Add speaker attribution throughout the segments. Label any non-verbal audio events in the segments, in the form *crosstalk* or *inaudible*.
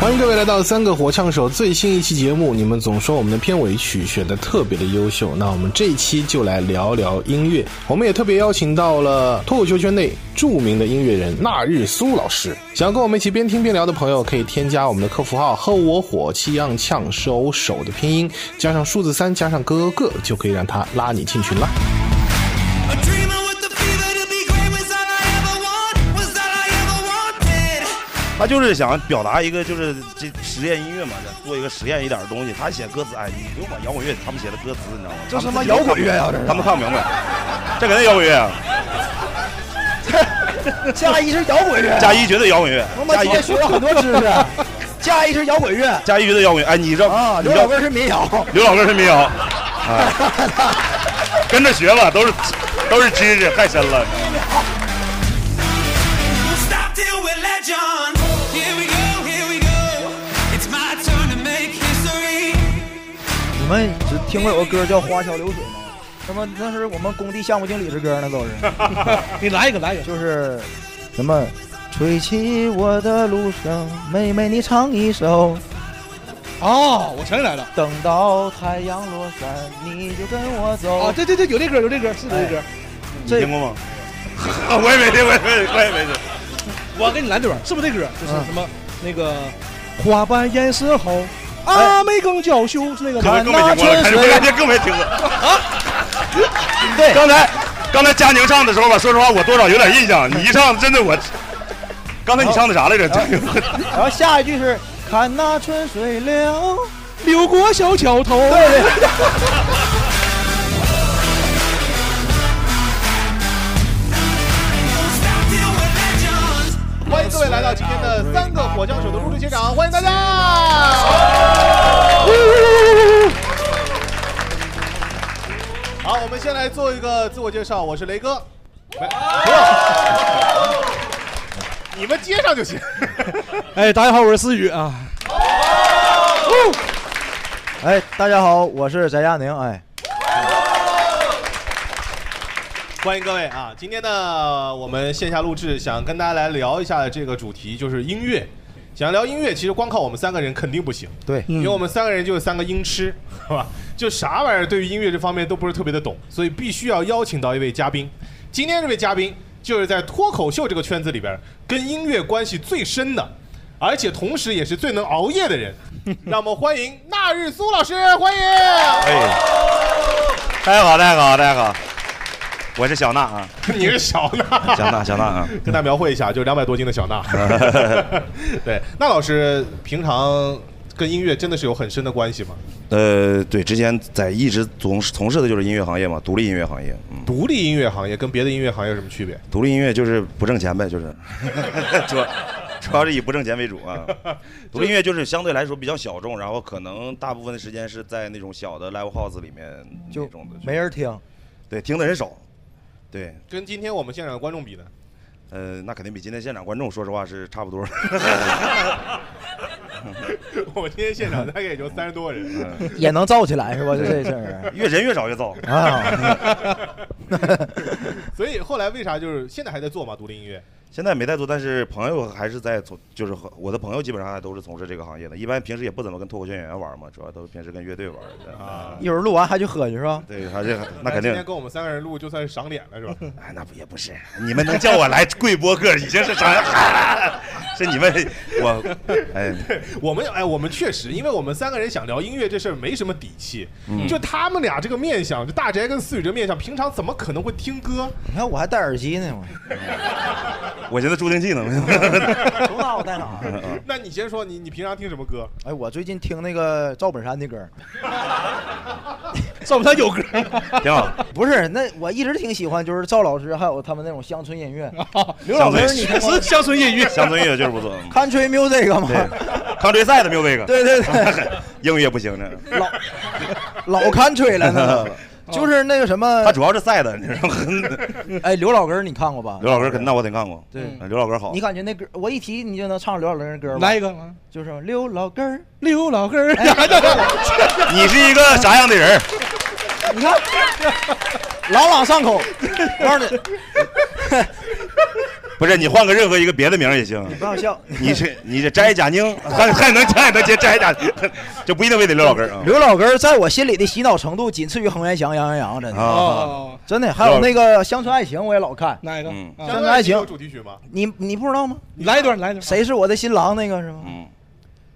Speaker 1: 欢迎各位来到三个火枪手最新一期节目。你们总说我们的片尾曲选的特别的优秀，那我们这一期就来聊聊音乐。我们也特别邀请到了脱口秀圈内著名的音乐人那日苏老师。想要跟我们一起边听边聊的朋友，可以添加我们的客服号“和我火气样呛”，是偶手的拼音加上数字三加上哥哥，就可以让他拉你进群啦。
Speaker 2: A dreamer with the fever to be great was
Speaker 3: *laughs*
Speaker 2: all I ever want, was all I ever wanted.
Speaker 4: 他就是想表达一个就是这实验音乐嘛，做一个实验一点的东西。他写歌词，哎，你不用管摇滚乐，他们写的歌词，你知道吗？
Speaker 5: 这
Speaker 4: 他
Speaker 5: 他
Speaker 4: 们
Speaker 5: 妈
Speaker 4: 自己都
Speaker 5: 摇滚乐呀
Speaker 4: 看
Speaker 5: 这是
Speaker 4: 不他们看不明白，这肯定摇滚乐啊！
Speaker 5: *laughs* 加一是摇滚乐，
Speaker 4: 加一绝对摇滚乐
Speaker 5: 他，妈
Speaker 4: 加
Speaker 5: 今
Speaker 4: 一
Speaker 5: 天学了很多知识。
Speaker 4: *laughs*
Speaker 5: 加一是摇滚乐
Speaker 4: 加一绝对摇滚乐。哎，你知道
Speaker 5: 啊，
Speaker 4: 你
Speaker 5: 刘
Speaker 4: 知
Speaker 5: 老
Speaker 4: 道
Speaker 5: 根是民谣。
Speaker 4: 刘老根是民谣，哎，跟着学吧，都是都是知识，太深了。
Speaker 2: Don't stop till we're legend. Here we go, here we go. It's my turn to make history.
Speaker 5: 你们只听过有个歌叫《花桥流水》吗？那么那是我们工地项目经理的歌呢，都是。
Speaker 3: *laughs* 你来一个，来一个。
Speaker 5: 就是什么，吹起我的芦笙，妹妹你唱一首。
Speaker 3: 哦，我想起来了。
Speaker 5: 等到太阳落山，你就跟我走。哎
Speaker 3: 哦，对对对，有这歌，有这歌，是有这歌。
Speaker 4: 你
Speaker 5: 这
Speaker 4: 听过吗？ *laughs* 我也没听，我也没，我也没听。
Speaker 3: 我给你来这段，是不是这歌？就是
Speaker 5: 嗯
Speaker 3: 什么那个哎花瓣掩饰后，阿妹更娇羞，是那个
Speaker 4: 可能
Speaker 3: 吗？
Speaker 4: 更没听过了，感觉感觉更没听过。
Speaker 3: 啊
Speaker 5: 对
Speaker 4: 刚才刚才佳宁唱的时候吧，说实话我多少有点印象。你一唱，真的我，刚才你唱的啥来
Speaker 5: 啊
Speaker 4: 着？佳宁， *laughs*
Speaker 5: 然后下一句是看那春水流。
Speaker 3: 流过小桥头。
Speaker 5: 对对。
Speaker 2: Don't stop till we're legend.
Speaker 1: 欢迎各位来到今天的三个火枪手的录制现场，欢迎大家！好，我们先来做一个自我介绍，我是雷哥。来，不用， *laughs* 你们接上就行。
Speaker 3: 哎，大家好，我是思雨啊。哦
Speaker 5: 哎，大家好，我是翟佳宁。哎，
Speaker 1: 欢迎各位啊！今天呢，我们线下录制，想跟大家来聊一下这个主题，就是音乐。想聊音乐，其实光靠我们三个人肯定不行，
Speaker 5: 对
Speaker 1: 因为我们三个人就有三个音痴，是吧？ *laughs* 就啥玩意儿，对于音乐这方面都不是特别的懂，所以必须要邀请到一位嘉宾。今天这位嘉宾就是在脱口秀这个圈子里边跟音乐关系最深的，而且同时也是最能熬夜的人。 *laughs* 让我们欢迎那日苏老师，欢迎！
Speaker 4: 哎，大家好，大家好，大家好，我是小娜啊，
Speaker 1: *laughs* 你是小娜，
Speaker 4: 小娜，小娜
Speaker 5: *laughs*
Speaker 4: 啊，
Speaker 1: *laughs* 跟大家描绘一下，就两百多斤的小娜。 *laughs* 对，那老师平常跟音乐真的是有很深的关系吗？
Speaker 4: 呃，对，之前在一直从从事的就是音乐行业嘛，独立音乐行业，嗯，
Speaker 1: 独立音乐行业跟别的音乐行业有什么区别？ *laughs*
Speaker 4: 独立音乐就是不挣钱呗，就是 *laughs* 主要主要是以不挣钱为主
Speaker 1: *laughs*
Speaker 4: 啊。独立音乐就是相对来说比较小众，然后可能大部分的时间是在那种小的 live house 里面那
Speaker 5: 就
Speaker 4: 种的，
Speaker 5: 没人听。
Speaker 4: 对听的人少，对，
Speaker 1: 跟今天我们现场的观众比呢？
Speaker 4: 呃，那肯定比今天现场观众说实话是差不多。 *laughs*
Speaker 1: 我们今天现场大概也就三十多人。
Speaker 5: *laughs* 也能造起来是吧？就这事儿
Speaker 4: *laughs* 越人越少越糟。
Speaker 5: 啊，
Speaker 1: *laughs* 所以后来为啥就是现在还在做嘛？独立音乐？
Speaker 4: 现在没在做，但是朋友还是在从，就是和我的朋友基本上还都是从事这个行业的。一般平时也不怎么跟脱口秀演员玩嘛，主要都是平时跟乐队玩的。 *laughs* 啊，
Speaker 5: 一会儿录完还去喝去是吧？
Speaker 4: 对，还是那肯
Speaker 1: 哎今
Speaker 4: 定
Speaker 1: 天。跟我们三个人录就算是赏脸了是吧？
Speaker 4: *laughs* 哎，那不也不是，你们能叫我来跪
Speaker 1: *laughs*
Speaker 4: 播客已经是啥？ *laughs* 是你们
Speaker 1: *laughs*
Speaker 4: 我，哎，
Speaker 1: 我们哎，我们确实，因为我们三个人想聊音乐这事儿没什么底气，
Speaker 4: 嗯
Speaker 1: 就他们俩这个面相，就大宅跟思雨这个面相，平常怎么可能会听歌？
Speaker 5: 你看我还戴耳机呢，我 *laughs*
Speaker 4: *laughs* 我 *laughs* 寻思助听器呢。
Speaker 5: 从哪我戴哪。
Speaker 1: 那你先说，你你平常听什么歌？
Speaker 5: 哎，我最近听那个赵本山的
Speaker 3: *laughs*
Speaker 5: 歌，
Speaker 3: 算不算有歌？
Speaker 4: 挺好，
Speaker 5: *laughs* 不是那我一直挺喜欢，就是赵老师还有他们那种乡村音乐。
Speaker 3: 刘老
Speaker 4: 乡
Speaker 3: 师，
Speaker 4: 村
Speaker 3: 你确实乡村音乐。
Speaker 4: 乡村音乐就是不错。
Speaker 5: *laughs* Country music
Speaker 4: 对
Speaker 5: 嘛，，
Speaker 4: 康追赛的
Speaker 5: *laughs*
Speaker 4: music。
Speaker 5: 对对对，
Speaker 4: 英语也
Speaker 5: *laughs*
Speaker 4: 不行呢，
Speaker 5: 老老 country 了
Speaker 3: *laughs*
Speaker 5: 呢，就是那个什么
Speaker 4: *laughs* 他，主要是赛的，你知道吗？ *laughs*
Speaker 5: 哎，刘老根儿你看过吧？
Speaker 4: 刘老根儿肯那我得看过，
Speaker 5: 哦对
Speaker 4: 嗯，刘老根儿好
Speaker 5: 你，感觉那歌，我一提你就能唱刘老根儿歌吗？
Speaker 3: 来一个啊，
Speaker 5: 就是刘老根儿，哎
Speaker 3: 刘老根儿。
Speaker 4: 你是一个啥样的人儿？
Speaker 3: *laughs*
Speaker 5: 你看，朗朗上口。我告诉你，
Speaker 4: 不是你换个任何一个别的名儿
Speaker 5: *laughs*
Speaker 4: 也行。
Speaker 5: 不要笑，
Speaker 4: *laughs* 你是你这摘假宁，还还能还能接摘假，就不一定非得刘老根儿啊。
Speaker 5: 刘老根儿在我心里的洗脑程度仅次于恒源祥、杨阳洋，真的，
Speaker 4: 啊，
Speaker 3: 哦，
Speaker 5: 真的。还有那个《乡村爱情》，我也老看。
Speaker 3: 哪一个？
Speaker 4: 嗯
Speaker 3: 啊
Speaker 5: 乡村爱情
Speaker 1: 有主题曲吗？
Speaker 5: 你你不知道吗？
Speaker 3: 你来一段，来一段。
Speaker 5: 谁是我的新郎？那个是吗？
Speaker 4: 嗯，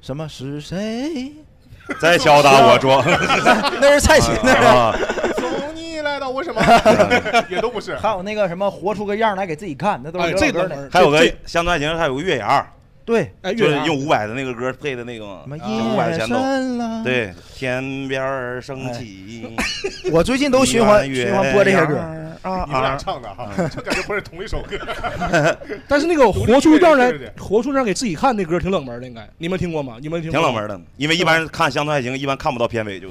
Speaker 5: 什么是谁？
Speaker 4: 再敲打我桌。
Speaker 5: *laughs* *laughs* 那是蔡琴的。
Speaker 4: 啊， *laughs*
Speaker 1: 从你来到我什么也都不是。
Speaker 5: 还有那个什么，活出个样来给自己看，那都是
Speaker 3: 哎，
Speaker 5: 刘
Speaker 3: 这
Speaker 5: 老
Speaker 3: 个
Speaker 5: 根儿的。
Speaker 4: 还有个
Speaker 3: 这
Speaker 4: 乡村爱情，还有个月牙儿，
Speaker 5: 对，
Speaker 3: 哎，
Speaker 4: 就
Speaker 3: 月
Speaker 4: 是
Speaker 3: 亮
Speaker 4: 用五百的那个歌配的那个嘛
Speaker 5: 什么
Speaker 4: 五百
Speaker 5: 夜
Speaker 4: 前奏。
Speaker 5: 深了。，哎
Speaker 4: 对，天边儿升起，
Speaker 5: *laughs* 我最近都循环
Speaker 4: 圆
Speaker 5: 循环播这些歌。
Speaker 4: 圆儿啊
Speaker 1: 你们俩
Speaker 4: 啊！
Speaker 1: 唱的哈，
Speaker 5: *laughs*
Speaker 1: 就感觉不是同一首 *laughs* 歌。
Speaker 3: *laughs* 但是那个活出样来
Speaker 1: 独立乐队，
Speaker 3: 活出样给自己看那歌挺冷门的，应该你们听过吗？你们听
Speaker 4: 挺冷门
Speaker 3: 的。
Speaker 4: 的，因为一般看《乡村爱情》，一般看不到片
Speaker 3: *laughs*
Speaker 4: 尾，就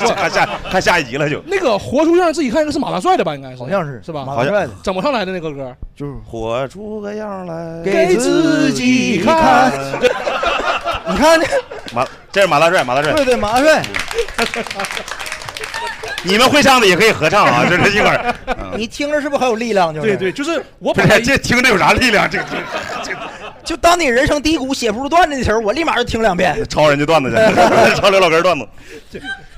Speaker 4: 就看下看下一集了就。
Speaker 3: 那个活出样自己看，应该是马大帅的吧？应该是，
Speaker 5: 好像是
Speaker 3: 是吧？
Speaker 5: 马大帅的，
Speaker 3: 怎么上来的那个歌？
Speaker 5: 就是
Speaker 4: 活出个样儿来，
Speaker 5: 给自己看。你看这，
Speaker 4: 马，这是马大帅，马大帅
Speaker 5: 对，对，马大帅，
Speaker 4: 你们会唱的也可以合
Speaker 5: *laughs*
Speaker 4: 唱啊，就是一会儿。嗯
Speaker 5: 你听着是不是很有力量？就是
Speaker 3: 对，对，就是我
Speaker 4: 不
Speaker 3: 本来
Speaker 4: 是 *laughs* 这听着有啥力量？这这这
Speaker 5: 就当你人生低谷写不出段子的时候，我立马就听两遍。
Speaker 4: *laughs* 抄人家段子去， *laughs* 抄刘老根儿段子。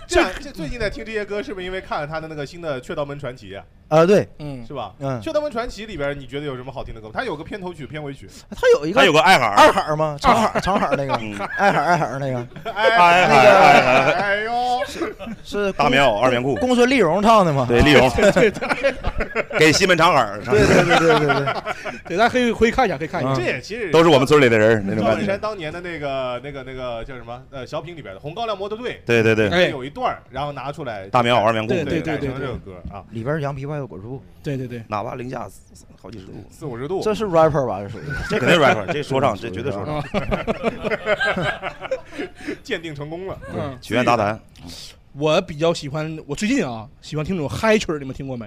Speaker 1: 这样这最近在听这些歌，是不是因为看了他的那个新的《雀刀门传奇》啊？
Speaker 5: 啊，对，
Speaker 3: 嗯，
Speaker 1: 是吧？
Speaker 5: 嗯
Speaker 1: 雀刀门传奇》里边，你觉得有什么好听的歌吗？它有个片头曲、片尾曲。
Speaker 5: 他有一个
Speaker 4: 还有个爱孩儿，
Speaker 5: 二海吗？长海，长海那个
Speaker 4: 嗯，
Speaker 5: 爱海，爱海那个
Speaker 1: 哎
Speaker 4: 哎
Speaker 1: 那
Speaker 4: 哎
Speaker 1: 个
Speaker 3: *laughs*
Speaker 4: 哎哎
Speaker 1: 哎呦，
Speaker 5: 是
Speaker 4: 大棉袄、二棉裤，
Speaker 5: 公孙丽蓉唱的吗？
Speaker 4: 对，
Speaker 5: *laughs*
Speaker 4: 丽蓉，给西门长海儿，
Speaker 5: 对对对对对对，
Speaker 3: *laughs* 对，大家可以回去看一下，可以看一下。
Speaker 1: 这也其实
Speaker 4: 都是我们村里的人那种
Speaker 1: 赵
Speaker 4: 感
Speaker 1: 本山
Speaker 4: 觉。
Speaker 1: 当年的那个、那个、那个叫什么？呃，小品里边的《红高粱摩托队
Speaker 4: 对对对，
Speaker 3: 哎，
Speaker 1: 有一段儿，然后拿出来
Speaker 4: 大棉袄、二棉裤，
Speaker 3: 对对对
Speaker 1: 改成了这首歌啊，
Speaker 5: 里边是羊皮外头果树，
Speaker 3: 对对对，
Speaker 4: 哪怕零下好几十度，
Speaker 1: 四五十度。
Speaker 5: 这是 rapper 吧？这属于
Speaker 4: 这肯定是 rapper，这说唱，这绝对说 *laughs* 唱，
Speaker 1: *laughs* 鉴定成功了。
Speaker 3: 嗯，
Speaker 4: 曲苑杂谈。
Speaker 3: 我比较喜欢，我最近啊喜欢听那种嗨曲儿，你们听过没？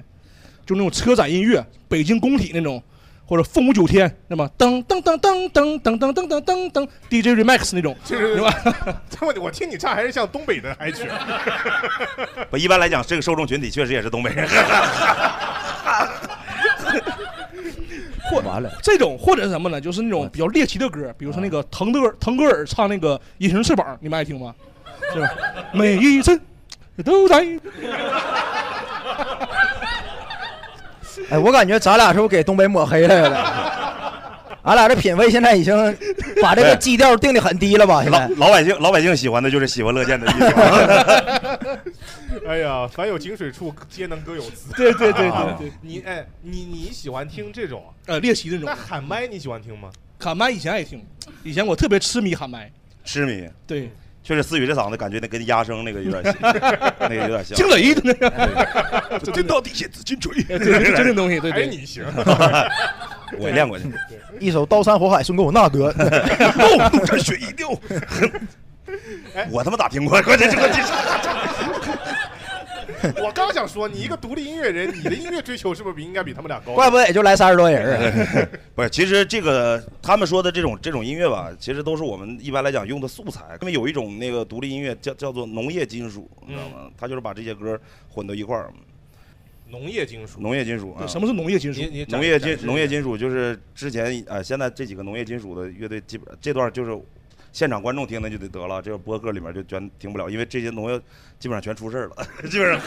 Speaker 3: 就那种车载音乐，北京工体那种，或者凤舞九天，那么噔噔噔噔噔噔噔噔噔噔噔 DJ remix 那种，
Speaker 1: 就是
Speaker 3: 对吧？
Speaker 1: *laughs* 这么，我听你唱还是像东北的
Speaker 3: *laughs*
Speaker 1: 嗨曲，
Speaker 4: 不，一般来讲，这个受众群体确实也是东北
Speaker 3: *laughs*
Speaker 4: 人。
Speaker 5: 完了，
Speaker 3: 这种或者是什么呢？就是那种比较猎奇的歌，比如说那个腾格尔腾格尔唱那个《隐形翅膀》，你们爱听吗？是吧？每一针都在
Speaker 5: 哎，我感觉咱俩是不是给东北抹黑了？有点，俺俩这品味现在已经把这个基调定的很低了吧？现在
Speaker 4: 老老百姓老百姓喜欢的就是喜闻乐见的
Speaker 3: *laughs*
Speaker 4: 地方。
Speaker 1: 哎呀，凡有井水处，皆能歌有词。
Speaker 3: *laughs* 对对对对对，
Speaker 1: 你哎，你你喜欢听这种啊？ *laughs*
Speaker 3: 呃，猎奇的那
Speaker 1: 那
Speaker 3: 种。
Speaker 1: 喊麦你喜欢听吗？
Speaker 3: 喊麦以前爱听，以前我特别痴迷喊麦，
Speaker 4: 痴迷，
Speaker 3: 对，
Speaker 4: *laughs* 确实思雨这嗓子感觉那跟压声那个有
Speaker 3: *laughs*
Speaker 4: 点像，那个有点像。哎
Speaker 3: 惊雷的那个， *laughs*
Speaker 4: 真到底写字金锤， *laughs*
Speaker 3: 对对，就这种东西，对
Speaker 1: 哎，
Speaker 3: 对。
Speaker 1: 你
Speaker 5: *laughs*
Speaker 1: 行，
Speaker 4: 我练过去。
Speaker 5: 一首《刀山火海》送给我那哥，
Speaker 4: 哦，怒斩雪一丢。 *laughs* 哎我他妈咋听过？关键这个这
Speaker 1: 我刚想说，你一个独立音乐人，你的音乐追求是不是比应该比他们俩 *laughs* 高？
Speaker 5: 怪不得也就来三十多人啊。
Speaker 4: *laughs* 不是，其实这个他们说的这种这种音乐吧，其实都是我们一般来讲用的素材。因为有一种那个独立音乐叫叫做农业金属，你知道吗？他就是把这些歌混到一块儿，
Speaker 1: 农业金属，
Speaker 4: 农业金属啊
Speaker 3: 对。什么是农业金属
Speaker 1: 你？你展
Speaker 4: 农业
Speaker 1: 展示
Speaker 4: 金
Speaker 1: 一下
Speaker 4: 农业金属就是之前呃，现在这几个农业金属的乐队，基本这段就是现场观众听的就得得了，这个播客里面就全听不了，因为这些农业基本上全出事儿了， *laughs* 基本上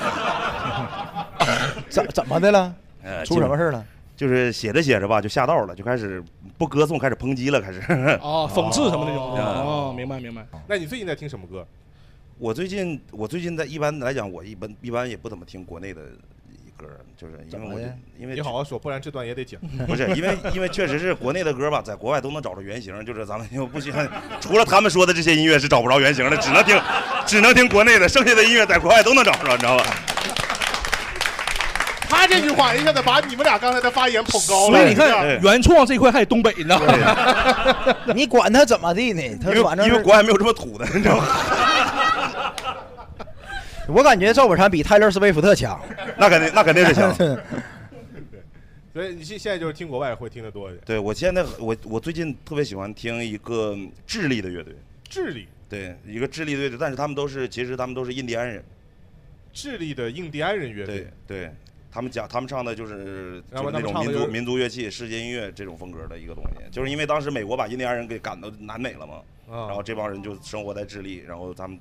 Speaker 5: 怎怎么的了？
Speaker 4: 呃
Speaker 5: 出什么事儿了？
Speaker 4: 就是写着写着吧，就下道了，就开始不歌颂，开始抨击了，开始。
Speaker 3: 哦，讽刺什么那种。
Speaker 4: 哦
Speaker 3: 哦，明白明白。
Speaker 1: 那你最近在听什么歌？
Speaker 4: 我最近我最近在一般来讲，我一般一般也不怎么听国内的歌，就是因为我
Speaker 5: 怎
Speaker 4: 就
Speaker 5: 么的
Speaker 4: 因为
Speaker 1: 你好好说，不然这段也得剪。
Speaker 4: 不是因为因为确实是国内的歌吧，在国外都能找着原型，就是咱们又不需要，除了他们说的这些音乐是找不着原型的，只能听只能听国内的，剩下的音乐在国外都能找着，你知道吧？
Speaker 1: *laughs* 他这句话一下子把你们俩刚才的发言捧高了。
Speaker 3: 所以你
Speaker 4: 对
Speaker 3: 看，原创这块还有东北，你知道吗？
Speaker 5: 你管他怎么地呢？他
Speaker 4: 因
Speaker 5: 反正
Speaker 4: 为因为
Speaker 5: 是
Speaker 4: 国外没有这么土的，你 *laughs* 知道吗？
Speaker 5: 我感觉赵本山比泰勒·斯威夫特强。
Speaker 4: 那肯定那肯定是强。
Speaker 1: 所以你现现在就是听国外会听得多一点。
Speaker 4: 对我现在我我最近特别喜欢听一个智利的乐队，
Speaker 1: 智利，
Speaker 4: 对一个智利队的，但是他们都是其实他们都是印第安人，
Speaker 1: 智利的印第安人乐队
Speaker 4: 对，对，他们讲他们唱的就是
Speaker 1: 然
Speaker 4: 就
Speaker 1: 后他
Speaker 4: 是那
Speaker 1: 们
Speaker 4: 种
Speaker 1: 唱的
Speaker 4: 民
Speaker 1: 就
Speaker 4: 族
Speaker 1: 是
Speaker 4: 民族乐器、世界音乐这种风格的一个东西，就是因为当时美国把印第安人给赶到南美了嘛，
Speaker 1: 啊
Speaker 4: 然后这帮人就生活在智利，然后他们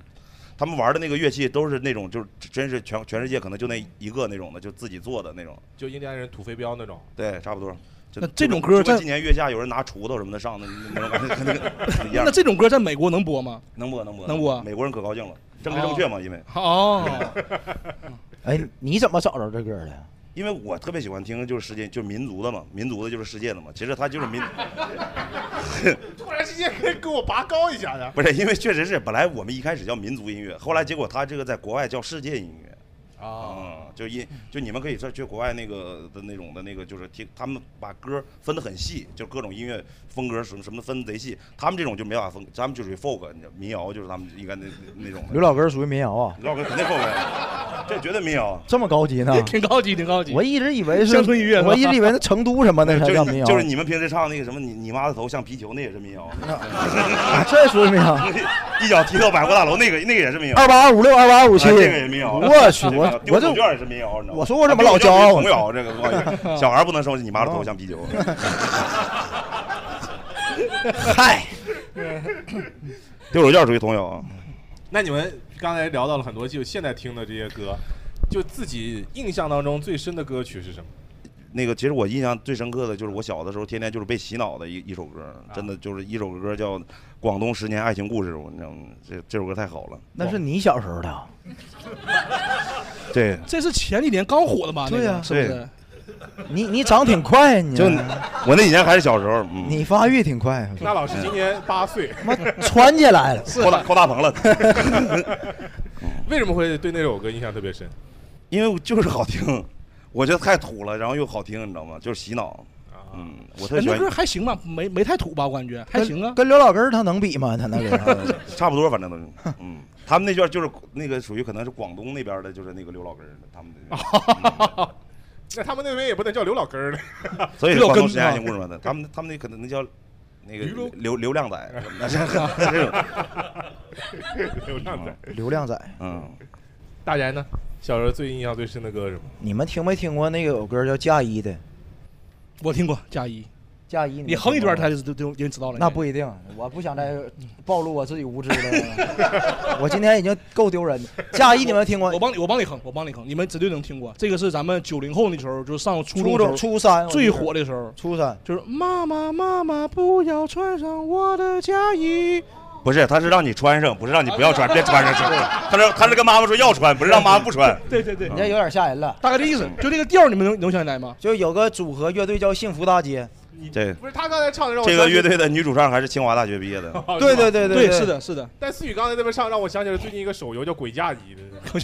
Speaker 4: 他们玩的那个乐器都是那种就是真是全全世界可能就那一个那种的，就自己做的那种，
Speaker 1: 就印第安人土飞镖那 *laughs* 种。
Speaker 4: 对，差不多。就
Speaker 3: 那这种
Speaker 4: 就
Speaker 3: 歌
Speaker 4: 就跟
Speaker 3: 在
Speaker 4: 今年月下有人拿锄头什么的上的那种感觉，
Speaker 3: *laughs*
Speaker 4: 跟那个一样
Speaker 3: 那。这种歌在美国能播吗？
Speaker 4: 能播能播
Speaker 3: 能播
Speaker 4: 美国人可高兴了，政治正确嘛，因为
Speaker 3: 哦，
Speaker 5: *laughs* 哎，你怎么找着这歌儿的？
Speaker 4: 因为我特别喜欢听就是世界就是民族的嘛，民族的就是世界的嘛。其实他就是民，
Speaker 1: 突然之间给给我拔高一下的
Speaker 4: 不是因为确实是本来我们一开始叫民族音乐，后来结果他这个在国外叫世界音乐。啊、就音就你们可以在去国外那个的那种的那个，就是听他们把歌分得很细，就各种音乐风格什么什么分得贼细。他们这种就没法分，他们就属于 folk，你知道民谣就是他们应该那那那种的。
Speaker 5: 刘老根儿属于民谣啊，
Speaker 4: 刘老哥肯定 folk，呀这绝对民谣。
Speaker 5: 这么高级
Speaker 4: *laughs*
Speaker 5: 呢？
Speaker 3: 挺高级，挺高级。
Speaker 5: 我一直以为是
Speaker 3: 乡村音乐是吧
Speaker 5: 我一直以为那成都
Speaker 4: *laughs*
Speaker 5: 什么那才
Speaker 4: 就
Speaker 5: 叫
Speaker 4: 是
Speaker 5: 民
Speaker 4: 你
Speaker 5: 谣，
Speaker 4: 就是你们平时唱那个什么你你妈的头像皮球那也是
Speaker 5: *laughs*
Speaker 4: 民谣，
Speaker 5: 啊这属于
Speaker 4: *laughs*
Speaker 5: 民谣。
Speaker 4: 一脚踢到百货大楼那个那个也是民谣，
Speaker 5: 二八二五六，二八二五七，
Speaker 4: 啊这个也是民谣。
Speaker 5: 我去，我
Speaker 4: 这个
Speaker 5: 我
Speaker 4: 丢手
Speaker 5: 就
Speaker 4: 绢也是民谣，你知道吗
Speaker 5: 我说我怎么老骄傲
Speaker 4: 啊丢手绢是童谣这个我告诉
Speaker 5: *laughs*
Speaker 4: 你，小孩不能收你妈的头像皮球。
Speaker 5: 嗨，
Speaker 4: 丢手绢属于童谣啊。
Speaker 1: 那你们刚才聊到了很多，就现在听的这些歌，就自己印象当中最深的歌曲是什么？
Speaker 4: 那个，其实我印象最深刻的就是我小的时候，天天就是被洗脑的一一首歌，
Speaker 5: 啊
Speaker 4: 真的就是一首歌叫《广东十年爱情故事》，我你知道吗？这这首歌太好了。
Speaker 5: 那是你小时候的，
Speaker 4: 对，
Speaker 3: 这是前几年刚火的吧？
Speaker 5: 对呀
Speaker 3: 那个是不是？
Speaker 5: 你你长挺快，你
Speaker 4: *laughs*
Speaker 5: 啊
Speaker 4: 就我那几年还是小时候，嗯，
Speaker 5: 你发育挺快，
Speaker 1: *laughs* 那老师今年八岁，
Speaker 5: 妈窜起
Speaker 1: *laughs*
Speaker 5: 来了。
Speaker 4: 扣大扣大棚了。
Speaker 1: 为什么会对那首歌印象特别深？
Speaker 4: 因为就是好听，我觉得太土了，然后又好听，你知道吗？就是洗脑。
Speaker 1: 啊
Speaker 4: 嗯，我特
Speaker 3: 哎
Speaker 4: 喜
Speaker 3: 那
Speaker 4: 欢
Speaker 3: 歌，还行吧，没没太土吧？我感觉还行啊
Speaker 5: 跟。跟刘老根儿他能比吗？他那
Speaker 4: *laughs*
Speaker 5: 个呃
Speaker 4: 差不多，反正都是。嗯，他们那边就是那个属于可能是广东那边的，就是那个刘老根儿的，他们那边。
Speaker 1: 那 *laughs* 他们那边也不能叫刘老根儿了， *laughs*
Speaker 4: 嗯 *laughs* 所以
Speaker 3: 刘
Speaker 4: 广
Speaker 3: 根
Speaker 4: 东时间爱
Speaker 3: 啊
Speaker 4: 情故事嘛的，他们他们那可能叫那个
Speaker 1: 刘
Speaker 4: 流流量仔，
Speaker 1: *laughs*
Speaker 4: 那是 *laughs* 这种。
Speaker 1: 流浪仔。
Speaker 5: 流量仔，
Speaker 4: 嗯，
Speaker 1: 大然呢？小时候最印象最深的歌是什么？
Speaker 5: 你们听没听过那个有歌叫《嫁衣》的？
Speaker 3: 我听过加一，
Speaker 5: 嫁衣，
Speaker 3: 你
Speaker 5: 们
Speaker 3: 哼一
Speaker 5: 听过
Speaker 3: 段，
Speaker 5: 吗
Speaker 3: 他就就就就知道了。
Speaker 5: 那不一定，我不想再暴露我自己无知了。 *laughs* 我今天已经够丢人的。嫁
Speaker 4: *laughs*
Speaker 5: 衣你们听过
Speaker 3: 我？帮你，我帮你哼，我帮你哼，你们绝对能听过。这个是咱们九零后那时候，就是上初中
Speaker 5: 初
Speaker 3: 的时候
Speaker 5: 中初三
Speaker 3: 最火，的时候，
Speaker 5: 初三
Speaker 3: 就是呃妈妈妈妈不要穿上我的嫁衣。
Speaker 4: 不是，他是让你穿上，不是让你不要
Speaker 3: 啊
Speaker 4: 穿，别穿上去。他是他是跟妈妈说要穿，不是让妈妈不穿。
Speaker 3: 对对对
Speaker 5: 你，这有点吓人了。
Speaker 3: 大概这意思，就这个调儿，你们能能想起来吗？
Speaker 5: 就有个组合乐队叫幸福大街，
Speaker 4: 这
Speaker 1: 不是他刚才唱的让我
Speaker 4: 这个
Speaker 1: 想起
Speaker 4: 乐，队的女主唱还是清华大学毕业
Speaker 3: *laughs*
Speaker 4: 的。
Speaker 1: 哦
Speaker 5: 对。
Speaker 1: 是
Speaker 5: 对
Speaker 1: 吗
Speaker 5: 对对，
Speaker 3: 是。的，是的，
Speaker 1: 但思雨刚才那边唱让我想起了最近一个手游叫《鬼嫁衣》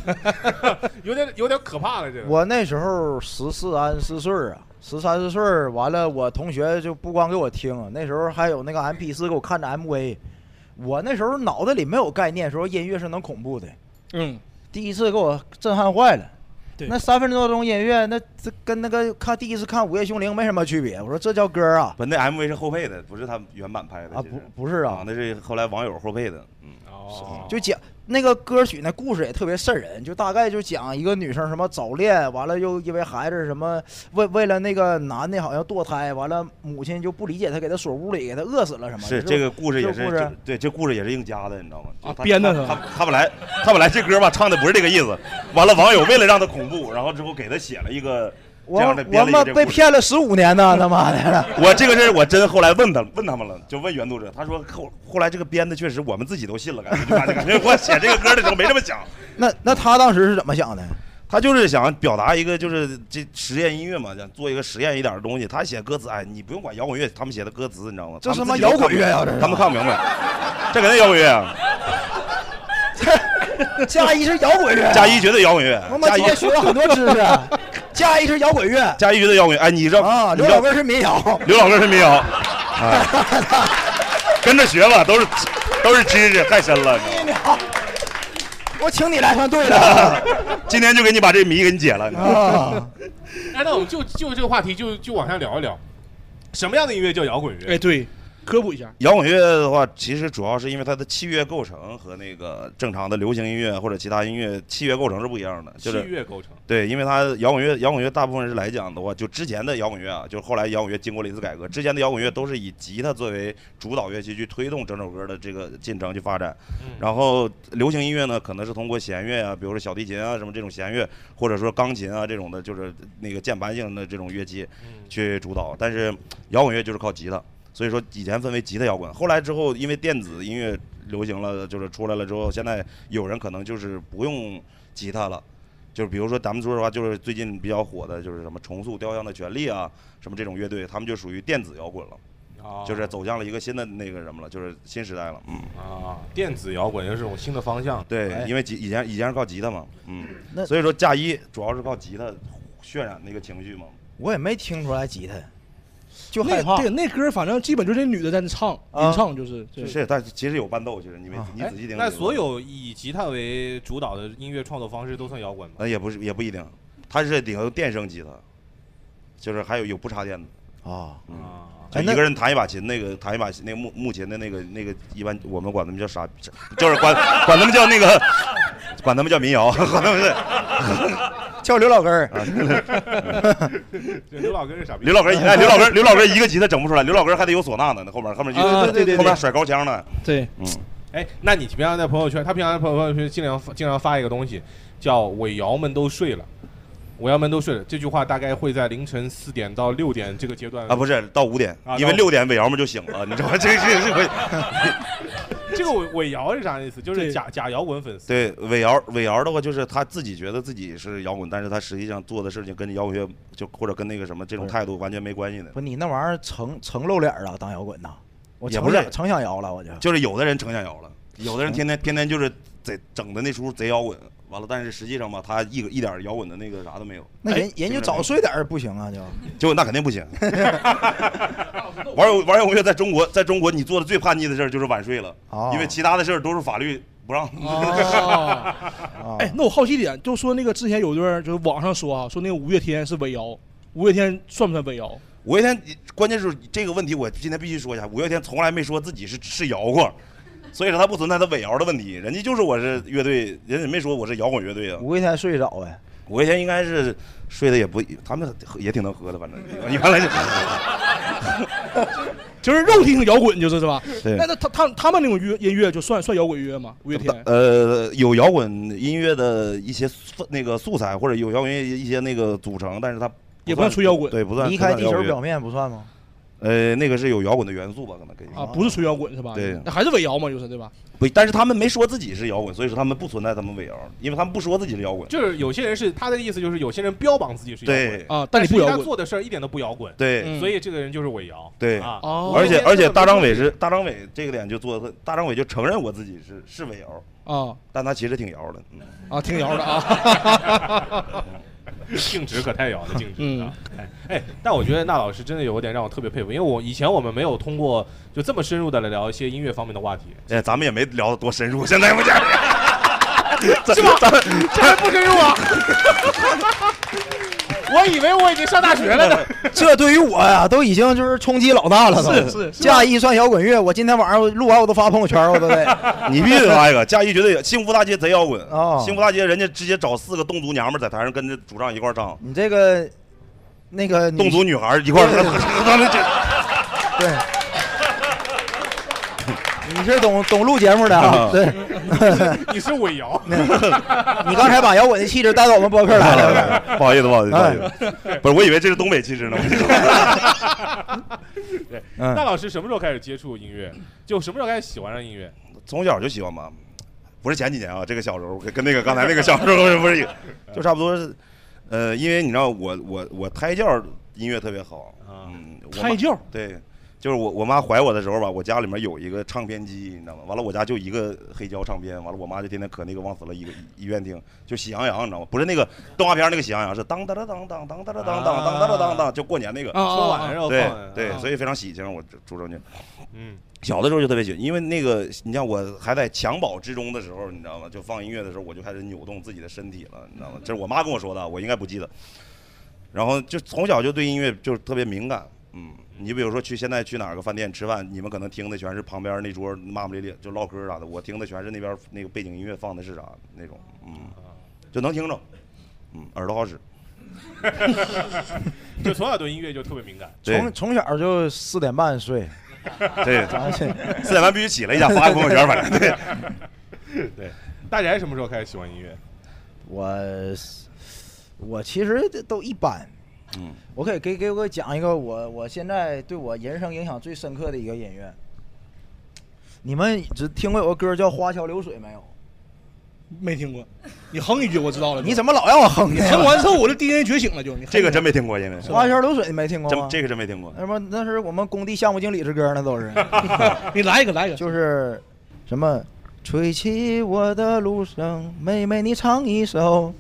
Speaker 1: 的，有点有点可怕了。这个
Speaker 5: 我那时候十四三四岁儿啊，十三四岁儿完了，我同学就不光给我听啊，那时候还有那个 MP 四给我看着 MV，我那时候脑子里没有概念，说音乐是能恐怖的，
Speaker 3: 嗯，
Speaker 5: 第一次给我震撼坏了。
Speaker 3: 对
Speaker 5: 那三分多钟音乐，那这跟那个看第一次看《午夜凶铃》没什么区别。我说这叫歌啊
Speaker 4: 不，那 MV 是后配的，不是他原版拍的
Speaker 5: 啊
Speaker 4: 其实
Speaker 5: 不不是
Speaker 4: 啊
Speaker 5: 啊，，
Speaker 4: 那是后来网友后配的。嗯，
Speaker 1: 哦
Speaker 5: 就讲那个歌曲那故事也特别瘆人，就大概就讲一个女生什么早恋，完了又因为孩子什么为为了那个男的好像堕胎，完了母亲就不理解她，给她锁屋里，给她饿死了什么的。
Speaker 4: 是
Speaker 5: 就
Speaker 4: 这个故事也
Speaker 5: 这
Speaker 4: 是
Speaker 5: 故事啊
Speaker 4: 这对这故事也是硬加的，你知道吗？就
Speaker 3: 啊
Speaker 4: 他
Speaker 3: 编的
Speaker 4: 他
Speaker 3: 是
Speaker 4: 他
Speaker 3: 吧
Speaker 4: 他本来他本来这歌吧唱的不是这个意思，完了网友为了让他恐怖，然后之后给他写了一个这
Speaker 5: 我
Speaker 4: 样的
Speaker 5: 我
Speaker 4: 编了一
Speaker 5: 妈
Speaker 4: 个这个
Speaker 5: 被
Speaker 4: 故事。
Speaker 5: 骗了十五年
Speaker 4: *laughs*
Speaker 5: 呢，他妈的！
Speaker 4: 我这个事儿我真后来问他问他们了，就问原作者，他说后后来这个编的确实我们自己都信了，感觉就发现感觉我写这个 *laughs* 歌的时候没这么想，
Speaker 5: 那那他当时是怎么想的？
Speaker 4: 他就是想表达一个就是这实验音乐嘛，想做一个实验一点的东西。他写歌词，哎，你不用管摇滚乐，他们写的歌词你知道吗？
Speaker 5: 这
Speaker 4: 他
Speaker 5: 他
Speaker 4: 们
Speaker 5: 妈
Speaker 4: 自己都
Speaker 5: 摇滚乐呀
Speaker 4: 看不
Speaker 5: 这是
Speaker 4: 他们看不明白，这肯定摇滚乐啊！
Speaker 5: *laughs* 加一是摇滚乐，
Speaker 4: 加一绝对摇滚乐
Speaker 5: 我，妈
Speaker 4: 加
Speaker 5: 今
Speaker 4: 一
Speaker 5: 天学了很多知识。
Speaker 4: *laughs*
Speaker 5: 加一是摇滚乐
Speaker 4: 加一绝对摇滚乐。哎，你知道
Speaker 5: 啊，
Speaker 4: 你
Speaker 5: 刘
Speaker 4: 知
Speaker 5: 老
Speaker 4: 道
Speaker 5: 根是民谣。
Speaker 4: 刘老根是
Speaker 5: *laughs*
Speaker 4: 民谣，哎跟着学吧，都是都是知识，太深了。你知道吗
Speaker 5: 我请你来算对了
Speaker 4: 今天就给你把这谜给你解了。你知道吗
Speaker 5: 啊！
Speaker 1: 哎，那我们就就这个话题就就往下聊一聊，什么样的音乐叫摇滚乐？
Speaker 3: 哎，对，科普一下，
Speaker 4: 摇滚乐的话，其实主要是因为它的器乐构成和那个正常的流行音乐或者其他音乐器乐构成是不一样的，就
Speaker 1: 器
Speaker 4: 是
Speaker 1: 乐构成，
Speaker 4: 对，因为它摇滚乐，摇滚乐大部分是来讲的话，就之前的摇滚乐啊，就是后来摇滚乐经过了一次改革，之前的摇滚乐都是以吉他作为主导乐器去推动整首歌的这个进程去发展。
Speaker 1: 嗯
Speaker 4: 然后流行音乐呢，可能是通过弦乐啊，比如说小提琴啊什么这种弦乐，或者说钢琴啊这种的，就是那个键盘性的这种乐器去主导。但是摇滚乐就是靠吉他，所以说以前分为吉他摇滚，后来之后因为电子音乐流行了，就是出来了之后，现在有人可能就是不用吉他了。就是比如说咱们说实话，就是最近比较火的，就是什么重塑雕像的权利啊，什么这种乐队，他们就属于电子摇滚了，
Speaker 1: 啊
Speaker 4: 就是走向了一个新的那个什么了，就是新时代了。嗯，
Speaker 1: 啊，电子摇滚又是种新的方向。
Speaker 4: 对
Speaker 5: 哎，
Speaker 4: 因为吉以前以前是靠吉他嘛，嗯，
Speaker 5: 那
Speaker 4: 所以说嫁衣主要是靠吉他渲染那个情绪嘛。
Speaker 5: 我也没听出来吉他，就害
Speaker 3: 那
Speaker 5: 怕。
Speaker 3: 对那歌反正基本就是那女的在那唱，
Speaker 5: 啊
Speaker 3: 吟唱就是
Speaker 4: 就
Speaker 3: 对
Speaker 4: 是，但是其实有伴奏，其实你没你
Speaker 1: 哎
Speaker 4: 仔细听。
Speaker 1: 那所有以吉他为主导的音乐创作方式都算摇滚吗？
Speaker 4: 呃也不是也不一定，它是顶有电声吉他，就是还有有不插电的。
Speaker 5: 啊，
Speaker 4: 嗯
Speaker 1: 啊，
Speaker 4: 就
Speaker 5: 哎那
Speaker 4: 一个人弹一把琴，那个弹一把琴那个木木琴的那个那个，一般我们管他们叫啥， *laughs* 就是管管他们叫那个，管他们叫民谣，管他们是
Speaker 5: *laughs* 叫刘老根
Speaker 4: *laughs*
Speaker 5: 儿，
Speaker 1: 对，刘老根是傻逼
Speaker 4: 刘。老根，哎，刘老根，刘老根一个吉他整不出来，刘老根还得有唢呐呢，那后面后面一
Speaker 3: 啊
Speaker 4: 个
Speaker 3: 对对对
Speaker 4: 后面甩高腔呢，
Speaker 3: 对
Speaker 4: 嗯，
Speaker 1: 哎，那你平常在朋友圈，他平常在朋友圈经常发经常发一个东西，叫“尾摇们都睡了”，尾摇们都睡了。这句话大概会在凌晨四点到六点这个阶段
Speaker 4: 啊不是到五点
Speaker 1: 啊，
Speaker 4: 因为
Speaker 1: 到
Speaker 4: 六点尾摇们就醒了，你 *laughs* 知道吗？这个这个
Speaker 1: *laughs* 这个尾尾摇是啥意思？就是
Speaker 3: 对
Speaker 1: 假假摇滚粉丝。
Speaker 4: 对尾摇尾摇的话，就是他自己觉得自己是摇滚，但是他实际上做的事情跟摇滚乐就或者跟那个什么这种态度完全没关系的。
Speaker 5: 不，你那玩意儿成成露脸儿了，当摇滚呐？我
Speaker 4: 也
Speaker 5: 成
Speaker 4: 不是哎
Speaker 5: 想成想摇了，我就
Speaker 4: 就是有的人成想摇了，有
Speaker 5: 嗯
Speaker 4: 的人天天天天就是贼整的那出贼摇滚，完了，但是实际上吧，他一一点摇滚的那个啥都没有，
Speaker 5: 那人
Speaker 4: 哎
Speaker 5: 人就早睡点儿不行啊，就
Speaker 4: 结果那肯定不行。玩儿玩摇滚乐在中国，在中国你做的最叛逆的事儿就是晚睡了，
Speaker 5: 哦
Speaker 4: 因为其他的事儿都是法律不让。
Speaker 5: *laughs*
Speaker 3: 哦，
Speaker 5: 啊，
Speaker 3: 哎，那我好奇点，就说那个之前有一段就是网上说啊，说那个五月天是伪摇，五月天算不算伪摇？
Speaker 4: 五月天，关键是这个问题，我今天必须说一下，五月天从来没说自己是是摇滚。所以说他不存在他尾摇的问题，人家就是我是乐队，人家没说我是摇滚乐队啊。
Speaker 5: 五一天睡着呗。
Speaker 4: 五月天应该是睡得也不，他们喝也挺能喝的，反正原来就
Speaker 3: *laughs* 就是肉体性摇滚，就是是吧？
Speaker 4: *laughs* *laughs* 对
Speaker 3: 那那他他他们那种乐音乐就算算摇滚乐吗？五月天
Speaker 4: 呃有摇滚音乐的一些素那个素材，或者有摇滚乐一些那个组成，但是它
Speaker 3: 也不算纯摇滚
Speaker 4: 对，不算
Speaker 5: 离开
Speaker 4: 不
Speaker 5: 地
Speaker 4: 算摇
Speaker 5: 球
Speaker 4: 滚乐
Speaker 5: 表面不算吗？
Speaker 4: 呃那个是有摇滚的元素吧，可能可以
Speaker 3: 啊，不是纯摇滚是吧？
Speaker 4: 对
Speaker 3: 那还是伪摇嘛，就是对吧？
Speaker 4: 不，但是他们没说自己是摇滚，所以说他们不存在他们伪摇，因为他们不说自己是摇滚。
Speaker 1: 就是有些人是他的意思，就是有些人标榜自己是摇滚
Speaker 4: 对，
Speaker 3: 啊，但你
Speaker 1: 实
Speaker 3: 不
Speaker 1: 际
Speaker 3: 摇
Speaker 1: 他
Speaker 3: 滚
Speaker 1: 做的事儿一点都不摇滚，
Speaker 4: 对，
Speaker 3: 嗯
Speaker 1: 所以这个人就是伪摇。
Speaker 4: 对
Speaker 1: 啊，
Speaker 3: 哦
Speaker 4: 而且而且大张伟
Speaker 1: 是。
Speaker 4: 是大张伟这个点就做得，大张伟就承认我自己是是伪摇，
Speaker 3: 啊
Speaker 4: 但他其实挺摇的。嗯
Speaker 3: 啊，挺摇的啊。
Speaker 1: *laughs* 净值可太摇了，净值啊
Speaker 3: 嗯！
Speaker 1: 哎哎，但我觉得那老师真的有一点让我特别佩服，因为我以前我们没有通过就这么深入的来聊一些音乐方面的话题，
Speaker 4: 哎，咱们也没聊得多深入，现在不讲。
Speaker 1: *laughs*
Speaker 4: 咱
Speaker 1: 是吧
Speaker 4: 咱们
Speaker 1: 这还不深入啊！ *laughs* 我以为我已经上大学了呢。
Speaker 5: *laughs* 这对于我呀，都已经就是冲击老大了都。
Speaker 3: 是是是
Speaker 5: 嫁衣算摇滚乐，我今天晚上我录完我都发朋友圈，我都得。
Speaker 4: *laughs* 你必须得发一个，嘉义绝对有幸福大街贼摇滚。
Speaker 5: 哦
Speaker 4: 幸福大街人家直接找四个侗族娘们儿在台上跟着主唱一块儿唱，
Speaker 5: 你这个那个女
Speaker 4: 侗族女孩儿一块儿
Speaker 5: 对对对
Speaker 4: 当时这
Speaker 5: 对， *laughs* 你是懂懂录节目的啊？
Speaker 4: 啊
Speaker 5: 对， *laughs*
Speaker 1: *laughs* 你是伪摇，
Speaker 5: 你刚才把摇滚的气质带到我们博客来
Speaker 1: *laughs*
Speaker 5: 了。
Speaker 4: 不好意思，不好意思，不好意
Speaker 3: 哎
Speaker 4: 思，不是，我以为这是东北气质呢。
Speaker 1: 那
Speaker 5: 嗯，
Speaker 1: 老师什么时候开始接触音乐？就什么时候开始喜欢上音乐？
Speaker 4: 从小就喜欢嘛，不是前几年啊，这个小时候跟跟那个刚才那个小时候不是
Speaker 3: *laughs*
Speaker 4: 一个，就差不多是。呃，因为你知道我我我胎教音乐特别好，
Speaker 1: 啊
Speaker 4: 嗯，我妈
Speaker 3: 胎教
Speaker 4: 对，就是我我妈怀我的时候吧，我家里面有一个唱片机，你知道吗？完了我家就一个黑胶唱片，完了我妈就天天搁那个往死了一个医院听，就喜羊羊，你知道吗？不是那个动画片那个喜羊羊，是当当当当当当当当当当当当当，就过年那个
Speaker 3: 啊，
Speaker 1: 春
Speaker 3: 啊
Speaker 1: 晚
Speaker 3: 啊
Speaker 1: 然后
Speaker 4: 哦对
Speaker 1: 放
Speaker 4: 对，
Speaker 1: 啊
Speaker 4: 所以非常喜庆，我出出去。
Speaker 1: 嗯，
Speaker 4: 小的时候就特别喜欢，因为那个你像我还在襁褓之中的时候，你知道吗？就放音乐的时候，我就开始扭动自己的身体了，你知道吗？这是我妈跟我说的，我应该不记得。然后就从小就对音乐就是特别敏感，嗯，你比如说去现在去哪个饭店吃饭，你们可能听的全是旁边那桌骂骂咧咧就唠嗑啥的，我听的全是那边那个背景音乐放的是啥那种，嗯，
Speaker 1: 啊
Speaker 4: 就能听着，嗯，耳朵好使。
Speaker 1: *laughs* 就从小对音乐就特别敏感。
Speaker 4: 对
Speaker 5: 从从小就四点半睡，
Speaker 4: *laughs* 对
Speaker 5: 咱这，
Speaker 4: 四点半必须起来一下，发个朋友圈，反正对。
Speaker 1: *laughs* 对，大宅什么时候开始喜欢音乐？
Speaker 5: 我我其实都一般。
Speaker 4: 嗯，
Speaker 5: 我可以给给我讲一个我我现在对我人生影响最深刻的一个音乐。你们只听过有个歌叫《花桥流水》没有？
Speaker 3: 没听过。你哼一句，我知道了。
Speaker 5: 你怎么老让我哼
Speaker 3: 你
Speaker 5: 呢？
Speaker 3: 哼完之后，我就 DNA 觉醒了，就你哼
Speaker 4: 这个真没听过，因为
Speaker 5: 花桥流水》你没听过吗
Speaker 4: 真？这个真没听过。
Speaker 5: 那么那是我们工地项目经理之歌，那都是。
Speaker 3: *laughs* 你来一个，来一个。
Speaker 5: 就是什么吹起我的芦笙，妹妹你唱一首。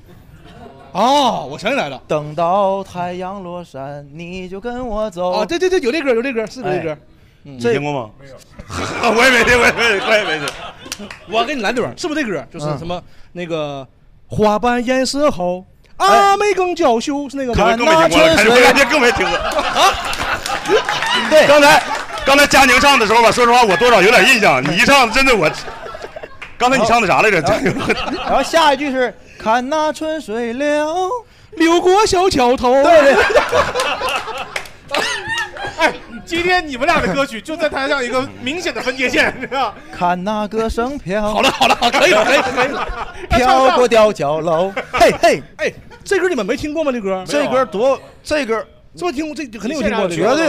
Speaker 3: 哦，我想起来了。
Speaker 5: 等到太阳落山，你就跟我走。嗯
Speaker 3: 哦，对对对，有这歌，有这歌，是有
Speaker 5: 哎
Speaker 3: 这歌。嗯
Speaker 4: 你
Speaker 5: 这
Speaker 4: 听过吗？没有， *laughs* 我也没听过，我也没我也没听。
Speaker 3: 我给你来这段，是不是这歌？就是
Speaker 5: 嗯
Speaker 3: 什么那个花瓣颜色好，阿妹更娇羞，是那个
Speaker 4: 哎可能
Speaker 3: 吗？
Speaker 4: 更没听过了，感觉感觉更没听过。
Speaker 5: 啊对
Speaker 4: 刚才刚才佳宁唱的时候吧，说实话我多少有点印象。你一唱真的我，刚才你唱的啥来着？佳
Speaker 5: 啊
Speaker 4: 宁，
Speaker 5: 然后下一句是看那春水流。
Speaker 3: *laughs* 流过小桥头。
Speaker 5: 对对，
Speaker 1: 哎，今天你们俩的歌曲就在台上一个明显的分界线，你知道？
Speaker 5: 看那歌声飘。
Speaker 3: 好了好了，好可以了可以了可以了。
Speaker 5: *laughs* 飘过吊脚楼。嘿嘿，
Speaker 3: 哎，这歌你们没听过吗？这歌
Speaker 5: 这歌多，这歌
Speaker 3: 是不是听过？这这肯定有听过。这
Speaker 5: 绝
Speaker 3: 歌
Speaker 5: 对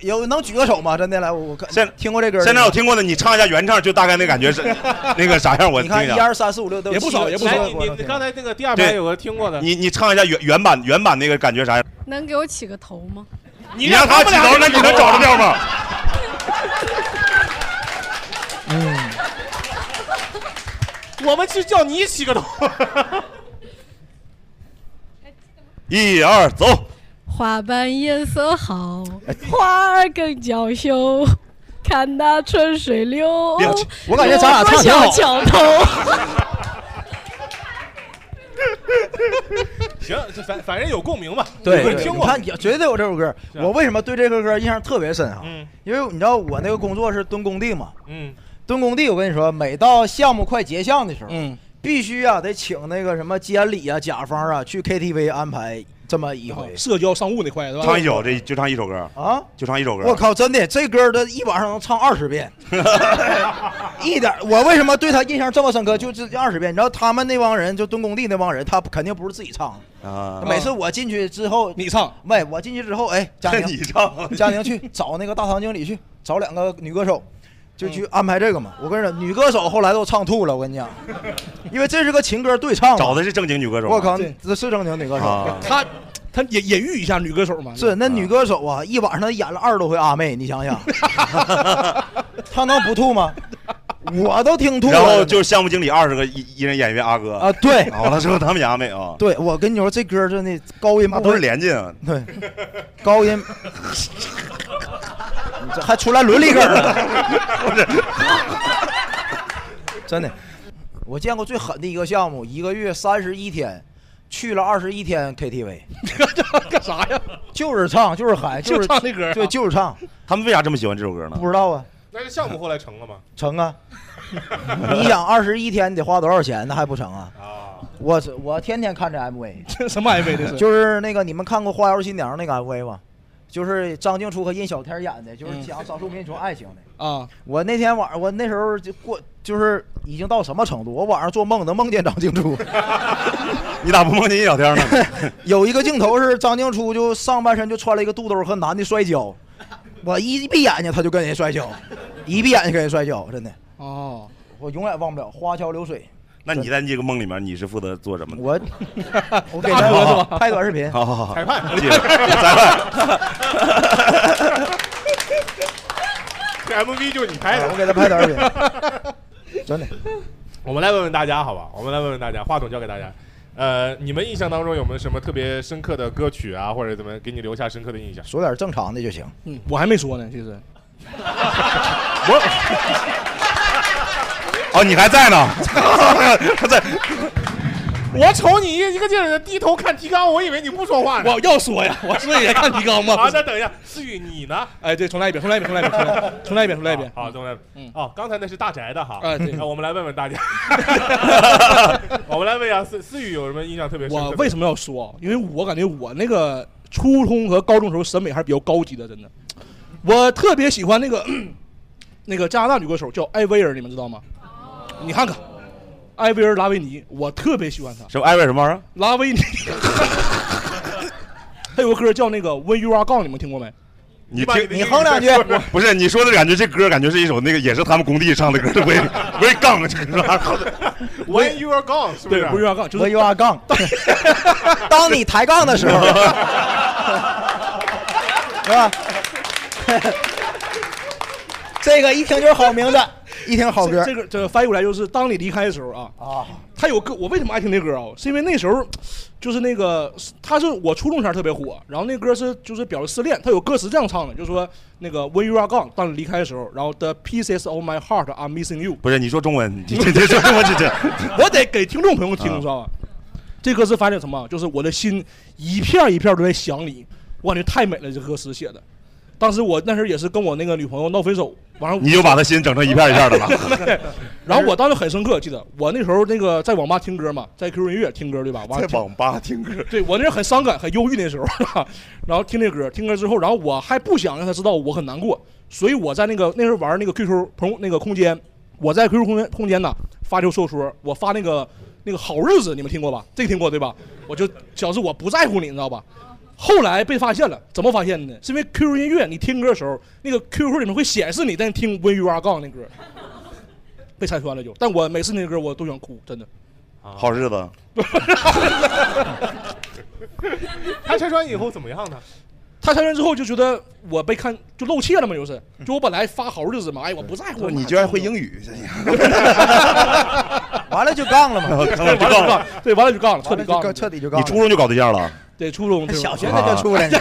Speaker 5: 有，有能举个手吗？真的来，我我看
Speaker 4: 现
Speaker 5: 听过这歌。
Speaker 4: *laughs* 现在我。听过的，你唱一下原唱，就大概那感
Speaker 5: *laughs*
Speaker 4: 觉是那个啥样，我
Speaker 5: 你
Speaker 4: 听
Speaker 5: 看
Speaker 4: 一
Speaker 5: 一
Speaker 4: 下。
Speaker 5: 二三四五六都
Speaker 3: 也不少也不少
Speaker 1: 哎
Speaker 3: 哎，
Speaker 1: 你你刚
Speaker 5: 才
Speaker 1: 才那个第二排
Speaker 4: 对
Speaker 1: 有个听过的，
Speaker 4: 你你唱一下原原版原版那个感觉啥样？
Speaker 6: 能给我起个头吗？
Speaker 1: 你
Speaker 4: 你让他起 *laughs* 头，那你能找着调吗？
Speaker 5: 嗯
Speaker 1: 我们是叫你起个头。
Speaker 4: *laughs* 一二走，
Speaker 6: 花瓣颜色好，
Speaker 3: 哎
Speaker 6: 花儿更娇羞， *laughs* 看那春水流。
Speaker 3: 哎
Speaker 4: 别急
Speaker 5: 哦我感觉咱俩唱挺好
Speaker 3: 啊
Speaker 6: 流过小
Speaker 3: *laughs*
Speaker 6: 桥头，
Speaker 1: *laughs* 行，这反反正有共鸣吧。
Speaker 5: 对
Speaker 1: 有
Speaker 5: 对
Speaker 1: 人听
Speaker 5: 你
Speaker 1: 过。
Speaker 5: 看有绝对有这首歌。
Speaker 1: 是啊
Speaker 5: 我为什么对这首歌印象特别深啊？
Speaker 1: 嗯
Speaker 5: 因为你知道我那个工作是蹲工地嘛，
Speaker 1: 嗯，
Speaker 5: 蹲工地我跟你说，每到项目快结项的时候，
Speaker 3: 嗯，
Speaker 5: 必须啊得请那个什么监理啊、甲方啊去 KTV 安排这么一回
Speaker 3: 社交商务那块是吧
Speaker 4: 唱？一宿，这就唱一首歌，
Speaker 5: 啊。
Speaker 4: 就唱一首歌。
Speaker 5: 我靠，真的，这歌儿的一晚上能唱二十遍， *laughs* 一点儿。我为什么对他印象这么深刻？就这二十遍，你知道他们那帮人，就蹲工地那帮人，他肯定不是自己唱的。
Speaker 4: 啊！
Speaker 5: 每次我进去之后，
Speaker 3: 你唱，
Speaker 5: 喂，我进去之后，哎，佳
Speaker 4: *laughs* 你
Speaker 5: 宁，
Speaker 4: 唱，
Speaker 5: *laughs* 佳宁去找那个大堂经理去找两个女歌手，就
Speaker 4: 嗯
Speaker 5: 去安排这个嘛。我跟你说，女歌手后来都唱吐了，我跟
Speaker 4: *laughs*
Speaker 5: 你讲，因为这是个情歌对唱嘛。
Speaker 4: 找的是正经女歌手吗。
Speaker 5: 我靠
Speaker 3: 对，
Speaker 5: 这是正经女歌手。
Speaker 4: 啊！
Speaker 3: 他他也也喻一下女歌手嘛。
Speaker 5: 是那女歌手啊，一晚上她演了二十多回阿妹，你想
Speaker 4: *laughs*
Speaker 5: 想，她能不吐
Speaker 3: *laughs*
Speaker 5: 吗？我都听吐了。
Speaker 4: 然后就是项目经理二十个一一人演员阿哥
Speaker 5: 啊，对
Speaker 4: 完了之后他们演阿妹啊，
Speaker 5: 对，我跟你说，这歌真的高音
Speaker 4: 那
Speaker 5: 部
Speaker 4: 都是
Speaker 5: 分，
Speaker 4: 连进啊。
Speaker 5: 对，高音，你这还出来伦理梗了，真的。我见过最狠的一个项目，一个月三十一天，去了二十一天 KTV，
Speaker 4: *laughs*
Speaker 3: 干啥呀？
Speaker 5: 就是唱，就是嗨，
Speaker 3: 就是唱那歌啊
Speaker 5: 对，就是唱，
Speaker 4: 他们为啥这么喜欢这首歌呢？
Speaker 5: 不知道啊。
Speaker 1: 那这项目后来成了吗？
Speaker 5: 成啊！你想二十一天你得花多少钱？那还不成啊？
Speaker 1: 啊，
Speaker 5: 我是我天天看这 MV，
Speaker 3: 这 *laughs* 什么 MV 这是？
Speaker 5: 就是那个你们看过《花妖新娘》那个 MV 吗？就是张静初和殷小天演的，
Speaker 3: 嗯
Speaker 5: 就是讲少数民族爱情的。
Speaker 3: 啊，
Speaker 5: 我那天晚上，我那时候就过，就是已经到什么程度？我晚上做梦能梦见张静初，
Speaker 4: *laughs* 你咋不梦见叶小天呢？
Speaker 5: *laughs* 有一个镜头是张静初就上半身就穿了一个肚兜和男的摔跤，我一闭眼睛他就跟人摔跤，一闭眼睛跟人摔跤，真的，
Speaker 3: 哦，
Speaker 5: 我永远忘不了花桥流水。
Speaker 4: 那你在这个梦里面，你是负责做什么的？
Speaker 5: 我我给
Speaker 3: 大
Speaker 5: 大
Speaker 3: 哥是
Speaker 5: 家
Speaker 3: 吧
Speaker 5: 拍短视频，
Speaker 4: 好好好，
Speaker 1: 裁判
Speaker 4: 记着， *laughs*
Speaker 1: 这
Speaker 4: 咱们
Speaker 1: MV 就是你拍
Speaker 5: 啊我给
Speaker 1: 的。
Speaker 5: 他拍短视
Speaker 1: *laughs*
Speaker 5: 频，真的。
Speaker 1: 我们来问问大家，好吧？我们来问问大家，话筒交给大家。呃，你们印象当中有没有什么特别深刻的歌曲啊，或者怎么给你留下深刻的印象？ *laughs*
Speaker 5: 说点正常的就行。
Speaker 3: 嗯，我还没说呢，其实。 *laughs* *laughs*
Speaker 4: 哦，你还在呢？还在。
Speaker 1: 我瞅你一个劲儿的低头看提纲，我以为你不说
Speaker 3: *laughs*
Speaker 1: 话呢。
Speaker 3: 我要说呀，我说也看提纲嘛。
Speaker 1: 好
Speaker 3: 不是
Speaker 1: 的，那等一下，思雨你呢？
Speaker 3: 哎，对，重来一遍，重来一遍，重来一遍，重来一遍，重来一遍，重来一遍。
Speaker 1: 好，重来。
Speaker 3: 嗯
Speaker 1: 哦，刚才那是大宅的哈。呃
Speaker 3: 哎对
Speaker 1: 那我们来问问
Speaker 3: *laughs*
Speaker 1: 大家，我们来问一下思思雨有什么印象特别深刻
Speaker 3: 我
Speaker 1: 的？
Speaker 3: 为什么要说？因为我感觉我那个初中和高中时候审美还是比较高级的，真的。我特别喜欢那个 *clears throat* 那个加拿大女歌手叫艾薇儿，你们知道吗？你看看，艾薇儿拉维尼，我特别喜欢她。
Speaker 4: 什么艾薇什么玩意儿？
Speaker 3: 拉维尼， *laughs* 她有个歌叫那个《When You Are Gone》，你们听过没？
Speaker 4: 你
Speaker 1: 把
Speaker 4: 听
Speaker 1: 的
Speaker 5: 你
Speaker 1: 英语
Speaker 5: 哼两
Speaker 1: 再
Speaker 5: 句
Speaker 1: 说一遍
Speaker 4: *laughs* 不是你说的感觉，这歌感觉是一首那个也是他们工地唱的歌，威威杠这个
Speaker 5: *laughs*
Speaker 4: 啥
Speaker 1: When you are gone，是不是？
Speaker 3: 不是 You Are Gone，就是
Speaker 5: 我有二杠， *laughs* 当你抬杠的时候，是吧？ *laughs* 这个一听就是好名字，一听好歌
Speaker 3: 这这个这个翻译过来就是当你离开的时候啊，
Speaker 5: 啊。
Speaker 3: 他有歌，我为什么爱听那歌啊？是因为那时候，就是那个，他是我初中前特别火，然后那歌是就是表示失恋，他有歌词这样唱的，就是说那个 When you are gone，当你离开的时候，然后 The pieces of my heart are missing you，
Speaker 4: 不是你说中文，你这 *laughs* 这说中文这这，
Speaker 3: *laughs* 我得给听众朋友听，知道吧？这歌词反映什么？就是我的心一片一片都在想你，我感觉太美了，这歌词写的。当时我那时候也是跟我那个女朋友闹分手，完了
Speaker 4: 你就把他心整成一片一片的了。
Speaker 3: *laughs* 然后我当时很深刻，记得我那时候那个在网吧听歌嘛，在 QQ 音乐听歌对吧？完了
Speaker 4: 在网吧听歌，
Speaker 3: 对我那时候很伤感、很忧郁那时候， *laughs* 然后听这歌，听歌之后，然后我还不想让他知道我很难过，所以我在那个那时候玩那个 QQ 朋那个空间，我在 QQ 空间空间呢发条说说，我发那个那个好日子，你们听过吧？这个听过对吧？我就表示我不在乎你，你知道吧？后来被发现了，怎么发现的呢？是因为 QQ 音乐你听歌的时候，那个 QQ 里面会显示你在听 When You Are Gone 那歌，被拆穿了就。但我每次那歌我都想哭，真的。
Speaker 5: 啊
Speaker 4: 好日子，
Speaker 1: 他拆穿以后怎么样呢？
Speaker 3: 他拆穿之后就觉得我被看就露怯了嘛，就是
Speaker 5: 嗯
Speaker 3: 就我本来发好日子嘛，哎，我不在乎。 *laughs*
Speaker 4: 你居然会英语，这
Speaker 5: 完了就杠了嘛，
Speaker 3: 对，完了就杠，对，完了就杠了，彻
Speaker 5: 完
Speaker 3: 底
Speaker 5: 了就
Speaker 3: 杠
Speaker 5: 杠
Speaker 3: 了。
Speaker 5: 彻底就杠
Speaker 4: 你
Speaker 5: 了。
Speaker 4: 初中就搞对象
Speaker 5: *laughs*
Speaker 4: 了？
Speaker 3: 对初中这种
Speaker 5: 小学那就处 *laughs* 了呢，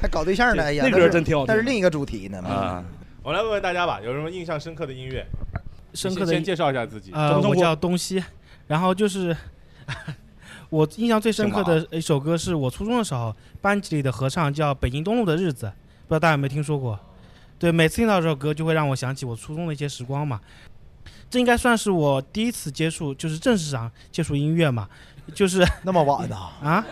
Speaker 5: 还搞对象呢？哎呀，
Speaker 3: 那歌
Speaker 5: 是
Speaker 3: 真挺好
Speaker 5: 那
Speaker 3: 听
Speaker 5: 是另一个主题呢。
Speaker 4: 啊，
Speaker 1: 我来问问大家吧，有什么印象深刻的音乐？
Speaker 7: 深刻
Speaker 1: 先
Speaker 7: 的
Speaker 1: 先介绍一下自己。
Speaker 7: 呃，
Speaker 3: 张仲
Speaker 7: 我
Speaker 3: 国
Speaker 7: 叫东西，然后就是。我印象最深刻的一首歌是我初中的时候，班级里的合唱叫《北京东路的日子》，不知道大家有没有听说过？对，每次听到这首歌，就会让我想起我初中的一些时光嘛。这应该算是我第一次接触，就是正式上接触音乐嘛，就是
Speaker 5: *laughs* 那么晚呢？
Speaker 7: *laughs* 啊，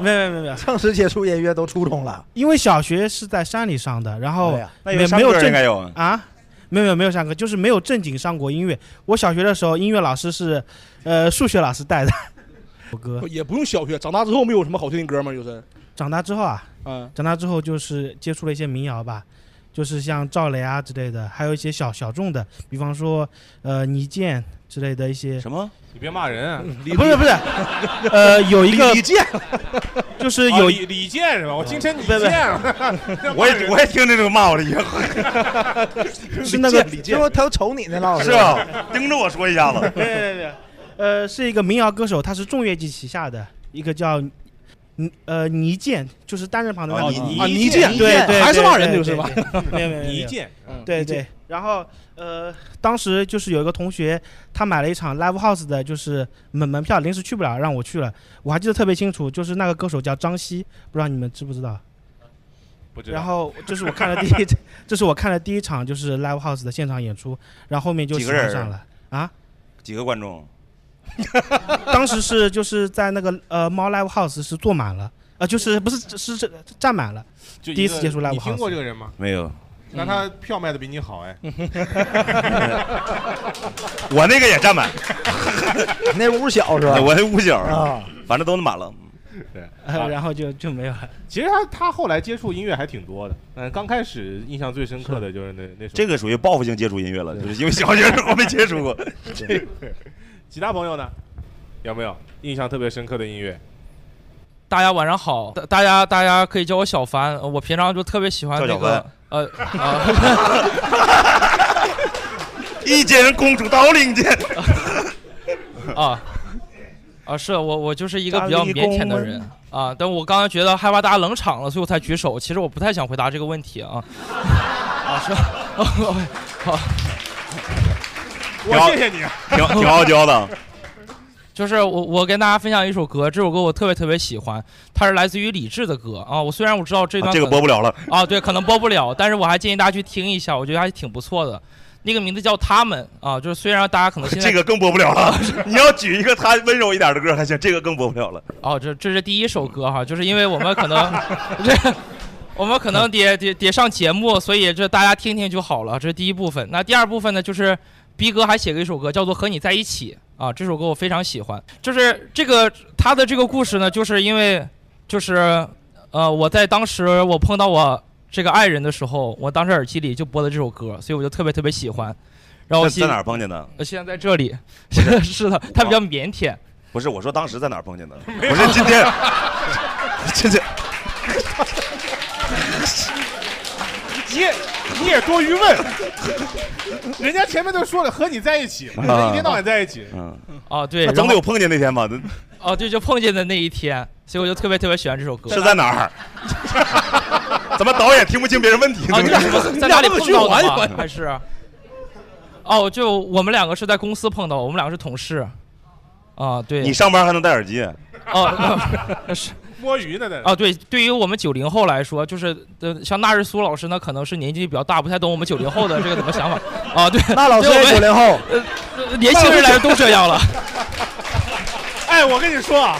Speaker 7: 没有没有没有没有，
Speaker 5: *laughs* 正式接触音乐都初中了。
Speaker 7: 因为小学是在山里上的，然后
Speaker 5: 哎呀
Speaker 4: 那
Speaker 7: 没
Speaker 4: 有
Speaker 7: 没有
Speaker 4: 应
Speaker 7: 正
Speaker 4: 该有啊。
Speaker 7: 啊，没有没有没有上课，就是没有正经上过音乐。我小学的时候，音乐老师是，呃，数学老师带的。我哥
Speaker 3: 也不用小学，长大之后没有什么好听的歌嘛，就是，
Speaker 7: 长大之后啊，
Speaker 3: 嗯，
Speaker 7: 长大之后就是接触了一些民谣吧，就是像赵雷啊之类的，还有一些小小众的，比方说呃倪健之类的一些。
Speaker 4: 什么？
Speaker 1: 你别骂人啊！
Speaker 7: 不是不
Speaker 1: *laughs*
Speaker 7: 是，呃，有一个
Speaker 3: 李健，啊
Speaker 7: 就是
Speaker 1: 哦
Speaker 7: 有嗯
Speaker 1: 李李健是吧？我听成李
Speaker 7: 不
Speaker 1: 健啊
Speaker 7: *laughs*
Speaker 1: 了。
Speaker 4: 我也我也听这种骂我的音，
Speaker 7: 是那个
Speaker 5: 最后他都瞅你呢，老师
Speaker 4: 是啊，盯着我说一下子。
Speaker 7: 呃，是一个民谣歌手，他是众乐器旗下的一个叫倪呃倪健，就是单人旁的那个
Speaker 4: 哦倪
Speaker 7: 倪
Speaker 4: 倪
Speaker 3: 啊，倪
Speaker 5: 倪
Speaker 3: 健，
Speaker 7: 对
Speaker 3: 对
Speaker 7: 对，
Speaker 3: 还是
Speaker 7: 对
Speaker 3: 骂人
Speaker 7: 对
Speaker 3: 就是
Speaker 7: 对
Speaker 3: 吧？
Speaker 7: 对
Speaker 1: *laughs*
Speaker 7: 没有没有没有
Speaker 1: 倪健，嗯
Speaker 7: 对
Speaker 3: 理解
Speaker 7: 对。然后呃，当时就是有一个同学，他买了一场 live house 的，就是门门票临时去不了，让我去了。我还记得特别清楚，就是那个歌手叫张希，不知道你们知不知道？
Speaker 1: 不知道。
Speaker 7: 然后这是我看
Speaker 1: *laughs*
Speaker 7: 了第一， *laughs* 这是我看了第一场就是 live house 的现场演出，然后后面就
Speaker 4: 几
Speaker 7: 喜
Speaker 4: 个
Speaker 7: 欢
Speaker 4: 人
Speaker 7: 上了。啊
Speaker 4: 几个观众？
Speaker 7: *laughs* 当时是就是在那个呃猫 live house 是坐满了。啊，就是不是是是站满了，
Speaker 1: 就
Speaker 7: 第一
Speaker 1: 个
Speaker 7: 次接触 live
Speaker 1: 你听
Speaker 7: house
Speaker 1: 过这个人吗？
Speaker 4: 没有，
Speaker 1: 那他票卖的比你好
Speaker 7: *laughs*
Speaker 1: 哎。 *laughs*
Speaker 4: 我那个也占满，
Speaker 5: 你 *laughs* 那屋小哦是吧？
Speaker 4: *laughs* 我那屋角
Speaker 5: 啊，
Speaker 4: 反正都满了。
Speaker 1: 啊
Speaker 7: 呃然后就就
Speaker 4: *laughs*
Speaker 7: 没有了。
Speaker 1: *laughs* 其实他他后来接触音乐还挺多的，嗯，刚开始印象最深刻的就是那那首。
Speaker 4: 这个属于报复性接触音乐了，就是因为小学时候没接
Speaker 8: *laughs*
Speaker 4: 触过。
Speaker 1: 其他朋友呢，有没有印象特别深刻的音乐？
Speaker 8: 大家晚上好，大大家大家可以叫我小凡，呃我平常就特别喜欢
Speaker 4: 叫
Speaker 8: 那
Speaker 4: 小
Speaker 8: 个
Speaker 4: 凡
Speaker 8: 呃啊， *laughs*
Speaker 4: 一见公主到令箭，
Speaker 8: 啊啊，是我我就是一个比较
Speaker 7: 张立功
Speaker 8: 腼腆的人啊，但我刚才觉得害怕大家冷场了，所以我才举手。其实我不太想回答这个问题啊。 *laughs* 啊，是， *laughs* 哦
Speaker 1: 我
Speaker 4: *laughs* 好
Speaker 1: 谢谢你啊，
Speaker 8: *laughs*
Speaker 4: *laughs* 挺挺傲娇的。
Speaker 8: 就是我我跟大家分享一首歌，这首歌我特别特别喜欢，它是来自于李志的歌啊。我虽然我知道这段、
Speaker 4: 啊这个播不了了
Speaker 8: *laughs* 啊，对，可能播不了，但是我还建议大家去听一下，我觉得还挺不错的。那个名字叫《他们》啊，就是虽然大家可能现在
Speaker 4: 这个更播不了
Speaker 8: *laughs*
Speaker 4: 了。你要举一个他温柔一点的歌还行，这个更播不了了。
Speaker 8: 哦，这这是第一
Speaker 4: 嗯
Speaker 8: 首歌哈，就是因为我们
Speaker 4: *laughs*
Speaker 8: 可能这。我们可能得得得上节目，所以这大家听听就好了。这是第一部分。那第二部分呢，就是逼哥还写了一首歌，叫做《和你在一起》啊，这首歌我非常喜欢。就是这个他的这个故事呢，就是因为就是呃，我在当时我碰到我这个爱人的时候，我当时耳机里就播的这首歌，所以我就特别特别喜欢。然后
Speaker 4: 在在哪儿碰见的？
Speaker 8: 呃现在在这里， *laughs* 是的，他比较腼腆。
Speaker 4: 不是，我说当时在哪儿碰见的？不是今
Speaker 8: *laughs*
Speaker 4: 天，今天
Speaker 1: 你也你也多余问，人家前面都说了和你在一起，人
Speaker 4: 啊
Speaker 1: 家一天到晚在一起，
Speaker 4: 嗯，
Speaker 8: 哦，对，
Speaker 4: 那总得
Speaker 8: 然后
Speaker 4: 有碰见那天 *laughs* 吧？
Speaker 8: 哦，对，就碰见的那一天，所以我就特别特别喜欢这首歌。
Speaker 4: 是在哪儿？ *laughs* 怎么导演听不清别人问题？
Speaker 8: 啊，你俩是不
Speaker 4: *laughs*
Speaker 8: 是在哪里碰到的
Speaker 4: 你俩
Speaker 8: 吗
Speaker 4: 不？是
Speaker 8: 还是？哦，就我们两个是在公司碰到，我们两个是同事。啊，对。
Speaker 4: 你上班还能戴耳机？
Speaker 8: 哦，呃 *laughs* 是。
Speaker 1: 摸鱼呢在
Speaker 8: 啊，对，对于我们九零后来说，就是呃，像纳日苏老师呢，可能是年纪比较大，不太懂我们九零后的这个怎么想法啊。对，
Speaker 5: *laughs* 那老师
Speaker 8: 对我
Speaker 5: 也
Speaker 8: 们
Speaker 5: 九零后，
Speaker 8: 呃年轻人来说都这
Speaker 5: *laughs*
Speaker 8: 样了。
Speaker 1: 哎，我跟你
Speaker 3: *laughs*
Speaker 1: 说啊，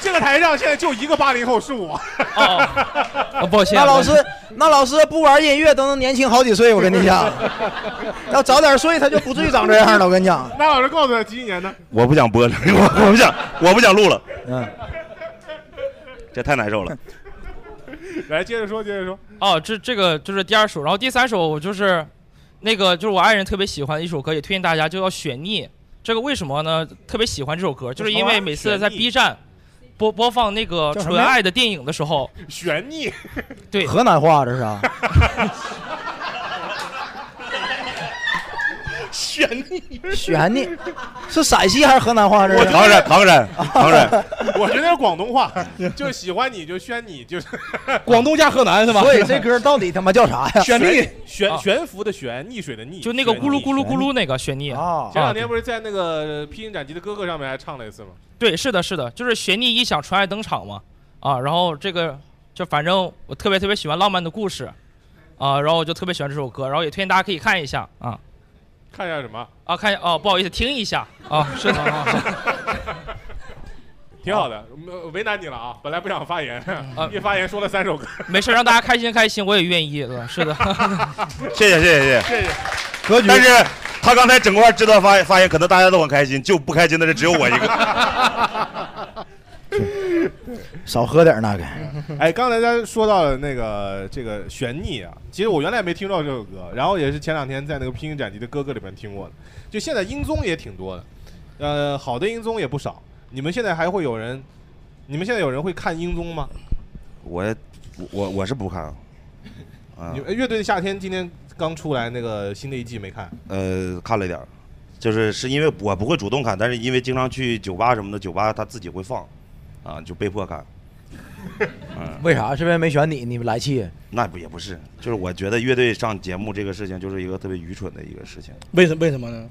Speaker 1: 这个台上现 *laughs* 在就一个八零后是我，
Speaker 8: 啊，抱歉。
Speaker 5: 那老
Speaker 8: 我
Speaker 5: 师，那老师不玩音乐都能年轻好几岁，我跟你
Speaker 8: *laughs*
Speaker 5: 讲，要早点睡他就不至于长这样了，我跟你讲。
Speaker 1: *laughs* 那老师告诉他几几年的？
Speaker 4: 我不想播了， *laughs* 我我不想，我不想录了，
Speaker 5: 嗯，
Speaker 4: 这太难受了。
Speaker 1: 来接着说，接着说，
Speaker 8: 哦，这这个就是第二首，然后第三首我就是那个就是我爱人特别喜欢的一首歌，也推荐大家，就叫《雪腻》。这个为什么呢？特别喜欢这首歌，就是因为每次在
Speaker 1: 雪腻
Speaker 8: B 站播播放那个
Speaker 5: 叫什么呀
Speaker 8: 纯爱的电影的
Speaker 1: *laughs*
Speaker 8: 时候，
Speaker 1: 悬溺，
Speaker 8: *laughs* 对，
Speaker 5: 河南话这是啊，
Speaker 1: 悬
Speaker 5: *laughs*
Speaker 1: 溺，
Speaker 5: 悬的，是陕西还是河南话这
Speaker 1: 我
Speaker 5: 是？啊
Speaker 4: 唐山，唐山，
Speaker 5: *laughs*
Speaker 4: 唐山，
Speaker 1: *laughs* 我觉得是广东话，就是喜欢你就宣你，就是
Speaker 3: 广东加河南是吧？
Speaker 5: 所以这歌到底他妈叫啥
Speaker 1: 哎 *laughs*
Speaker 5: 呀？
Speaker 3: 选力
Speaker 1: 悬
Speaker 8: 啊
Speaker 1: 悬浮的悬，溺水的溺，
Speaker 8: 就那个
Speaker 1: 悬溺
Speaker 8: 咕噜咕噜咕噜那个雪腻。
Speaker 5: 啊
Speaker 1: 哦前两天不是在那个《披荆斩棘的哥哥》上面还唱了一次吗？
Speaker 8: 对，是的，是的，就是雪腻一响，纯爱登场嘛。啊，然后这个就反正我特别特别喜欢浪漫的故事，啊，然后我就特别喜欢这首歌，然后也推荐大家可以看一下啊
Speaker 1: 看一下什么， *laughs*
Speaker 8: 啊，看一下哦，不好意思，听一下啊，是的。啊是的
Speaker 1: *laughs* 挺好
Speaker 8: 哦
Speaker 1: 的，呃为难你了啊！本来不想发言，
Speaker 8: 啊
Speaker 1: *laughs* 一发言说了三首歌，
Speaker 8: 没事，让大家开心开心，我也愿意，对吧？是的， *laughs*
Speaker 4: 谢谢，谢谢，谢
Speaker 1: 谢
Speaker 4: 谢。
Speaker 1: 谢。
Speaker 5: 格局
Speaker 4: 但是他刚才整块知道发发言，可能大家都很开心，就不开心的人只有我一个。
Speaker 5: 少喝点儿那个。
Speaker 8: 嗯
Speaker 1: 哎，刚才咱说到了那个这个悬溺啊，其实我原来没听到这首歌，然后也是前两天在那个《披荆斩棘的哥哥》里面听过的。就现在音综也挺多的，呃，好的音综也不少。你们现在还会有人？你们现在有人会看音综吗？
Speaker 4: *laughs* 我我我是不看啊，啊
Speaker 1: 你们哎乐队的夏天今天刚出来那个新的一季没看？
Speaker 4: 呃，看了一点儿，就是是因为我不会主动看，但是因为经常去酒吧什么的，酒吧他自己会放，啊，就被迫看。嗯
Speaker 5: 为啥？是不是没选你？你们来气？
Speaker 4: 那不也不是，就是我觉得乐队上节目这个事情就是一个特别愚蠢的一个事情。
Speaker 3: 为什为什么呢？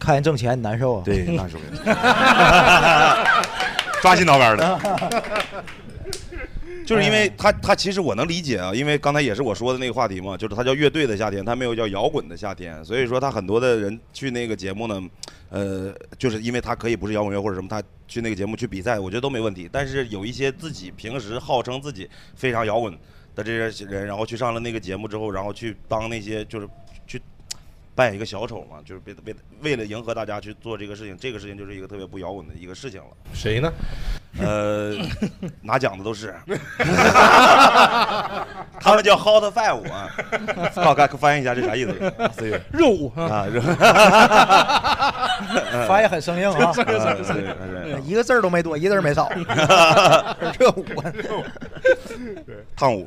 Speaker 5: 看人挣钱你难受啊？
Speaker 4: 对，那是为了抓心挠肝的，就是因
Speaker 2: 嗯
Speaker 4: 为他他其实我能理解啊，因为刚才也是我说的那个话题嘛，就是他叫乐队的夏天，他没有叫摇滚的夏天，所以说他很多的人去那个节目呢，呃，就是因为他可以不是摇滚乐或者什么，他去那个节目去比赛，我觉得都没问题。但是有一些自己平时号称自己非常摇滚的这些人，然后去上了那个节目之后，然后去当那些就是去扮一个小丑嘛，就是为为为了迎合大家去做这个事情，这个事情就是一个特别不摇滚的一个事情了。
Speaker 1: 谁呢？
Speaker 4: 呃，拿奖的都是， *laughs* 他们叫 Hot Five 啊，好，看翻译一下这啥意思？思雨
Speaker 3: 热舞啊，
Speaker 5: *laughs*
Speaker 4: 啊，是嗯
Speaker 5: 翻译很生硬
Speaker 4: *laughs*
Speaker 5: 啊，
Speaker 4: 是
Speaker 5: *laughs* 一个字儿都没多，一个字儿
Speaker 1: *laughs*
Speaker 5: 没少。这我
Speaker 4: 烫舞。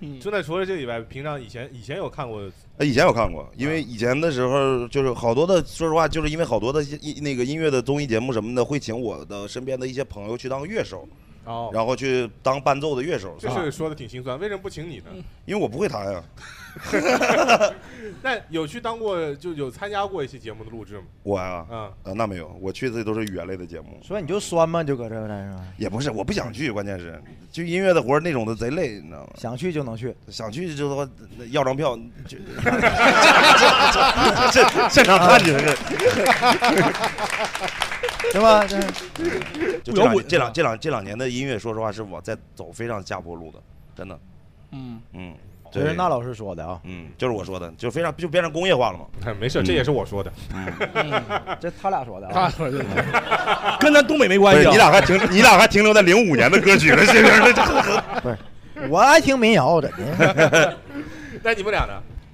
Speaker 1: 嗯真的除了这个以外，平常以前以前有看过
Speaker 4: 呃以前有看过，因为以前的时候就是好多的，说实话，就是因为好多的一那个音乐的综艺节目什么的，会请我的身边的一些朋友去当乐手，
Speaker 1: 哦啊
Speaker 4: 然后去当伴奏的乐手。
Speaker 1: 这事儿说的挺心酸，为什么不请你呢？
Speaker 4: 因为我不会弹啊呀。
Speaker 1: *laughs* 那有去当过就有参加过一期节目的录制吗？
Speaker 4: 我呀，
Speaker 1: 嗯，
Speaker 4: 呃，那没有，我去的都是语言类的节目，
Speaker 5: 所以你就酸嘛，就搁这儿来是吧？
Speaker 4: 也不是我不想去，关键是就音乐的活儿那种的贼累，你知道吗？
Speaker 5: 想去就能去，
Speaker 4: 想去就他妈要张票，
Speaker 5: *laughs*
Speaker 4: 就 *laughs* 这这现场看去了这，
Speaker 5: 对吧？这
Speaker 4: *laughs* 就这两这两这两这两年的音乐，说实话是我在走非常下坡路的，真的，
Speaker 3: 嗯
Speaker 4: 嗯，
Speaker 5: 这
Speaker 4: 对
Speaker 5: 是那老师说的啊。
Speaker 4: 嗯，就是我说的，就非常就变成工业化了嘛。
Speaker 1: 哎
Speaker 4: 嗯
Speaker 1: 没事，这也是我说的。 *laughs*
Speaker 3: 嗯
Speaker 5: 这他俩说的
Speaker 3: 他
Speaker 5: 啊。
Speaker 3: 说的跟咱东北没关系啊。 *laughs*
Speaker 4: 你俩还停，你俩还停留在零五年的歌曲了，是不是？
Speaker 5: 不是， *laughs* 我爱听民谣，
Speaker 3: 嗯
Speaker 5: 怎的？
Speaker 1: 那你们俩呢？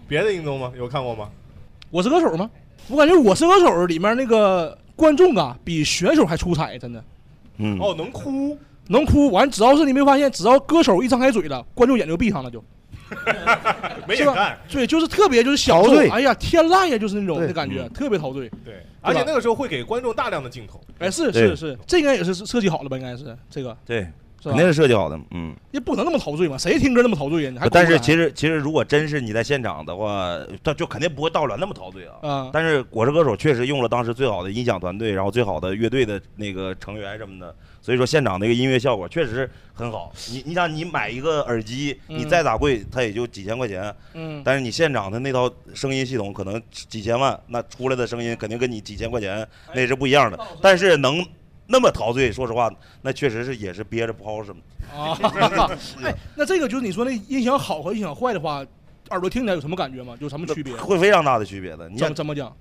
Speaker 1: 别的音综吗？有看过吗？
Speaker 3: *laughs* 我是歌手吗？我感觉我是歌手里面那个观众啊，比选手还出彩，真的
Speaker 4: 嗯，
Speaker 1: 哦，能哭，
Speaker 3: 能哭。完，只要是你没发现，只要歌手一张开嘴了，观众眼就闭上了就，
Speaker 1: *laughs* 没
Speaker 3: 是
Speaker 1: 眼看
Speaker 3: 吧。？对，就是特别就是享
Speaker 5: 陶
Speaker 3: 受
Speaker 5: 醉，
Speaker 3: 哎呀，天籁呀，就是那种
Speaker 5: 对
Speaker 3: 的感觉，
Speaker 1: 嗯
Speaker 3: 特别陶醉。
Speaker 1: 对，而且那个时候会给观众大量的镜头。
Speaker 3: 哎，是
Speaker 4: 对
Speaker 3: 是是，这应该也是设计好了吧？应该是这个
Speaker 4: 对，
Speaker 3: 是
Speaker 4: 肯
Speaker 3: 吧
Speaker 4: 定？是设计好的，嗯。
Speaker 3: 也不能那么陶醉嘛，谁听歌那么陶醉呀？你还
Speaker 4: 但是
Speaker 3: 实
Speaker 4: 其实其实如果真是你在现场的话，他就肯定不会到不了那么陶醉啊。
Speaker 3: 啊，
Speaker 4: 但是《我是歌手》确实用了当时最好的音响团队，然后最好的乐队的那个成员什么的，所以说现场那个音乐效果确实很好。你你想，你买一个耳机，
Speaker 3: 嗯
Speaker 4: 你再咋贵，它也就几千块钱，
Speaker 3: 嗯，
Speaker 4: 但是你现场的那套声音系统可能几千万，那出来的声音肯定跟你几千块
Speaker 3: 哎
Speaker 4: 钱那是不一样的。但是能那么陶醉，说实话，那确实是也是憋着不好什么。
Speaker 3: 啊，
Speaker 1: *laughs*
Speaker 3: 哎，那这个就是你说那音响好和音响坏的话，耳朵听起来有什么感觉吗？有什么区别？
Speaker 4: 会非常大的区别的。你
Speaker 3: 怎
Speaker 4: 像
Speaker 3: 么怎么讲？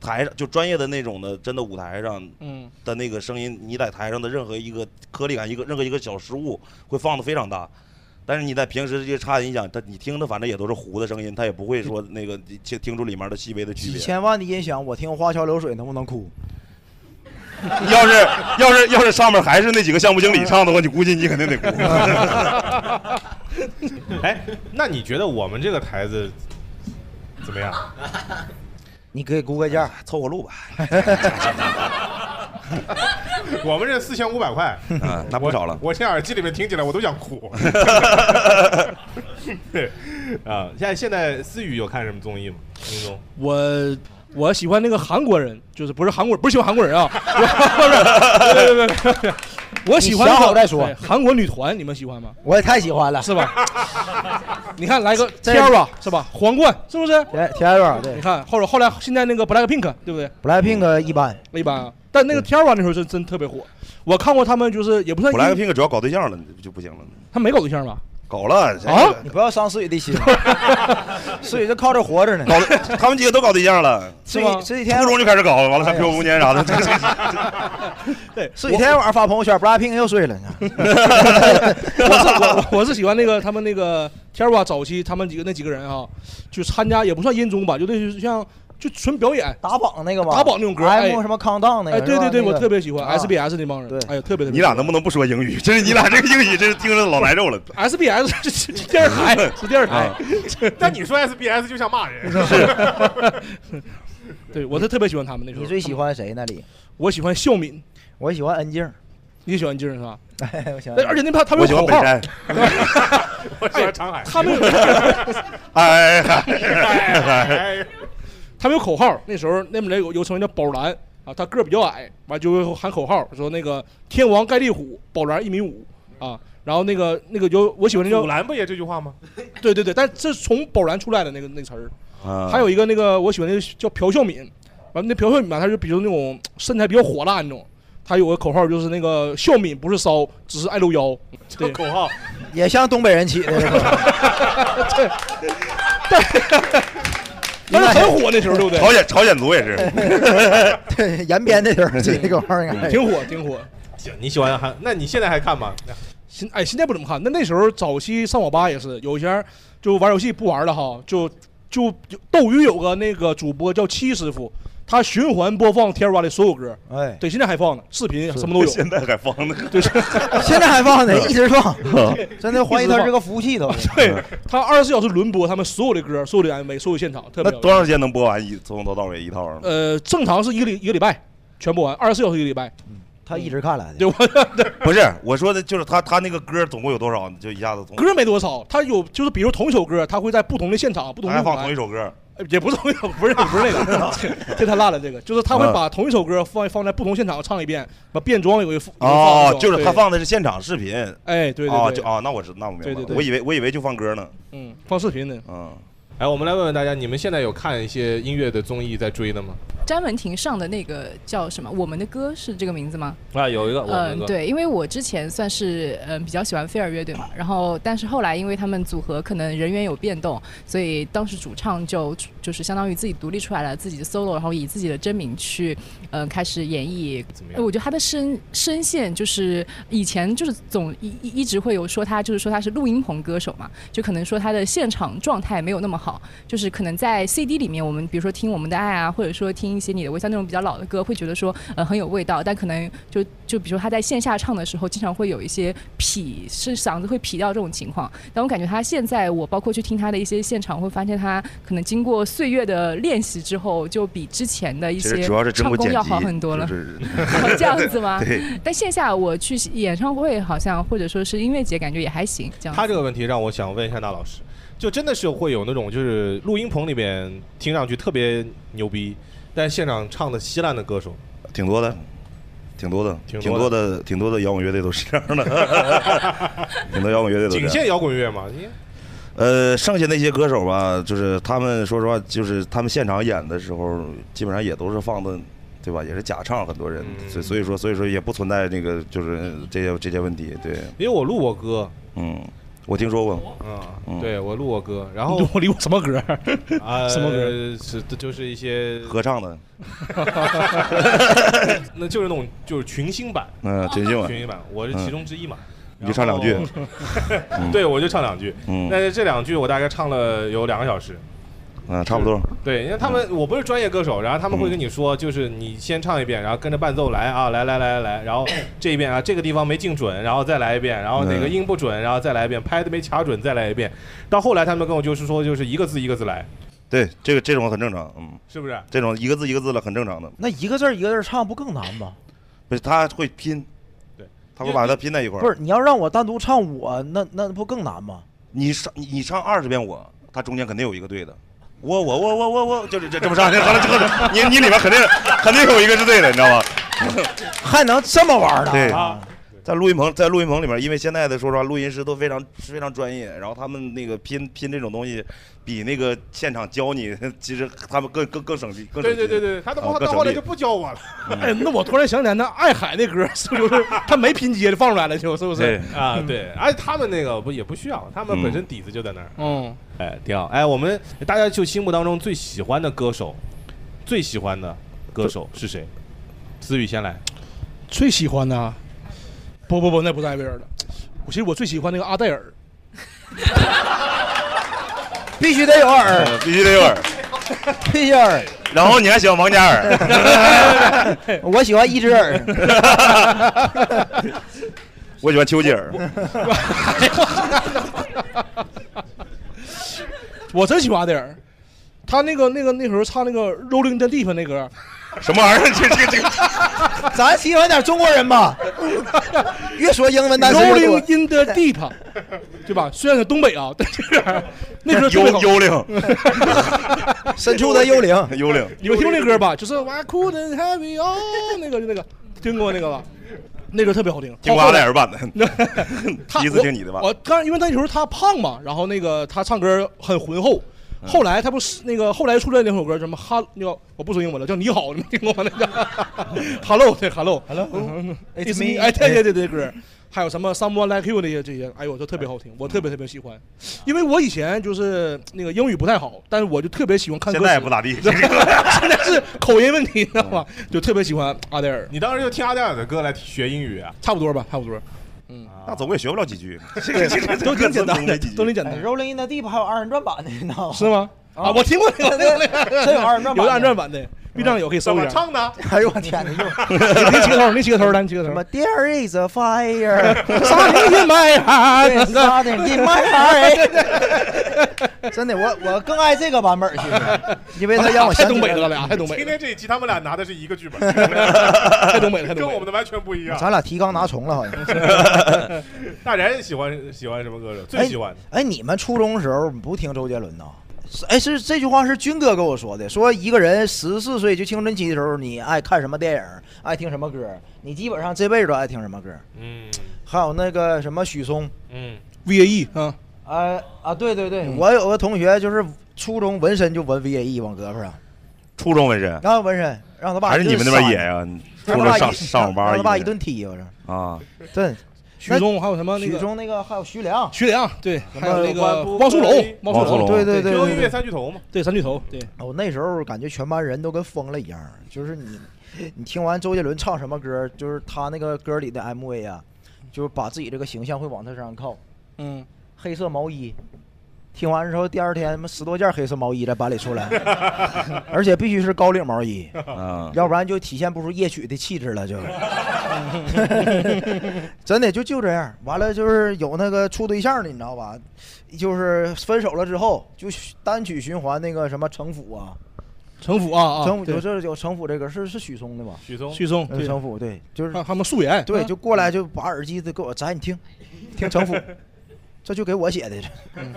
Speaker 4: 台上就专业的那种的，真的舞台上
Speaker 3: 嗯
Speaker 4: 的那个声音，你在台上的任何一个颗粒感，一个任何一个小失误，会放的非常大。但是你在平时这些差的音响，它你听的反正也都是糊的声音，它也不会说那个听听出里面的细微的区
Speaker 5: 几
Speaker 4: 别。
Speaker 5: 千万的音响，我听花桥流水能不能
Speaker 3: *laughs*
Speaker 5: 哭？
Speaker 4: 要是
Speaker 5: *laughs*
Speaker 4: 要是要是上面还是那几个项目经理唱的话，你估计你肯定得哭。
Speaker 1: 哎，那你觉得我们这个台子
Speaker 5: *laughs*
Speaker 1: 怎么样？
Speaker 5: 你可以估个
Speaker 1: 哎
Speaker 5: 价，
Speaker 4: 凑合录吧，
Speaker 1: *laughs* 我们这四千五百块，
Speaker 4: 啊，那不少了。
Speaker 1: 我现在耳机里面听起来我都想哭。 *laughs* 对，啊，现在现在思雨有看什么综艺吗？英综
Speaker 3: 我我喜欢那个韩国人，就是不是韩国，不是喜欢韩国人啊， *laughs* 不是，别别别别 *laughs* 别我喜欢那
Speaker 5: 你
Speaker 3: 个
Speaker 5: 想好再说
Speaker 3: 对韩国女团，你们喜欢吗？
Speaker 5: 我也太喜欢了。
Speaker 3: 是 *laughs* 吧？你看来个
Speaker 5: 这
Speaker 3: Tara 是吧？皇冠是不是？
Speaker 5: 田田园
Speaker 3: 你
Speaker 5: 哎对
Speaker 3: 看后来后来现在那个 Blackpink 对不对？
Speaker 5: ，BLACKPINK 一般，嗯
Speaker 3: 一般啊，但那个 Tara 那时候是真特别火，我看过他们就是也不算
Speaker 4: 布莱克 pink 主要搞对象了，就不行了。
Speaker 3: 他没搞对象吧？
Speaker 4: 搞了
Speaker 3: 啊
Speaker 5: 你不要伤思雨的心， *laughs* 思雨就靠这活着呢。
Speaker 4: 搞的，他们几个都搞对象了，
Speaker 5: 这
Speaker 3: 吗
Speaker 5: 这几天哎
Speaker 4: 初中就开始搞，完了还漂浮空间啥的。
Speaker 3: 对，
Speaker 5: 是几呃天晚上发朋友圈，BLACKPINK 又睡了呢。
Speaker 3: *laughs* 我是我
Speaker 5: *laughs*
Speaker 3: 我我是喜欢那个他们那个 Tara 早期他们几个那几个人啊，就参加也不算音综吧，就类似于像就纯表演。
Speaker 5: 打榜那个吗？
Speaker 3: 打榜那种歌哎
Speaker 5: ，M 什么 Countdown 那个。
Speaker 3: 哎，对
Speaker 5: 是吧
Speaker 3: 对对，
Speaker 5: 那
Speaker 3: 我
Speaker 5: 个
Speaker 3: 特别喜欢
Speaker 5: 啊
Speaker 3: SBS 那帮人
Speaker 5: 对，
Speaker 3: 哎呀，特别特别喜欢。
Speaker 4: 你俩能不能不说英语？ *laughs* 真是你俩这个英语，真是听着老难受了。
Speaker 3: SBS 是是是电视
Speaker 4: *laughs*
Speaker 3: 台，是电视台。
Speaker 4: 啊
Speaker 1: *laughs* 但你说 SBS 就像骂人，
Speaker 3: *laughs* 对，我是特别喜欢他们那时候。
Speaker 5: 你最喜？欢谁那里？
Speaker 3: 我喜欢孝敏，
Speaker 5: 我喜欢恩静。
Speaker 3: 你喜欢静
Speaker 5: *laughs*
Speaker 3: 是吧？
Speaker 5: 哎， *laughs* 我想
Speaker 3: 但而且那怕他
Speaker 4: 我
Speaker 3: 们
Speaker 4: 喜
Speaker 3: 有口
Speaker 4: 欢北
Speaker 3: 号， *laughs*
Speaker 4: 山，
Speaker 1: 我喜欢长海。
Speaker 3: 他们有
Speaker 4: *laughs* 哎哎
Speaker 1: 哎，
Speaker 3: *laughs* 他们有口号。那时候那里面有有成员叫宝蓝啊，他个儿比较矮，完就会喊口号，说那个天王盖地虎，宝蓝一米五啊。然后那个那个有我喜欢那
Speaker 1: 古
Speaker 3: 叫
Speaker 1: 兰不也这句话吗？
Speaker 3: 对对对，但这是从宝蓝出来的那个那个词儿。
Speaker 2: 啊
Speaker 4: 哎，
Speaker 3: 还有一个那个我喜欢那个叫朴孝敏，完那朴孝敏吧，他就比如那种身材比较火辣那种，他有个口号就是那个孝敏不是骚，只是爱露腰。
Speaker 1: 这
Speaker 3: 对
Speaker 1: 口号，
Speaker 5: 也像东北人起的这个，
Speaker 3: 但是很火那时候，对不
Speaker 4: 朝
Speaker 3: 对？
Speaker 4: 鲜朝鲜族也是，
Speaker 5: *laughs* 对，延边那头
Speaker 4: *laughs*
Speaker 5: 儿起的口号应该是。
Speaker 3: *laughs* 挺火，挺火。
Speaker 1: *laughs* 行，你喜欢韩？那你现在还看吗？
Speaker 3: 现哎，现在不怎么看，那那时候早期上网吧也是，有些人就玩游戏不玩了哈，就就就斗鱼有个那个主播叫七师傅，他循环播放 Tara 的所有歌，
Speaker 5: 哎，
Speaker 3: 对，现在还放呢，视频啊什么
Speaker 1: *laughs*
Speaker 3: 都有。
Speaker 4: 现在还放呢。
Speaker 3: 就是
Speaker 5: *laughs* 现在还放
Speaker 3: 嗯
Speaker 5: 呢，一直放， *laughs* 真的怀疑他是嗯个服务器都。
Speaker 3: 对他二十四小时轮播他们所有的歌、所有的 MV、所有现场，特
Speaker 4: 那
Speaker 3: 别呃
Speaker 4: 多长时间能播完一从头到尾一套啊？
Speaker 3: 呃，正常是一个礼一个礼拜全播完，二十四小时一个礼拜。
Speaker 5: 嗯他一直看来的。
Speaker 3: 对，我
Speaker 4: 不是我说的，就是他他那个歌总共有多少？就一下子从
Speaker 3: 歌没多少，他有就是比如同一首歌，他会在不同的现场、不同的
Speaker 4: 还
Speaker 3: 舞台
Speaker 4: 放同一首歌，
Speaker 3: 呃也不是同一首，不是不是
Speaker 5: *laughs*
Speaker 3: 那个，这这太烂了。这个就是他会
Speaker 4: 嗯
Speaker 3: 把同一首歌放放在不同现场唱一遍，把变装有一副
Speaker 4: 哦，就是他放
Speaker 3: 的，
Speaker 4: 的是现场视频。
Speaker 3: 哎对对
Speaker 4: 哦，
Speaker 3: 对
Speaker 4: 就哦，那我知那我明白
Speaker 3: 对对
Speaker 4: 了，
Speaker 3: 对
Speaker 4: 我以为我以为就放歌呢。
Speaker 3: 嗯，放
Speaker 5: *laughs*
Speaker 3: 视频的，
Speaker 4: 嗯，
Speaker 1: 哎，我们来问问大家，你们现在有看一些音乐的综艺在追的吗？
Speaker 9: 詹雯婷上的那个叫什么？我们的歌是这个名字吗？
Speaker 1: 啊，有一个
Speaker 9: 嗯，对，因为我之前算是嗯比较喜欢菲尔乐队嘛，然后但是后来因为他们组合可能人员有变动，所以当时主唱就就是相当于自己独立出来了自己的 solo，然后以自己的真名去嗯开始演绎。
Speaker 1: 样
Speaker 9: 呃我觉得他的声声线就是以前就是总一一一直会有说他就是说他是录音棚歌手嘛，就可能说他的现场状态没有那么好，就是可能在 CD 里面我们比如说听我们的爱啊，或者说听一些你的微笑那种比较老的歌，会觉得说呃很有味道，但可能就就比如说他在线下唱的时候，经常会有一些痞是嗓子会痞掉这种情况，但我感觉他现在我包括去听他的一些现场，会发现他可能经过岁月的练习之后，就比之前的一
Speaker 4: 其
Speaker 9: 些
Speaker 4: 实主要是经
Speaker 9: 唱
Speaker 4: 过
Speaker 9: 功
Speaker 4: 剪
Speaker 9: 要
Speaker 4: 辑，
Speaker 9: 好很多了哦
Speaker 4: 就。是
Speaker 9: 这样子吗？
Speaker 4: *laughs* 对。
Speaker 9: 但线下我去演唱会，好像或者说是音乐节，感觉也还行。这样子。
Speaker 1: 他这个问题让我想问一下那老师，就真的是会有那种就是录音棚里面听上去特别牛逼，但现场唱的稀烂的歌手，
Speaker 4: 挺多的，挺多的，挺
Speaker 1: 多
Speaker 4: 多的，挺多的摇滚乐队都是这样
Speaker 3: *laughs*
Speaker 4: 的，挺多摇滚乐队都
Speaker 1: 仅
Speaker 4: 这
Speaker 1: 限
Speaker 4: 样。
Speaker 1: 摇滚乐嘛？你
Speaker 4: 呃，剩下那些歌手吧，就是他们说实话，就是他们现场演的时候，基本上也都是放的，对吧？也是假唱，很多人，
Speaker 1: 嗯
Speaker 4: 所以所以说所以说也不存在那个就是这些这些问题，对，
Speaker 1: 因为我录过歌，
Speaker 4: 嗯，我听说过，
Speaker 1: 嗯，
Speaker 4: 嗯
Speaker 1: 对哦我录过歌，然后
Speaker 3: 我理我什么歌？
Speaker 1: 啊
Speaker 3: 什么歌？
Speaker 1: 是就是一些
Speaker 4: 合唱的，
Speaker 1: *laughs* 那就是那种就是群星版，
Speaker 4: 嗯群星版嗯
Speaker 1: 群星版，我是其中之一嘛。
Speaker 4: 你就唱两句
Speaker 1: 然后
Speaker 4: *laughs*
Speaker 1: *laughs*
Speaker 4: 嗯
Speaker 1: 对，我就唱两句。
Speaker 4: 嗯
Speaker 1: 但是这两句我大概唱了有两个小时。
Speaker 4: 嗯，差不多，
Speaker 1: 对，因为他们
Speaker 4: 嗯
Speaker 1: 我不是专业歌手，然后他们会跟你说，就是你先唱一遍，然后跟着伴奏来啊，来来来来来，然
Speaker 4: *coughs*
Speaker 1: 后这一遍啊这个地方没进准，然后再来一遍，然后哪个
Speaker 4: 嗯
Speaker 1: 音不准，然后再来一遍，拍子没卡准，再来一遍。到后来他们跟我就是说，就是一个字一个字来，
Speaker 4: 对，这个这种很正常，嗯，
Speaker 1: 是不是？
Speaker 4: 这种一个字一个字了，很正常的，
Speaker 5: 那一个字儿一个字儿唱不更难吗？
Speaker 4: 不是他会拼，
Speaker 1: 对，
Speaker 4: 他会把它拼在一块儿，
Speaker 5: 不是，你要让我单独唱我，那那不更难吗？
Speaker 4: 你上你你唱二十遍我，他中间肯定有一个对的。我我我我我我就是这这么上，这完了这个你你里面肯定肯定有一个是对的，你知道吗？ *laughs*
Speaker 5: 还能这么玩儿呢？
Speaker 3: *laughs*
Speaker 4: 对
Speaker 5: 啊，
Speaker 4: 在录音棚在录音棚里面，因为现在的说实话，录音师都非常是非常专业，然后他们那个拼拼这种东西，比那个现场教你， *laughs* 其实他们更更更省力，更省
Speaker 1: 对
Speaker 4: 力
Speaker 1: 对对对，他都
Speaker 4: 啊
Speaker 1: 不
Speaker 4: 更
Speaker 1: 到
Speaker 4: 省
Speaker 1: 后来
Speaker 4: 力
Speaker 1: 就不教
Speaker 4: *laughs*
Speaker 1: 我了。
Speaker 3: *laughs* 哎，那我突然想起来，那爱海那歌是不是就是他没拼接的放出来了，就是不是？
Speaker 1: 对 *laughs* 嗯啊，对，
Speaker 4: 嗯
Speaker 1: 而且他们那个不也不需要，他们本身底子就在那儿。
Speaker 3: 嗯，
Speaker 1: 哎，挺好。哎，我们大家就心目当中最喜欢的歌手，最喜欢的歌手是谁？思雨先来。
Speaker 3: 最喜欢的啊，不不不，那不是艾薇儿的。我其实我最喜欢那个阿黛尔，
Speaker 5: 必须得有耳，
Speaker 4: 必须得有耳。
Speaker 5: *laughs* 必须有耳。
Speaker 4: 然后你还喜欢王嘉
Speaker 1: *laughs*
Speaker 4: 尔， *laughs*
Speaker 5: 我喜欢一只耳，
Speaker 4: 我喜欢丘
Speaker 1: *laughs*
Speaker 4: 吉尔，
Speaker 3: 我真喜欢阿黛尔。他那个那个那时候唱那个《Rolling in the Deep》那歌，
Speaker 4: 什么玩意儿？ *laughs* 这这这个
Speaker 5: 咱喜欢点中国人
Speaker 3: *laughs*
Speaker 5: 吧。越说英文单词越多
Speaker 3: Rolling in the deep，对吧？虽然是东北啊， *laughs* 但是那歌
Speaker 4: 幽幽灵，
Speaker 3: *laughs*
Speaker 5: 深处 *laughs* 的幽灵，哦
Speaker 4: 幽灵，
Speaker 3: 你们听过那歌吧？就是 I couldn't have it all，那个就那个，听过那个吧？那歌特别好听。
Speaker 4: 听过阿黛尔版 *laughs* 的，
Speaker 3: 他
Speaker 4: 第一次听你的吧
Speaker 3: 我？我刚因为那时候他胖嘛，然后那个他唱歌很浑厚。后来他不是那个后来出来那首歌什么哈那个我不说英文了叫你好你们听过吗那个 Hello 对 Hello Hello
Speaker 5: It's
Speaker 3: It's
Speaker 5: me
Speaker 3: me 哎对对对对歌，还有什么 Someone Like You 那些这些哎呦都特别好听我特别特别喜欢，因为我以前就是那个英语不太好，但是我就特别喜欢看歌
Speaker 4: 现
Speaker 3: 词
Speaker 4: 在也不咋
Speaker 3: *laughs*
Speaker 4: 地，
Speaker 3: 现在是口音问题你知道吗？就特别喜欢阿黛尔
Speaker 1: 你当时就听阿黛尔的歌来学英语啊？
Speaker 3: 差不多吧差不多嗯
Speaker 4: 那总也学不了几句， *laughs* 这个这个
Speaker 3: *laughs* 都挺简单的
Speaker 4: 的，
Speaker 3: 都挺简单
Speaker 5: 哎 Rolling in the Deep 还有二人转版的，你知道吗？
Speaker 3: 是吗？啊，我听过那
Speaker 5: 对
Speaker 3: 个，
Speaker 5: 对对
Speaker 3: 那个
Speaker 5: 哦真有二人转版的
Speaker 3: 有的二人转版的。 B 站有可以搜一下。
Speaker 5: 怎么唱
Speaker 1: 的？
Speaker 5: 哎呦我天哪！
Speaker 3: 那几个头，那几个头，咱几个头。
Speaker 5: *laughs* There is a *laughs* fire,
Speaker 3: something in my heart.
Speaker 5: 对 something in my *laughs* heart. 真的，我我更爱这个版本 *laughs* 儿，其实，因为它让我想起来
Speaker 1: 今天这一期他们俩拿的是一个剧
Speaker 3: *laughs*
Speaker 1: 本，
Speaker 5: 太东北了太东北了
Speaker 1: 跟我们的完全不一样。
Speaker 5: 咱俩提纲拿重了，好像。
Speaker 1: *laughs*
Speaker 5: 哎
Speaker 1: 大然喜欢喜欢什么歌手？最喜欢的
Speaker 5: 哎。哎，你们初中的时候不听周杰伦呐？是哎，是这句话是军哥跟我说的，说一个人十四岁就青春期的时候，你爱看什么电影，爱听什么歌，你基本上这辈子都爱听什么歌。
Speaker 1: 嗯
Speaker 5: 还有那个什么许嵩，
Speaker 1: 嗯
Speaker 3: ，VAE 啊，
Speaker 5: 啊啊，对对对， *laughs* 我有个同学就是初中纹身就纹 VAE 往胳膊上，
Speaker 4: 初中纹身，
Speaker 5: 然后纹身让他爸
Speaker 4: 还是你们那边野呀、
Speaker 5: 让
Speaker 4: 初
Speaker 5: 他
Speaker 4: 中
Speaker 5: 爸
Speaker 4: 上
Speaker 5: 一
Speaker 4: 上网吧
Speaker 5: 让他爸一
Speaker 4: 人
Speaker 5: 顿踢，我说
Speaker 4: 啊，
Speaker 5: 对。
Speaker 3: 许嵩还有什么那
Speaker 5: 许
Speaker 3: 个
Speaker 5: 嵩那个啊还有徐良，
Speaker 3: 徐良对，
Speaker 5: 什么
Speaker 3: 还有那个
Speaker 5: 关不
Speaker 3: 汪苏泷
Speaker 5: 归，
Speaker 3: 汪苏泷，
Speaker 5: 对对对，对对啊
Speaker 1: 巨头嘛，
Speaker 3: 对三巨头，对。
Speaker 5: 我那时候感觉全班人都跟疯了一样，就是你，你听完周杰伦唱什么歌，就是他那个歌里的 MV 啊，就是把自己这个形象会往他身上靠。
Speaker 3: 嗯，
Speaker 5: 黑色毛衣，听完之后第二天他妈十多件黑色毛衣在班里出来， *laughs* 而且必须是高领毛衣，
Speaker 4: 啊
Speaker 5: 要不然就体现不出夜曲的气质了就。真的就就这样，完了就是有那个处对象的，你知道吧？就是分手了之后，就单曲循环那个什么《城府》啊，
Speaker 3: 城府啊啊
Speaker 5: 城府
Speaker 3: 对
Speaker 5: 就是有《城府》这个是是许嵩的吧？
Speaker 1: 许嵩
Speaker 3: 许嵩
Speaker 5: 呃
Speaker 3: 对
Speaker 5: 城府对，就是
Speaker 3: 他们素颜
Speaker 5: 对，
Speaker 3: 嗯
Speaker 5: 就过来就把耳机都给我摘，你听，听城府，这就给我写的，
Speaker 3: 嗯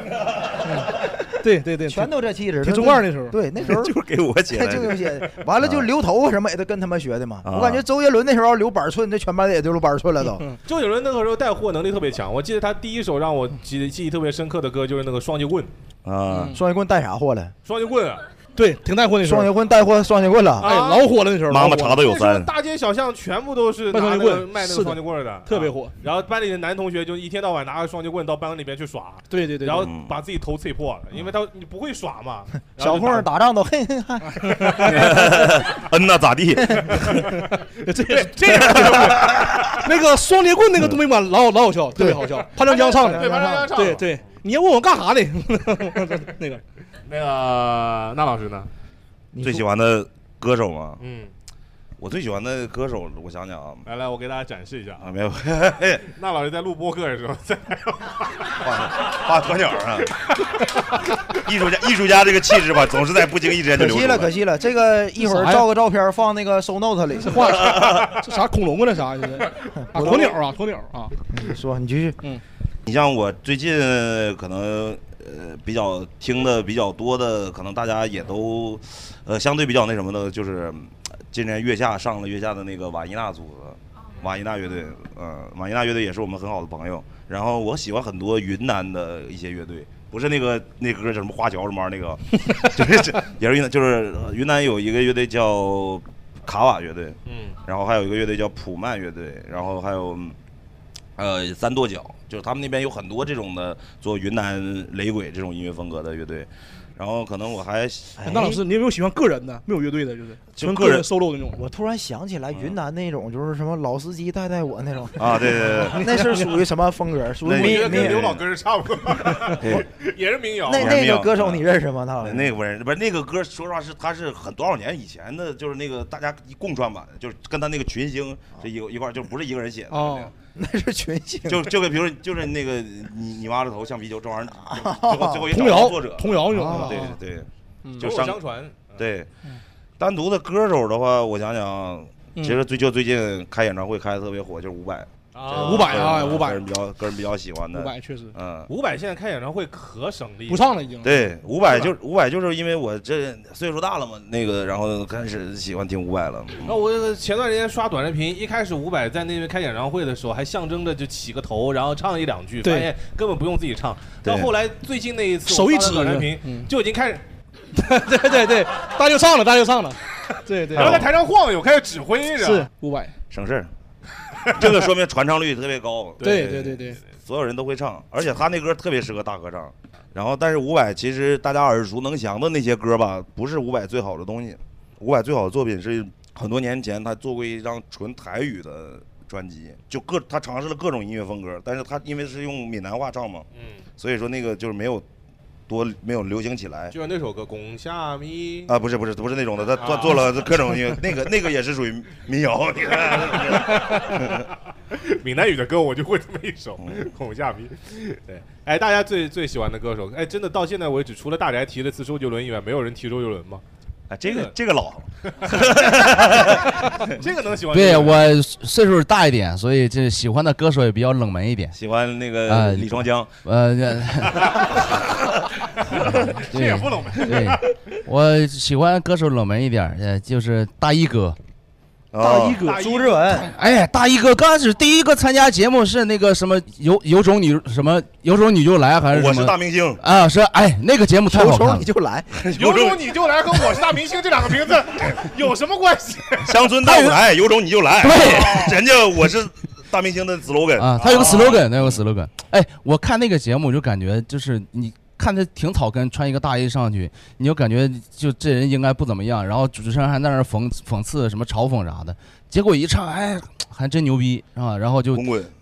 Speaker 3: 对对
Speaker 5: *laughs*
Speaker 3: 对，
Speaker 5: 全都这气质。
Speaker 3: 挺中
Speaker 5: 那
Speaker 3: 二那时候
Speaker 5: 对那时候
Speaker 4: *laughs* 就是给我写
Speaker 5: *laughs*
Speaker 4: 的啊
Speaker 5: 就给我写的。完了就留头发什么也都跟他们学的嘛。
Speaker 1: 啊
Speaker 5: 我感觉周杰伦那时候留板寸，这全班也都留板寸了都。
Speaker 3: 嗯
Speaker 1: 周杰伦那个时候带货能力特别强，我记得他第一首让我记记忆特别深刻的歌就是那个《双截棍》，
Speaker 4: 啊，
Speaker 5: 双截棍带啥货了？
Speaker 1: 嗯双截棍啊，
Speaker 3: 对，挺带货那时候
Speaker 5: 双截棍带货，双截棍了。
Speaker 1: 哎老火了那时候妈妈
Speaker 4: 查的有三
Speaker 1: 大街小巷全部都是
Speaker 3: 嗯卖双
Speaker 1: 拿那
Speaker 3: 截
Speaker 1: 个
Speaker 3: 棍
Speaker 1: 卖那
Speaker 3: 是
Speaker 1: 个
Speaker 3: 的
Speaker 1: 双截棍的，
Speaker 3: 特别
Speaker 1: 啊
Speaker 3: 火。
Speaker 1: 然后班里的男同学就一天到晚拿个双截棍到班里面去耍，
Speaker 3: 对对对嗯对
Speaker 1: 然后
Speaker 4: 嗯
Speaker 1: 把自己头刺破了，因为他你不会耍
Speaker 3: *laughs*
Speaker 1: 嘛。然
Speaker 5: 小
Speaker 1: 后就 *laughs*
Speaker 5: 混
Speaker 1: 打
Speaker 5: 儿打仗都嘿嘿哈。
Speaker 1: *laughs*
Speaker 4: 嗯呐咋地？
Speaker 3: 这 *laughs* 也是这样，那个双截棍那个东北版老老好笑，特别好笑。潘长江唱的，
Speaker 1: 对潘长江唱的
Speaker 3: 对对，你要问我干啥的？ *laughs* 那个
Speaker 1: 那个那老师呢？
Speaker 4: 最喜欢的歌手吗？
Speaker 1: 嗯，
Speaker 4: 我最喜欢的歌手，我想想啊，
Speaker 1: 来来，我给大家展示一下
Speaker 4: 啊
Speaker 1: 啊。
Speaker 4: 没有， *laughs*
Speaker 1: 那老师在录播客的时候，在
Speaker 4: 画鸵鸟啊， *laughs* 艺术家艺术家这个气质吧，总是在不经意之间就
Speaker 5: 可
Speaker 4: 流
Speaker 5: 惜
Speaker 4: 出
Speaker 5: 了，
Speaker 4: 来。
Speaker 5: 可惜了，这个一会
Speaker 3: 这
Speaker 5: 儿
Speaker 3: 啥呀
Speaker 5: 照个照片放那个 show note 里。
Speaker 3: 画这啥恐龙啊？这啥？这
Speaker 5: *laughs*
Speaker 3: 是啊，鸵鸟啊，鸵鸟啊！
Speaker 5: 说你继续。
Speaker 3: 嗯，
Speaker 4: 你像我最近可能呃比较听的比较多的，可能大家也都呃相对比较那什么的，就是嗯今年月下上了月下的那个瓦依娜组合，瓦依娜乐队，呃，瓦依娜乐队也是我们很好的朋友。然后我喜欢很多云南的一些乐队。不是那个那歌叫什么花桥什么玩意儿
Speaker 5: *laughs*
Speaker 4: 那个，就是这也是云南，就是呃云南有一个乐队叫卡瓦乐队，
Speaker 1: 嗯，
Speaker 4: 然后还有一个乐队叫普曼乐队，然后还有嗯呃三跺脚，就是他们那边有很多这种的做云南雷鬼这种音乐风格的乐队。然后可能我还
Speaker 3: 哎那老师，你有没有喜欢个人的？没有乐队的，就是
Speaker 4: 就
Speaker 3: 纯
Speaker 4: 个
Speaker 3: 个人
Speaker 4: 人
Speaker 3: solo 的那种。
Speaker 5: 我突然想起来，云南那种就是什么老司机带带我那种
Speaker 4: 啊对对
Speaker 5: *laughs*
Speaker 4: 对
Speaker 5: 那是属于什么风格？属于
Speaker 1: 我觉得
Speaker 5: 民
Speaker 1: 跟
Speaker 5: 民
Speaker 1: 刘老根儿差
Speaker 4: *laughs*
Speaker 1: 不多，
Speaker 4: 哎
Speaker 1: 也是民谣。
Speaker 5: 那那个歌手你认识吗？他
Speaker 4: 啊那个不认识，不是那个歌，说实话是他是很多少年以前的，就是那个大家一共创版，就是跟他那个群星是一个一块儿，就不是一个人写的。
Speaker 3: 哦，
Speaker 5: *laughs* 那是群星。
Speaker 4: 就就跟比如说就是那个你你妈的头橡皮球这玩意儿，最后最后也找
Speaker 3: 童
Speaker 4: 到
Speaker 3: 谣
Speaker 4: 作者，
Speaker 3: 童谣那种
Speaker 4: 啊
Speaker 3: 是吧
Speaker 4: 对对
Speaker 3: 嗯
Speaker 4: 对，就
Speaker 1: 口口
Speaker 4: 上
Speaker 1: 相传嗯
Speaker 4: 对。单独的歌手的话，我想想啊，
Speaker 3: 嗯
Speaker 4: 其实最就最近开演唱会开的特别火，就是伍佰
Speaker 1: 啊
Speaker 3: 伍佰啊伍佰
Speaker 4: 个人比较个人比较喜欢的
Speaker 3: 伍佰确实
Speaker 4: 嗯，
Speaker 1: 伍佰现在开演唱会可省力，
Speaker 3: 不唱了已经。
Speaker 4: 对，伍佰就伍佰就是因为我这岁数大了嘛，那个然后开始喜欢听伍佰了。
Speaker 1: 那我前段时间刷短视频，一开始伍佰在那边开演唱会的时候，还象征着就起个头，然后唱一两句，发
Speaker 3: 对
Speaker 1: 现根本不用自己唱。
Speaker 4: 对
Speaker 1: 到后来最近那一次，
Speaker 3: 手一指
Speaker 1: 短视频
Speaker 3: 嗯
Speaker 1: 就已经开始，
Speaker 3: *laughs* 对对对，大家就上了，大家就上了。对对
Speaker 1: 然，后在台上晃悠，开始指挥着。
Speaker 3: 是伍佰。
Speaker 4: 省事儿， *laughs* 这个说明传唱率特别高。
Speaker 3: 对对对对，
Speaker 4: 所有人都会唱，而且他那歌特别适合大合唱。然后，但是伍佰其实大家耳熟能详的那些歌吧，不是伍佰最好的东西。伍佰最好的作品是很多年前他做过一张纯台语的专辑，就各他尝试了各种音乐风格，但是他因为是用闽南话唱嘛，
Speaker 1: 嗯，
Speaker 4: 所以说那个就是没有多没有流行起来。
Speaker 1: 就是那首歌《拱下咪》
Speaker 4: 啊，不是不是不是那种的，他他
Speaker 1: 啊
Speaker 4: 做了各种音乐，那个那个也是属于民谣。你看嗯
Speaker 1: 闽南语的歌我就会这么一首《孔下迷》。
Speaker 5: *laughs*
Speaker 1: 对，哎，大家最最喜欢的歌手，哎，真的到现在为止，除了大宅提了次周杰伦以外，没有人提周杰伦吗？
Speaker 4: 哎，这个这个老，
Speaker 1: 这个能喜欢？
Speaker 10: 对
Speaker 3: *laughs*
Speaker 10: 我岁数大一点，所以这喜欢的歌手也比较冷门一点。
Speaker 4: 喜欢那
Speaker 10: 啊
Speaker 4: 个李双江，
Speaker 10: 呃，这
Speaker 4: *laughs*
Speaker 10: 对对，我喜欢歌手冷门一点儿，呃，就是大衣哥。
Speaker 4: 哦
Speaker 5: 大衣哥朱之
Speaker 3: *laughs*
Speaker 5: 文，
Speaker 10: 哎，大衣哥刚开始第一个参加节目是那个什么有有种你什么有种你就来还是什么
Speaker 4: 我是大明星
Speaker 10: 啊？是哎，那个节目太好看了。
Speaker 5: 就来，
Speaker 1: *laughs* 有种你就来和我是大明星这两个名
Speaker 4: *laughs*
Speaker 1: 字有什么关系？
Speaker 4: 乡村大舞台，有种你就来。*laughs*
Speaker 10: 对，
Speaker 4: 人家我是大明星的 slogan
Speaker 10: 啊，他有个 slogan，他有个 slogan。哎，我看那个节目，我就感觉就是你看他挺草根，穿一个大衣上去，你就感觉就这人应该不怎么样。然后主持人还在那儿讽讽刺什么嘲讽啥的，结果一唱，哎，还真牛逼啊！然后就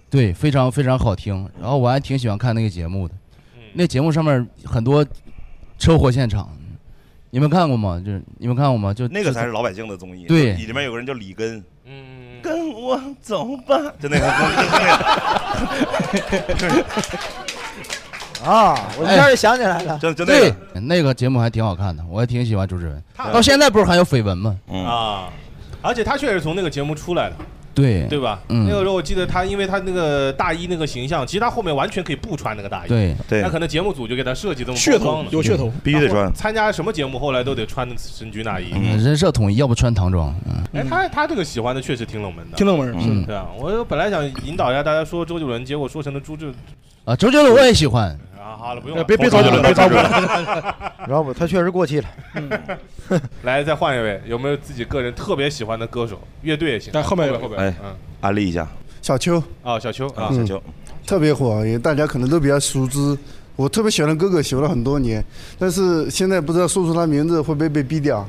Speaker 10: 对，非常非常好听。然后我还挺喜欢看那个节目的，那节目上面很多车祸现场。你们看过吗？就是你们看过吗？就
Speaker 4: 那个才是老百姓的综艺。
Speaker 10: 对
Speaker 4: 里面有个人叫李根，
Speaker 5: 嗯
Speaker 4: 啊
Speaker 2: 跟我走吧，
Speaker 4: 就那个就那个。 *laughs*
Speaker 5: 啊，我一下就想起来了，
Speaker 10: 对，那个节目还挺好看的，我还挺喜欢主持人。
Speaker 1: 他
Speaker 10: 到现在不是还有绯闻吗？
Speaker 4: 嗯
Speaker 1: 啊，而且他确实从那个节目出来的。
Speaker 10: 对
Speaker 1: 对吧？
Speaker 10: 嗯
Speaker 1: 那个时候我记得他，因为他那个大衣那个形象，其实他后面完全可以不穿那个大衣。
Speaker 10: 对
Speaker 4: 对
Speaker 1: 那可能节目组就给他设计这么
Speaker 3: 噱头
Speaker 1: 包装了
Speaker 3: 有噱头
Speaker 4: 必须得穿
Speaker 1: 然后参加什么节目后来都得穿神军大衣。
Speaker 10: 嗯人设统一，要不穿唐装。嗯，
Speaker 1: 哎，他他这个喜欢的确实挺冷门的，
Speaker 10: 挺冷门是嗯
Speaker 1: 对啊。我本来想引导一下大家说周杰伦，结果说成了朱志
Speaker 10: 啊，周杰伦我也喜欢。
Speaker 1: 啊，好了，不用了，
Speaker 10: 呃
Speaker 5: 呃
Speaker 10: 别别周杰伦别
Speaker 1: 周杰伦
Speaker 10: 别周
Speaker 11: *laughs*
Speaker 5: 然后我他确实过气了，
Speaker 1: *laughs* 嗯来，再换一位，有没有自己个人特别喜欢的歌手、乐队也行？
Speaker 3: 但后面有
Speaker 1: 后面，
Speaker 4: 哎
Speaker 1: 嗯，，
Speaker 4: 安利一下，
Speaker 11: 小秋
Speaker 1: 啊，小秋啊，
Speaker 11: 嗯特别火，也大家可能都比较熟知。我特别喜欢的哥哥，喜欢了很多年，但是现在不知道说出他名字会不会被逼掉。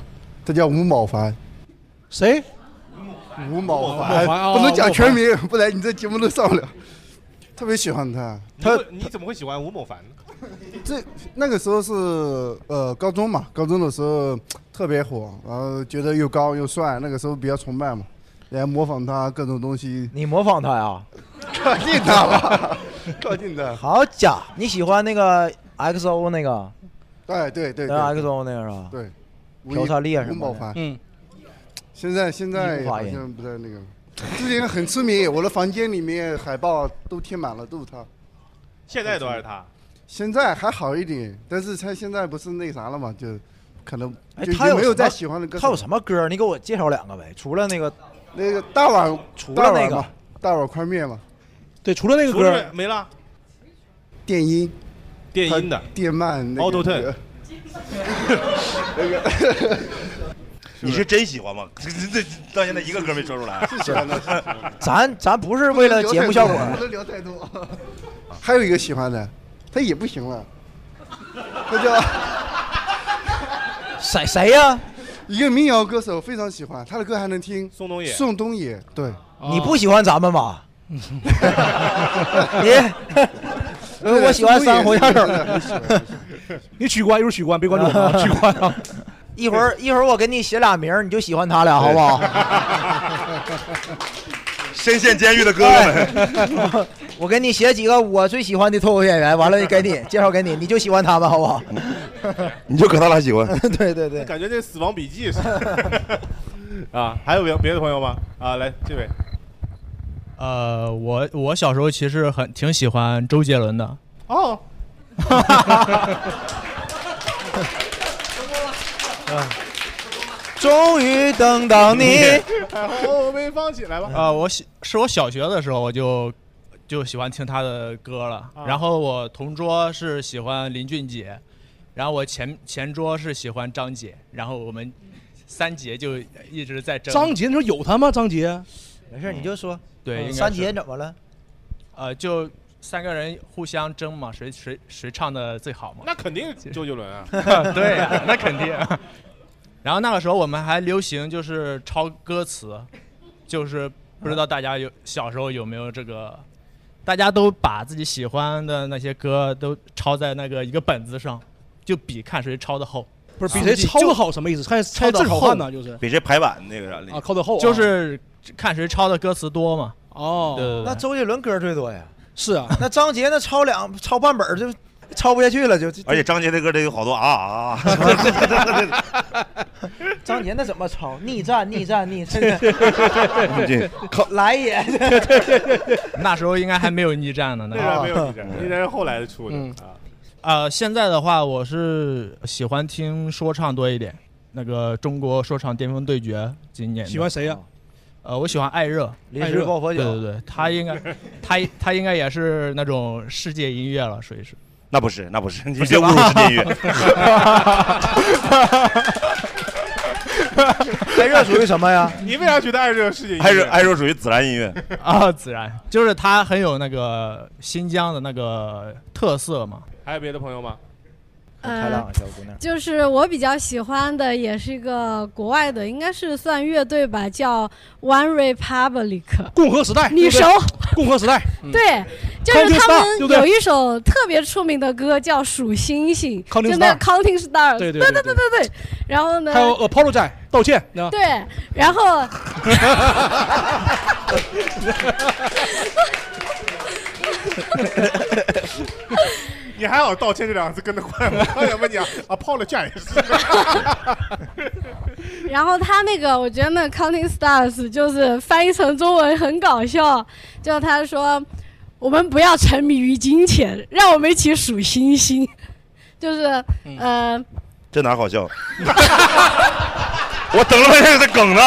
Speaker 11: 他叫吴某凡，
Speaker 3: 谁？
Speaker 11: 吴某
Speaker 1: 啊
Speaker 3: 凡
Speaker 11: 凡，
Speaker 3: 哦
Speaker 11: 不能讲全
Speaker 3: 吴
Speaker 11: 名，不然你这节目都上不了。特别喜欢他，
Speaker 1: 他你怎么会喜欢吴某凡呢？
Speaker 11: 这那个时候是呃高中嘛，高中的时候特别火，然后觉得又高又帅，那个时候比较崇拜嘛，来模仿他各种东西。
Speaker 5: 你模仿他呀？
Speaker 11: 靠近他吧，靠近
Speaker 5: *laughs*
Speaker 11: 他。
Speaker 5: 好家伙，你喜欢那个 XO 那个？
Speaker 11: 对哎对对对
Speaker 5: 那 XO 那个是吧？
Speaker 11: 对，
Speaker 5: 朴灿啊烈什
Speaker 11: 吴
Speaker 5: 么
Speaker 11: 某
Speaker 5: 的
Speaker 11: 凡，，现在现在
Speaker 5: 无法
Speaker 11: 好
Speaker 5: 言
Speaker 11: 像不在那个，之前很痴迷，我的房间里面海报都贴满了，都是他。
Speaker 1: 现在都还是 *laughs* 他。
Speaker 11: 现在还好一点，但是他现在不是那啥了嘛，就可能
Speaker 5: 哎
Speaker 11: 就，
Speaker 5: 他
Speaker 11: 也
Speaker 5: 有
Speaker 11: 没
Speaker 5: 什
Speaker 11: 有
Speaker 5: 么
Speaker 11: 再喜欢的歌手。
Speaker 5: 他有什么歌？你给我介绍两个呗，除了那个
Speaker 11: 那个大碗，
Speaker 5: 除
Speaker 11: 大
Speaker 5: 了
Speaker 11: 碗
Speaker 5: 那
Speaker 11: 嘛
Speaker 5: 个，
Speaker 11: 大碗宽面嘛，
Speaker 3: 对，除了那个
Speaker 11: 除了
Speaker 3: 歌
Speaker 11: 那，
Speaker 1: 没了，
Speaker 11: 电音，
Speaker 1: 电音的
Speaker 11: 电慢那个
Speaker 1: Auto Tune
Speaker 11: 那个
Speaker 4: 你是真喜欢吗？ *laughs* 这这这到现在一个歌没说出来。
Speaker 11: 是喜欢的是喜欢的
Speaker 5: 咱咱不是为了节目效果，
Speaker 11: 不能聊太多。还有一个喜欢的，他也不行了，他叫
Speaker 5: *laughs* 谁谁呀？
Speaker 11: 一个民谣歌手，非常喜欢他的歌还能听。
Speaker 1: 宋冬野
Speaker 11: 宋冬野，对，
Speaker 5: 你不喜欢咱们 *laughs* 吧？你，呃我喜欢三胡相声。
Speaker 3: 你取关一会儿取关，别关注
Speaker 5: *laughs*
Speaker 3: 我啊，取关啊。
Speaker 5: 一会儿一会儿我给你写俩名儿，你就喜欢他俩，好不好？
Speaker 4: 深陷监狱的哥哥们，
Speaker 5: 哎 *laughs* 我给你写几个我最喜欢的脱口秀演员，完了给你介绍给你，你就喜欢他们，好不好？
Speaker 4: *laughs* 你就可 *laughs* 他俩喜欢。
Speaker 5: *laughs* 对对对，
Speaker 1: 感觉这《死亡笔记》 *laughs* 是啊，还有别别的朋友吗？啊，来这位，
Speaker 12: 呃，我我小时候其实很挺喜欢周杰伦的，
Speaker 1: *laughs* 哦，
Speaker 5: 终于等到你。
Speaker 1: 哎， *laughs* 我我被放起来了。
Speaker 12: *laughs* 啊，我小是我小学的时候我就就喜欢听他的歌了，然后我同桌是喜欢林俊杰，然后我前前桌是喜欢张杰，然后我们三杰就一直在争。嗯
Speaker 3: 张杰，你说有他吗？张杰，
Speaker 5: 没事，你就说。嗯
Speaker 12: 对应该
Speaker 5: 三杰
Speaker 12: 是
Speaker 5: 怎么了？
Speaker 12: 呃，就三个人互相争嘛，谁谁谁唱的最好嘛。，
Speaker 1: 那肯定是周杰伦啊
Speaker 12: *laughs* 对呀、那肯定。 *laughs* 然后那个时候我们还流行就是抄歌词，就是不知道大家有小时候有没有这个，大家都把自己喜欢的那些歌都抄在那个一个本子上，就比看谁抄的厚。啊
Speaker 3: 不是比谁抄的好什么意思？看
Speaker 12: 抄
Speaker 3: 猜
Speaker 12: 的
Speaker 3: 字好看呢，就是
Speaker 4: 比谁排版那个啥
Speaker 3: 啊，靠的厚啊
Speaker 12: 就是看谁抄的歌词多嘛。
Speaker 3: 哦
Speaker 12: 对对对
Speaker 5: 那周杰伦歌最多呀。
Speaker 3: 是啊，
Speaker 5: 那张杰那抄两抄半本儿就抄不下去了，就就
Speaker 4: 而且张杰的歌里有好多啊啊啊，
Speaker 5: 张杰那怎么抄？逆战，逆战，逆
Speaker 4: *laughs*
Speaker 5: 战
Speaker 4: 这，
Speaker 5: 来也。
Speaker 12: 那时候应该还没有逆战呢，
Speaker 1: 那时候还没有逆战逆战是后来出的嗯啊。
Speaker 12: 啊，现在的话，我是喜欢听说唱多一点。那个中国说唱巅峰对决，今年的
Speaker 3: 喜欢谁呀？
Speaker 12: 呃，我喜欢艾热，
Speaker 5: 临时抱佛脚
Speaker 12: 对对对，他应该，他他应该也是那种世界音乐了，属于是。
Speaker 4: 那不是，那不是，你别侮辱世界音
Speaker 1: *laughs*
Speaker 4: 乐。
Speaker 5: 艾热属于什么呀？
Speaker 1: 你为啥觉得艾热是世界音乐？
Speaker 4: 艾热艾热属于自然音乐，
Speaker 12: *laughs* 啊，自然就是他很有那个新疆的那个特色嘛。
Speaker 1: 还有别的朋友 *laughs* 吗？
Speaker 6: 开朗啊
Speaker 5: 小姑娘
Speaker 6: 就是我比较喜欢的，也是一个国外的，应该是算乐队吧，叫 One Republic。
Speaker 3: 共和时代，
Speaker 6: 你
Speaker 3: 对不对
Speaker 6: 熟？
Speaker 3: 共和时代，嗯
Speaker 6: 对，就是
Speaker 3: Counting Star，
Speaker 6: 他
Speaker 3: 对
Speaker 6: 们
Speaker 3: 不对
Speaker 6: 有一首特别出名的歌叫《数星星》，
Speaker 3: Counting
Speaker 6: 就那
Speaker 3: Star
Speaker 6: Counting Stars，
Speaker 3: 对
Speaker 6: 对
Speaker 3: 对
Speaker 6: 对
Speaker 3: 对
Speaker 6: 对对。然后呢
Speaker 3: 还？有 apologize 道歉，那
Speaker 6: 对，然后
Speaker 1: 你还好道歉这两个字跟得快吗？我想问你啊，apologize。
Speaker 6: 然后他那个，我觉得那 Counting Stars 就是翻译成中文很搞笑，就他说我们不要沉迷于金钱，让我们一起数星星，就是呃，
Speaker 4: 这哪好笑？我等了半天这梗呢，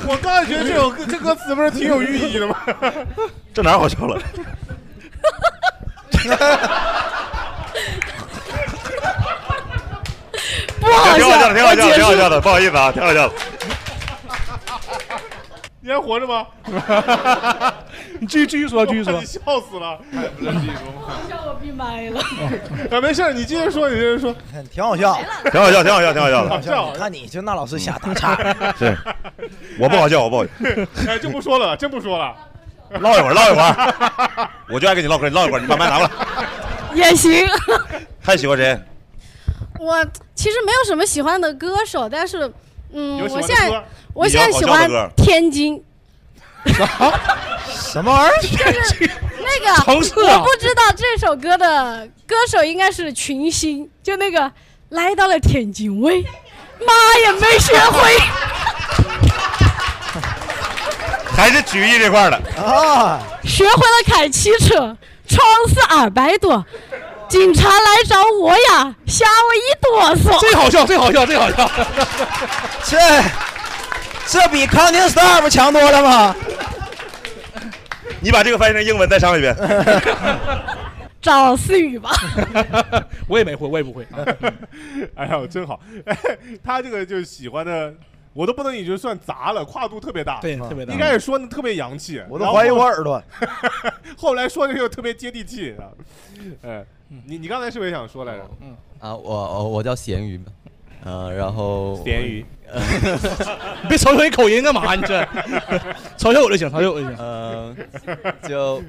Speaker 1: *laughs* 我刚才觉得这首歌这歌词不是挺有寓意的吗？
Speaker 4: 这哪好笑了？
Speaker 6: *laughs* 不好
Speaker 4: 挺好笑
Speaker 6: 笑，
Speaker 4: 的，挺好笑的，
Speaker 6: 我解
Speaker 4: 挺好
Speaker 6: 释
Speaker 4: 笑的，不好意思啊，挺好笑的。
Speaker 1: 你还活着 *laughs* 吗？
Speaker 3: *laughs* 你继续继续说，继续说
Speaker 1: *laughs* 你笑死了！继续说。
Speaker 6: 笑我闭麦了。
Speaker 1: *laughs* 啊，没事儿，你接着说，你接着说，
Speaker 5: 挺好笑，
Speaker 4: *laughs* 挺好笑挺好笑挺好笑的
Speaker 5: 你看你就那老师瞎打岔，
Speaker 4: 是， *laughs* 我不好笑，我不好笑，
Speaker 1: *laughs* 哎，真不说了，真不说了。
Speaker 4: *laughs* 唠一会儿，啊唠一会儿， *laughs* 我就爱跟你唠嗑，你唠一会儿，你把麦拿 *laughs* 过来。
Speaker 6: *laughs* 也行。
Speaker 4: 还喜欢谁？
Speaker 6: 我其实没有什么喜欢的歌手，但是嗯，
Speaker 4: 有喜
Speaker 6: 我
Speaker 4: 欢的
Speaker 6: 现在
Speaker 4: 歌
Speaker 6: 我现在喜
Speaker 4: 你有好
Speaker 6: 欢
Speaker 4: 笑的歌
Speaker 6: 天津。
Speaker 5: 什么
Speaker 3: *laughs*
Speaker 5: 玩意
Speaker 6: 就
Speaker 5: 儿？
Speaker 6: 是那个，
Speaker 5: 尝试啊
Speaker 6: 我不知道这首歌的歌手应该是群星，就那个来到了天津卫，妈也没学会。
Speaker 4: 还是曲艺这块儿的。
Speaker 5: 啊，
Speaker 6: *laughs* 学会了开汽车，窗是二百多，警察来找我呀，吓我一哆嗦。
Speaker 3: 这好笑，这好笑，这好笑。
Speaker 5: *laughs* 这这比 Counting Star 不强多了吗？
Speaker 4: 你把这个翻译成英文再上一 *laughs* 遍。
Speaker 6: *laughs* 找思雨吧。
Speaker 3: *laughs* 我也没会，我也不会。 *laughs*
Speaker 1: *laughs* 哎呦，真好！哎，他这个就是喜欢的，我都不能已经算杂了，跨度特别大，
Speaker 3: 对特别大
Speaker 1: 一开始说的特别洋气，
Speaker 5: 我都
Speaker 4: 哎
Speaker 5: 怀疑我耳朵。
Speaker 1: 后来说的又特别接地气啊。哎，
Speaker 3: 嗯
Speaker 1: 你你刚才是不是也想说来着？嗯，
Speaker 13: 啊，我我我叫咸鱼嘛，呃，然后
Speaker 1: 咸
Speaker 13: *laughs*
Speaker 1: 鱼
Speaker 3: 你 *laughs* 别嘲笑人口音干
Speaker 13: 啊
Speaker 3: 嘛？你这 *laughs*
Speaker 1: *laughs*
Speaker 3: 嘲笑我就行，嘲笑我就行。
Speaker 13: 呃，就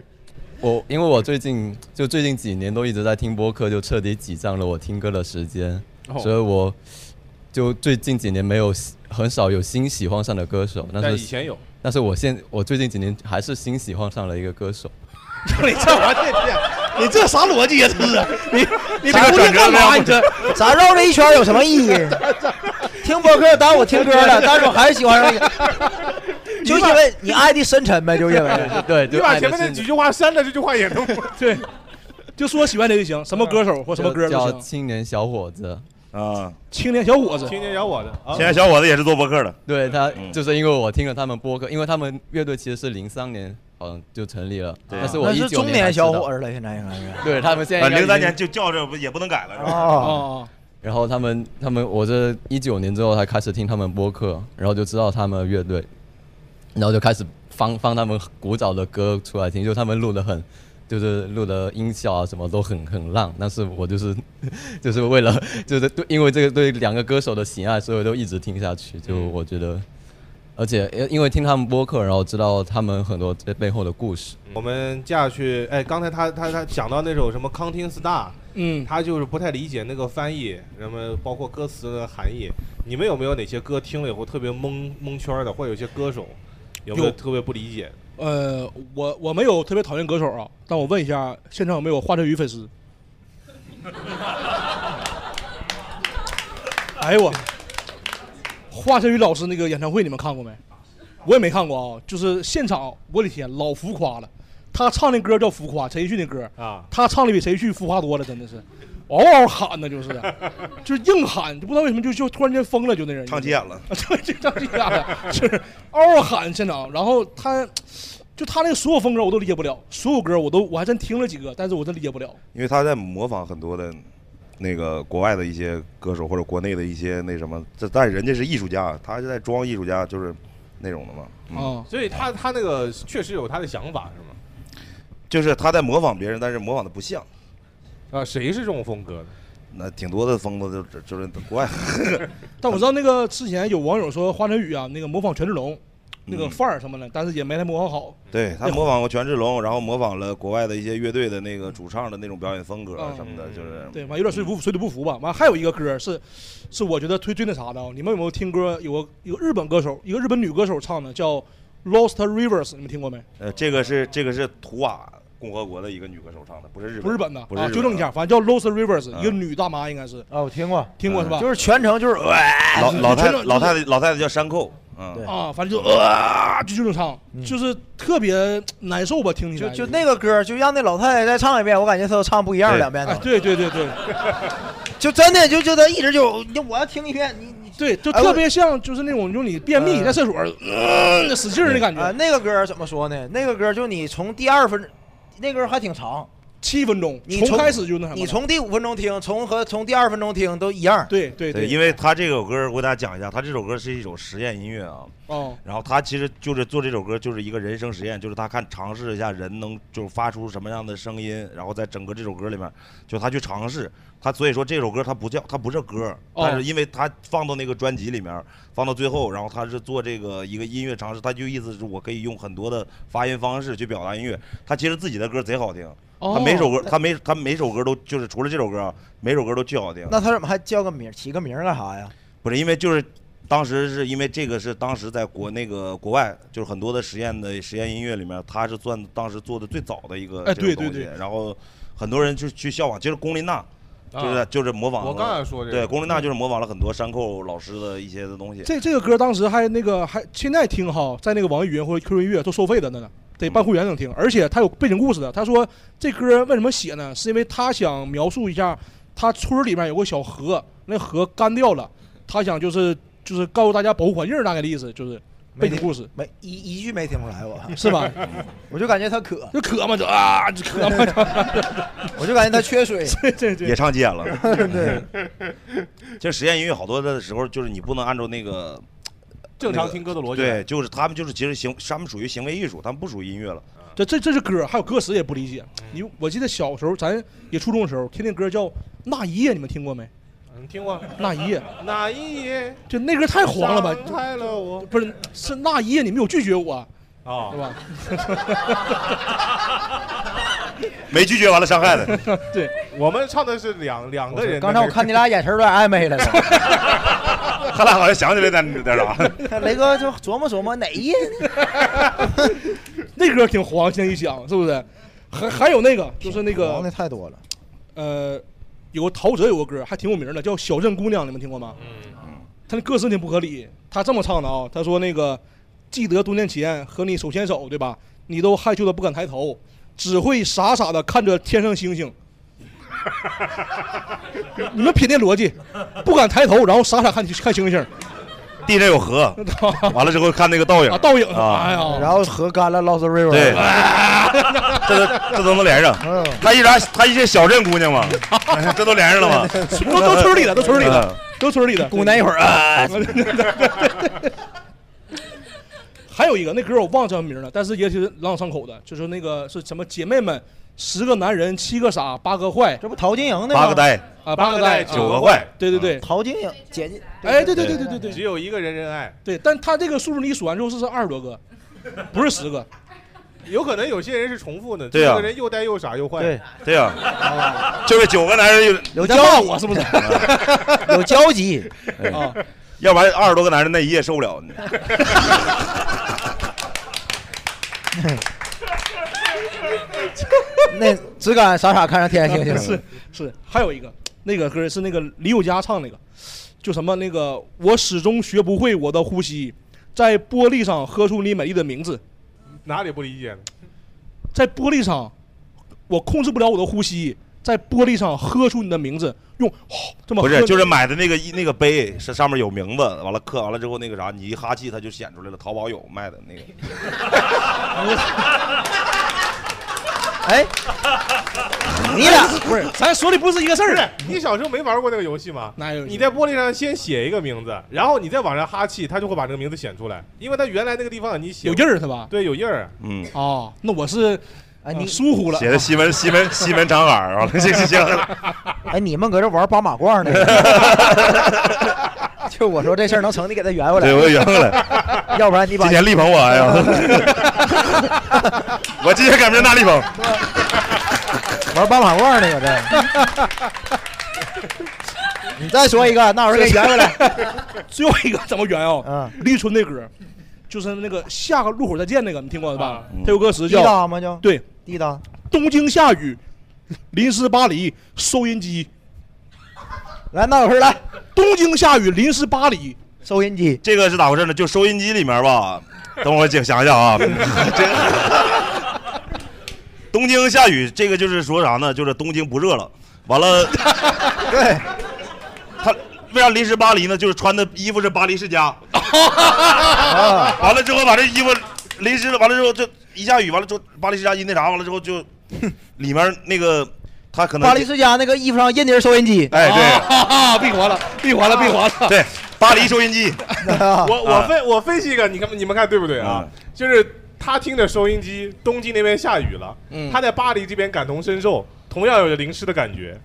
Speaker 13: 我因为我最近就最近几年都一直在听播客，就彻底挤占了我听歌的时间，
Speaker 3: 哦
Speaker 13: 所以我就最近几年没有很少有新喜欢上的歌手，但是
Speaker 1: 但以前有，
Speaker 13: 但是我现我最近几年还是新喜欢上了一个歌
Speaker 1: *laughs*
Speaker 13: 手，
Speaker 3: 你这
Speaker 13: *laughs*
Speaker 3: 玩意儿，你这啥逻辑呀？这
Speaker 1: 啊
Speaker 3: 是你你不是干嘛？你这
Speaker 5: 咱绕了一圈有什么
Speaker 3: *laughs*
Speaker 5: 意义？听播客当然我听歌了，但是我还是喜欢上你，
Speaker 4: *laughs*
Speaker 5: 就因为你爱的深沉呗，就因为
Speaker 13: 对
Speaker 1: 你把前面那几句话删了，这句话也
Speaker 5: *laughs*
Speaker 1: 能
Speaker 3: *laughs* 对，就说喜欢谁就行，
Speaker 5: 嗯
Speaker 3: 什么歌手或什么歌都
Speaker 13: 叫
Speaker 3: 行。
Speaker 13: 青年小伙子
Speaker 4: 啊，
Speaker 3: 青年小伙子，
Speaker 1: 青年小伙子，
Speaker 13: 啊
Speaker 4: 现在小伙子也是做博客的，嗯
Speaker 13: 对他就是因为我听了他们播客，因为他们乐队其实是零三年好像就成立了，
Speaker 4: 啊
Speaker 13: 但是我
Speaker 5: 那
Speaker 13: 一
Speaker 5: 是
Speaker 13: 九
Speaker 5: 中年小伙
Speaker 13: 子，
Speaker 5: 子了，现在应该是。
Speaker 13: 对他们现在
Speaker 4: 零三年
Speaker 13: 就。
Speaker 4: 就叫这不也不能改了是吧？
Speaker 5: 哦
Speaker 13: 然后他们他们我这一九年之后才开始听他们播客，然后就知道他们乐队，然后就开始放放他们古早的歌出来听，就他们录的很。就是录的音效啊，什么都很很烂，但是我就是 *laughs* 就是为了就是对因为这个对两个歌手的喜爱，所以我都一直听下去。就我觉得而且呃因为听他们播客，然后知道他们很多这背后的故事。
Speaker 1: 我们接下去，哎，刚才他他他讲到那首什么《Counting Star》，
Speaker 3: 嗯，
Speaker 1: 他就是不太理解那个翻译，什么包括歌词的含义。你们有没有哪些歌听了以后特别蒙蒙圈的，或者有些歌手有没有
Speaker 3: 有
Speaker 1: 特别不理解？
Speaker 3: 呃，我我没有特别讨厌歌手啊，但我问一下，现场有没有华晨宇粉丝？哎呦我，华晨宇老师那个演唱会你们看过没？我也没看过啊，就是现场，我的天，老浮夸了。他唱那歌叫《浮夸》，陈奕迅的歌
Speaker 1: 啊，
Speaker 3: 他唱的比陈奕迅浮夸多了，真的是，嗷嗷喊呢，就是，就是硬喊，就不知道为什么就就突然间疯了，就那人
Speaker 4: 唱急眼了，
Speaker 3: *laughs* 对，就唱急眼了，是嗷嗷喊现场，然后他。就他那个所有风格我都理解不了，所有歌我都我还真听了几个，但是我真理解不了。
Speaker 4: 因为他在模仿很多的那个国外的一些歌手或者国内的一些那什么，这但人家是艺术家，啊他是在装艺术家，就是那种的嘛。嗯、
Speaker 3: 哦，
Speaker 1: 所以他他那个确实有他的想法，是吗？
Speaker 4: 就是他在模仿别人，但是模仿的不像。
Speaker 1: 啊，谁是这种风格的？
Speaker 4: 那挺多的疯子就只就是国
Speaker 1: *laughs*
Speaker 4: 外，
Speaker 3: 但我知道那个之前有网友说华晨宇啊，那个模仿权志龙，那个
Speaker 4: 嗯
Speaker 3: 范儿什么的，但是也没太模仿好。
Speaker 4: 对他模仿过权志龙，然后模仿了国外的一些乐队的那个主唱的那种表演风格啊什
Speaker 1: 哦
Speaker 4: 么的，就是
Speaker 3: 对，完有点水土水土不服吧。完还有一个歌是，是我觉得最最那啥的啊。你们有没有听歌？有个有个日本歌手，一个日本女歌手唱的叫《Lost Rivers》，你们听过没？
Speaker 4: 呃，这个是这个是图瓦共和国的一个女歌手唱的，不是日本，
Speaker 3: 不是日本的
Speaker 4: 不是
Speaker 3: 啊，
Speaker 4: 日
Speaker 3: 纠正一下，反正叫《Lost Rivers》，
Speaker 4: 啊
Speaker 3: 一个女大妈应该是
Speaker 5: 啊，我听过，
Speaker 3: 听过是吧？
Speaker 5: 就是全程就是
Speaker 4: 哎老老太
Speaker 3: 全程就是
Speaker 4: 呃老太太老太太叫山寇，嗯，
Speaker 3: 啊，反正就啊，就这种唱，
Speaker 5: 嗯
Speaker 3: 就是特别难受吧，听起
Speaker 5: 就
Speaker 3: 来
Speaker 5: 就那个歌，就让那老太太再唱一遍，我感觉她都唱不一样两遍
Speaker 3: 哎
Speaker 5: 了。
Speaker 3: 对对对对，
Speaker 5: 就真的就就她一直就，你我要听一遍，你你
Speaker 3: 对，就
Speaker 5: 哎
Speaker 3: 特
Speaker 5: 我
Speaker 3: 别像就是那种用你便
Speaker 5: 哎
Speaker 3: 秘在厕所，嗯，使劲儿的感觉
Speaker 5: 啊。那个歌怎么说呢？那个歌就你从第二分，那歌还挺长，
Speaker 3: 七分钟，
Speaker 5: 你
Speaker 3: 从开始就那什么了
Speaker 5: 你从第五分钟听，从和从第二分钟听都一样。
Speaker 3: 对对
Speaker 4: 对，因为他这首歌我给大家讲一下，他这首歌是一首实验音乐啊，
Speaker 3: 哦，
Speaker 4: 然后他其实就是做这首歌，就是一个人声实验，就是他看尝试一下人能就是发出什么样的声音，然后在整个这首歌里面，就他去尝试。他所以说这首歌他不叫他不是歌，
Speaker 3: 哦
Speaker 4: 但是因为他放到那个专辑里面，放到最后，然后他是做这个一个音乐尝试，他就意思是我可以用很多的发音方式去表达音乐。他其实自己的歌贼好听，
Speaker 5: 哦
Speaker 4: 他每首歌他每他每首歌都就是除了这首歌，啊，每首歌都巨好听。
Speaker 5: 那她怎么还叫个名儿起个名儿干啥呀？
Speaker 4: 不是因为就是当时是因为这个是当时在国那个国外就是很多的实验的实验音乐里面，它是算当时做的最早的一个
Speaker 3: 哎
Speaker 4: 这种
Speaker 3: 对对
Speaker 4: 东西
Speaker 3: 对
Speaker 4: 然后很多人就去效仿，其实龚琳娜。就是、
Speaker 3: 啊
Speaker 4: 就是模仿了，
Speaker 3: 我刚想说这个
Speaker 4: 对，龚琳娜就是模仿了很多山寇老师的一些的东西。
Speaker 3: 这这个歌当时还那个还现在听哈，在那个网易云或者 QQ 音乐都收费的呢，得办会员能听，而且它有背景故事的。他说这歌为什么写呢？是因为他想描述一下他村儿里面有个小河，那河干掉了，他想就是就是告诉大家保护环境大概的意思，就是背景故事。
Speaker 5: 没一一句没听出来我，
Speaker 3: 是吧？
Speaker 5: *laughs* 我就感觉她渴，
Speaker 3: 就渴嘛，就啊，就渴嘛，
Speaker 5: *laughs* 我就感觉她缺
Speaker 4: *laughs*
Speaker 5: 水
Speaker 3: *laughs* 。对对对，
Speaker 4: 也唱急眼了 *laughs*
Speaker 5: *laughs* 对，
Speaker 4: 其实实验音乐好多的时候，就是你不能按照那个
Speaker 1: 正常
Speaker 4: 那个
Speaker 1: 听歌的逻辑
Speaker 4: 对，就是他们就是其实行，他们属于行为艺术，他们不属于音乐了。
Speaker 3: 这这这是歌，还有歌词也不理解。你我记得小时候，咱也初中的时候听那歌叫《那一夜》，你们听过没？
Speaker 1: 你听过？
Speaker 3: 那一夜，
Speaker 1: 哪一夜？
Speaker 3: 就那歌太黄了吧？
Speaker 1: 伤害了我
Speaker 3: 不是，是那一夜你没有拒绝我啊，*laughs*
Speaker 1: 啊，
Speaker 3: 对吧？
Speaker 4: 没拒绝完了伤害的。
Speaker 3: 对，
Speaker 1: 我们唱的是两两个人的那个。
Speaker 5: 刚才我看你俩眼神有点暧昧了都，
Speaker 4: 他俩好像想起来点点啥。
Speaker 5: 雷哥就琢磨琢磨哪一页 *laughs* 呢？
Speaker 3: *laughs* 那歌挺黄，现在一想是不是？还还有那个就是那个
Speaker 5: 黄的太多了。
Speaker 3: 呃，有个陶喆有个歌还挺有名的，叫《小镇姑娘》，你们听过吗？
Speaker 4: 嗯
Speaker 3: 他那歌词挺不合理，他这么唱的啊，他说那个记得多年前和你手牵手，对吧？你都害羞的不敢抬头，只会傻傻的看着天上星星。 *laughs* 你们品那逻辑，不敢抬头，然后傻傻看看星星，
Speaker 4: 地上有河，完了之后看那个倒影，
Speaker 3: 啊倒影
Speaker 4: 啊，
Speaker 3: 哎呀
Speaker 5: 然后河干了，Lost River。嗯
Speaker 4: 对，这都这都能连上。他一啥？他一些小镇姑娘嘛， *laughs* 这都连上了吗？
Speaker 3: *laughs* 都都村里的，都村里
Speaker 4: *laughs* 嗯
Speaker 3: 的， *laughs* 都村里的。
Speaker 5: 孤男一会儿
Speaker 3: *laughs*
Speaker 5: 啊
Speaker 3: 还有一个那歌我忘了叫什么名了，但是也挺朗朗上口的，就是那个是什么姐妹们，十个男人七个傻八个坏，
Speaker 5: 这不陶晶莹
Speaker 4: 八个呆，
Speaker 3: 啊，八个带
Speaker 4: 九个坏
Speaker 3: 对对对，
Speaker 5: 陶晶莹姐姐，
Speaker 3: 哎，对对对对对对，
Speaker 1: 只有一个人人爱，
Speaker 3: 对，但他这个数目你数完之后是是二十多个，不是十个，
Speaker 1: 有可能有些人是重复的，
Speaker 3: 对啊
Speaker 1: 这个人又呆又傻又坏，
Speaker 3: 对
Speaker 4: 对呀、
Speaker 1: 啊，
Speaker 4: 就是九个男人有
Speaker 1: 有
Speaker 4: 交
Speaker 1: 交
Speaker 3: 啊我是不是？
Speaker 5: 嗯有交集
Speaker 3: *laughs* 啊，
Speaker 4: 哎
Speaker 3: 哎
Speaker 4: 要不然二十多个男人那一夜受不了你。
Speaker 5: 那只敢傻傻看着天上星星。
Speaker 3: *laughs* 是是，还有一个那个歌是那个李友嘉唱那个，就什么那个我始终学不会我的呼吸，在玻璃上喝出你美丽的名字，
Speaker 1: 哪里不理解呢？
Speaker 3: 在玻璃上，我控制不了我的呼吸，在玻璃上喝出你的名字，用、哦这么
Speaker 4: 不
Speaker 3: 喝
Speaker 4: 是，
Speaker 3: 你
Speaker 4: 就是买的那个一那个杯，是上面有名字，完了刻完了之后那个啥，你一哈气它就显出来了。淘宝有卖的那个。
Speaker 3: *laughs*
Speaker 5: 哎，你俩不是，
Speaker 3: 咱说的不是一个事儿。啊
Speaker 1: 你小时候没玩过那个游戏吗？
Speaker 3: 哪有？
Speaker 1: 你在玻璃上先写一个名字，然后你再往上哈气，它就会把这个名字显出来，因为它原来那个地方你写
Speaker 3: 有印儿是吧？
Speaker 1: 对，有印儿。
Speaker 4: 嗯。
Speaker 3: 哦，那我是
Speaker 5: 哎你
Speaker 3: 疏忽了，
Speaker 4: 写的西门西门西门长耳啊，行行行，
Speaker 5: 哎，你们搁这玩八马褂呢？ *laughs* 就我说这事儿能成，你给他圆回来。
Speaker 4: 对我圆回来
Speaker 5: *laughs* 要不然你把
Speaker 4: 今天力捧我
Speaker 3: 哎
Speaker 5: *laughs*
Speaker 4: 啊呀。我今天改名大力捧。
Speaker 5: 玩八马褂呢，搁
Speaker 3: *laughs*
Speaker 5: 这。你再说一个，那我给圆 *laughs* 回来。
Speaker 3: 最后一个怎么圆
Speaker 5: 嗯
Speaker 3: 啊？立春那歌，就是那个下个路口再见那个，你听过吧？它有歌词叫
Speaker 5: 滴答吗就
Speaker 3: 对，
Speaker 5: 滴答。
Speaker 3: 东京下雨，淋湿巴黎，收音机。
Speaker 5: 来，那老师来。
Speaker 3: 东京下雨，淋湿巴黎，
Speaker 5: 收音机。
Speaker 4: 这个是咋回事呢？就收音机里
Speaker 5: *laughs*
Speaker 4: 面吧。等我想想一下啊。这东京下雨，这个就是说啥呢？就是东京不热了。完了，
Speaker 5: *laughs* 对，
Speaker 4: 他为啥临时巴黎呢？就是穿的衣服是巴黎
Speaker 5: *laughs*
Speaker 4: 世家。完了之后把这衣服淋湿了，完了之后就一下雨，完了之后巴黎世家一那啥，完了之后
Speaker 5: *laughs*
Speaker 4: 就里面那个他可能
Speaker 5: 巴黎世家那个衣服上印的是收音机。啊
Speaker 4: 哎
Speaker 1: 啊
Speaker 4: 对
Speaker 3: 哈哈，闭环了，闭环了，闭啊环了。
Speaker 4: 啊对，巴黎收
Speaker 3: *laughs*
Speaker 4: 音机。
Speaker 1: 我我分我分析一个，你看你们看对不对
Speaker 4: 嗯
Speaker 1: 啊？就是他听着收音机，东京那边下雨了，
Speaker 3: 嗯
Speaker 1: 他在巴黎这边感同身受，同样有着淋湿的
Speaker 3: *laughs*
Speaker 1: 感觉。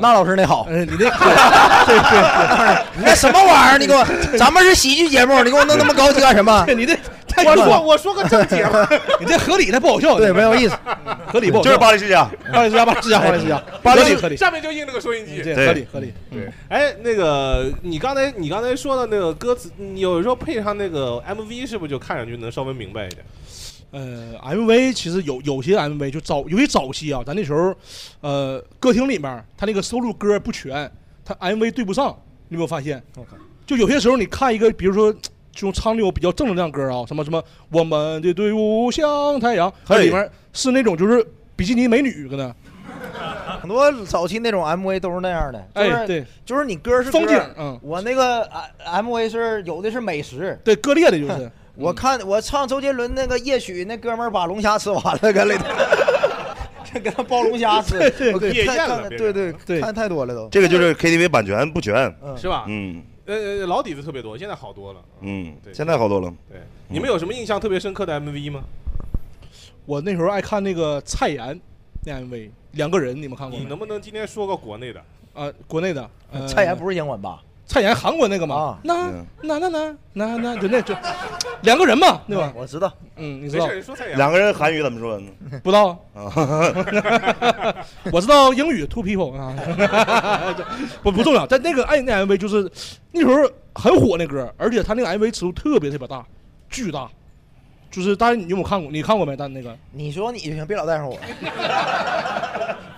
Speaker 5: 那老师那好，
Speaker 3: 你那？
Speaker 5: *laughs* 你那什么玩意儿？你给我，咱们是喜剧节目，你给我弄那么高级干什么
Speaker 3: 你这太
Speaker 1: 我说我说个正经，
Speaker 3: *laughs* 你这合理的不好笑，
Speaker 5: 对，没有意思，哎
Speaker 3: 合理不好笑？
Speaker 1: 就是巴黎哎世
Speaker 4: 家，
Speaker 3: *laughs* 巴黎世家，巴黎世家，巴黎世家，
Speaker 1: 巴
Speaker 3: 合理合理，
Speaker 1: 上面就印了个收音机，
Speaker 3: 这合理合嗯理。
Speaker 5: 嗯
Speaker 1: 对，哎，那个你刚才你刚才说的那个歌词，你有时候配上那个 MV，是不是就看上去能稍微明白一点？
Speaker 3: 呃，MV 其实有有些 MV 就早，尤其早期啊，咱那时候，呃，歌厅里面他那个收录歌不全，他 MV 对不上，你有没有发现？就有些时候你看一个，比如说这种唱那种比较正能量歌啊，什么什么我们的队伍像太阳，它里面是那种就是比基尼美女搁那，
Speaker 5: *laughs* 很多早期那种 MV 都是那样的，就
Speaker 3: 哎
Speaker 5: 是、
Speaker 3: 对，
Speaker 5: 就是你歌是歌
Speaker 3: 风景嗯
Speaker 5: 我那个啊 MV 是有的是美食，
Speaker 3: 对，割裂的就是
Speaker 5: *laughs* 我看我唱周杰伦那个夜曲，那哥们儿把龙虾吃完了，搁里头， *laughs* 这给他包龙虾吃，
Speaker 3: 对对对
Speaker 5: 我
Speaker 3: 野
Speaker 5: 看
Speaker 3: 宴了
Speaker 5: 看
Speaker 3: 别
Speaker 5: 对
Speaker 3: 人
Speaker 5: 对
Speaker 3: 对
Speaker 5: 看太多了都。
Speaker 4: 这个就是 KTV 版权不全，
Speaker 1: 是吧？
Speaker 4: 嗯
Speaker 1: 呃，呃，老底子特别多，现在好多了。
Speaker 4: 嗯，
Speaker 1: 对
Speaker 4: 现在好多了。
Speaker 1: 对，你们有什么印
Speaker 5: *laughs*
Speaker 1: 象特别深刻的 MV 吗？
Speaker 3: 我那时候爱看那个蔡妍那 MV，两个人你们看过
Speaker 1: 你
Speaker 3: 没？
Speaker 1: 能不能今天说个国内的？
Speaker 3: 啊、国内的、呃、
Speaker 5: 蔡妍不是英文吧？啊
Speaker 3: 蔡妍韩国那个嘛，那那那那那那就那就两个人嘛，对吧？
Speaker 5: 我知道，
Speaker 3: 嗯，你知道
Speaker 1: 没事说蔡妍
Speaker 4: 两个人韩语怎么说呢？
Speaker 3: 不知道
Speaker 4: 啊，
Speaker 3: *laughs* 我知道英语 two people 啊， *laughs* 不不重要。但那个爱那 MV 就是那时候很火那歌，而且他那个 MV 尺度特别特别大，巨大。就是，当然你有没有看过？你看过没？但那个，
Speaker 5: 你说你就行，别老带上
Speaker 3: *laughs*
Speaker 5: 我。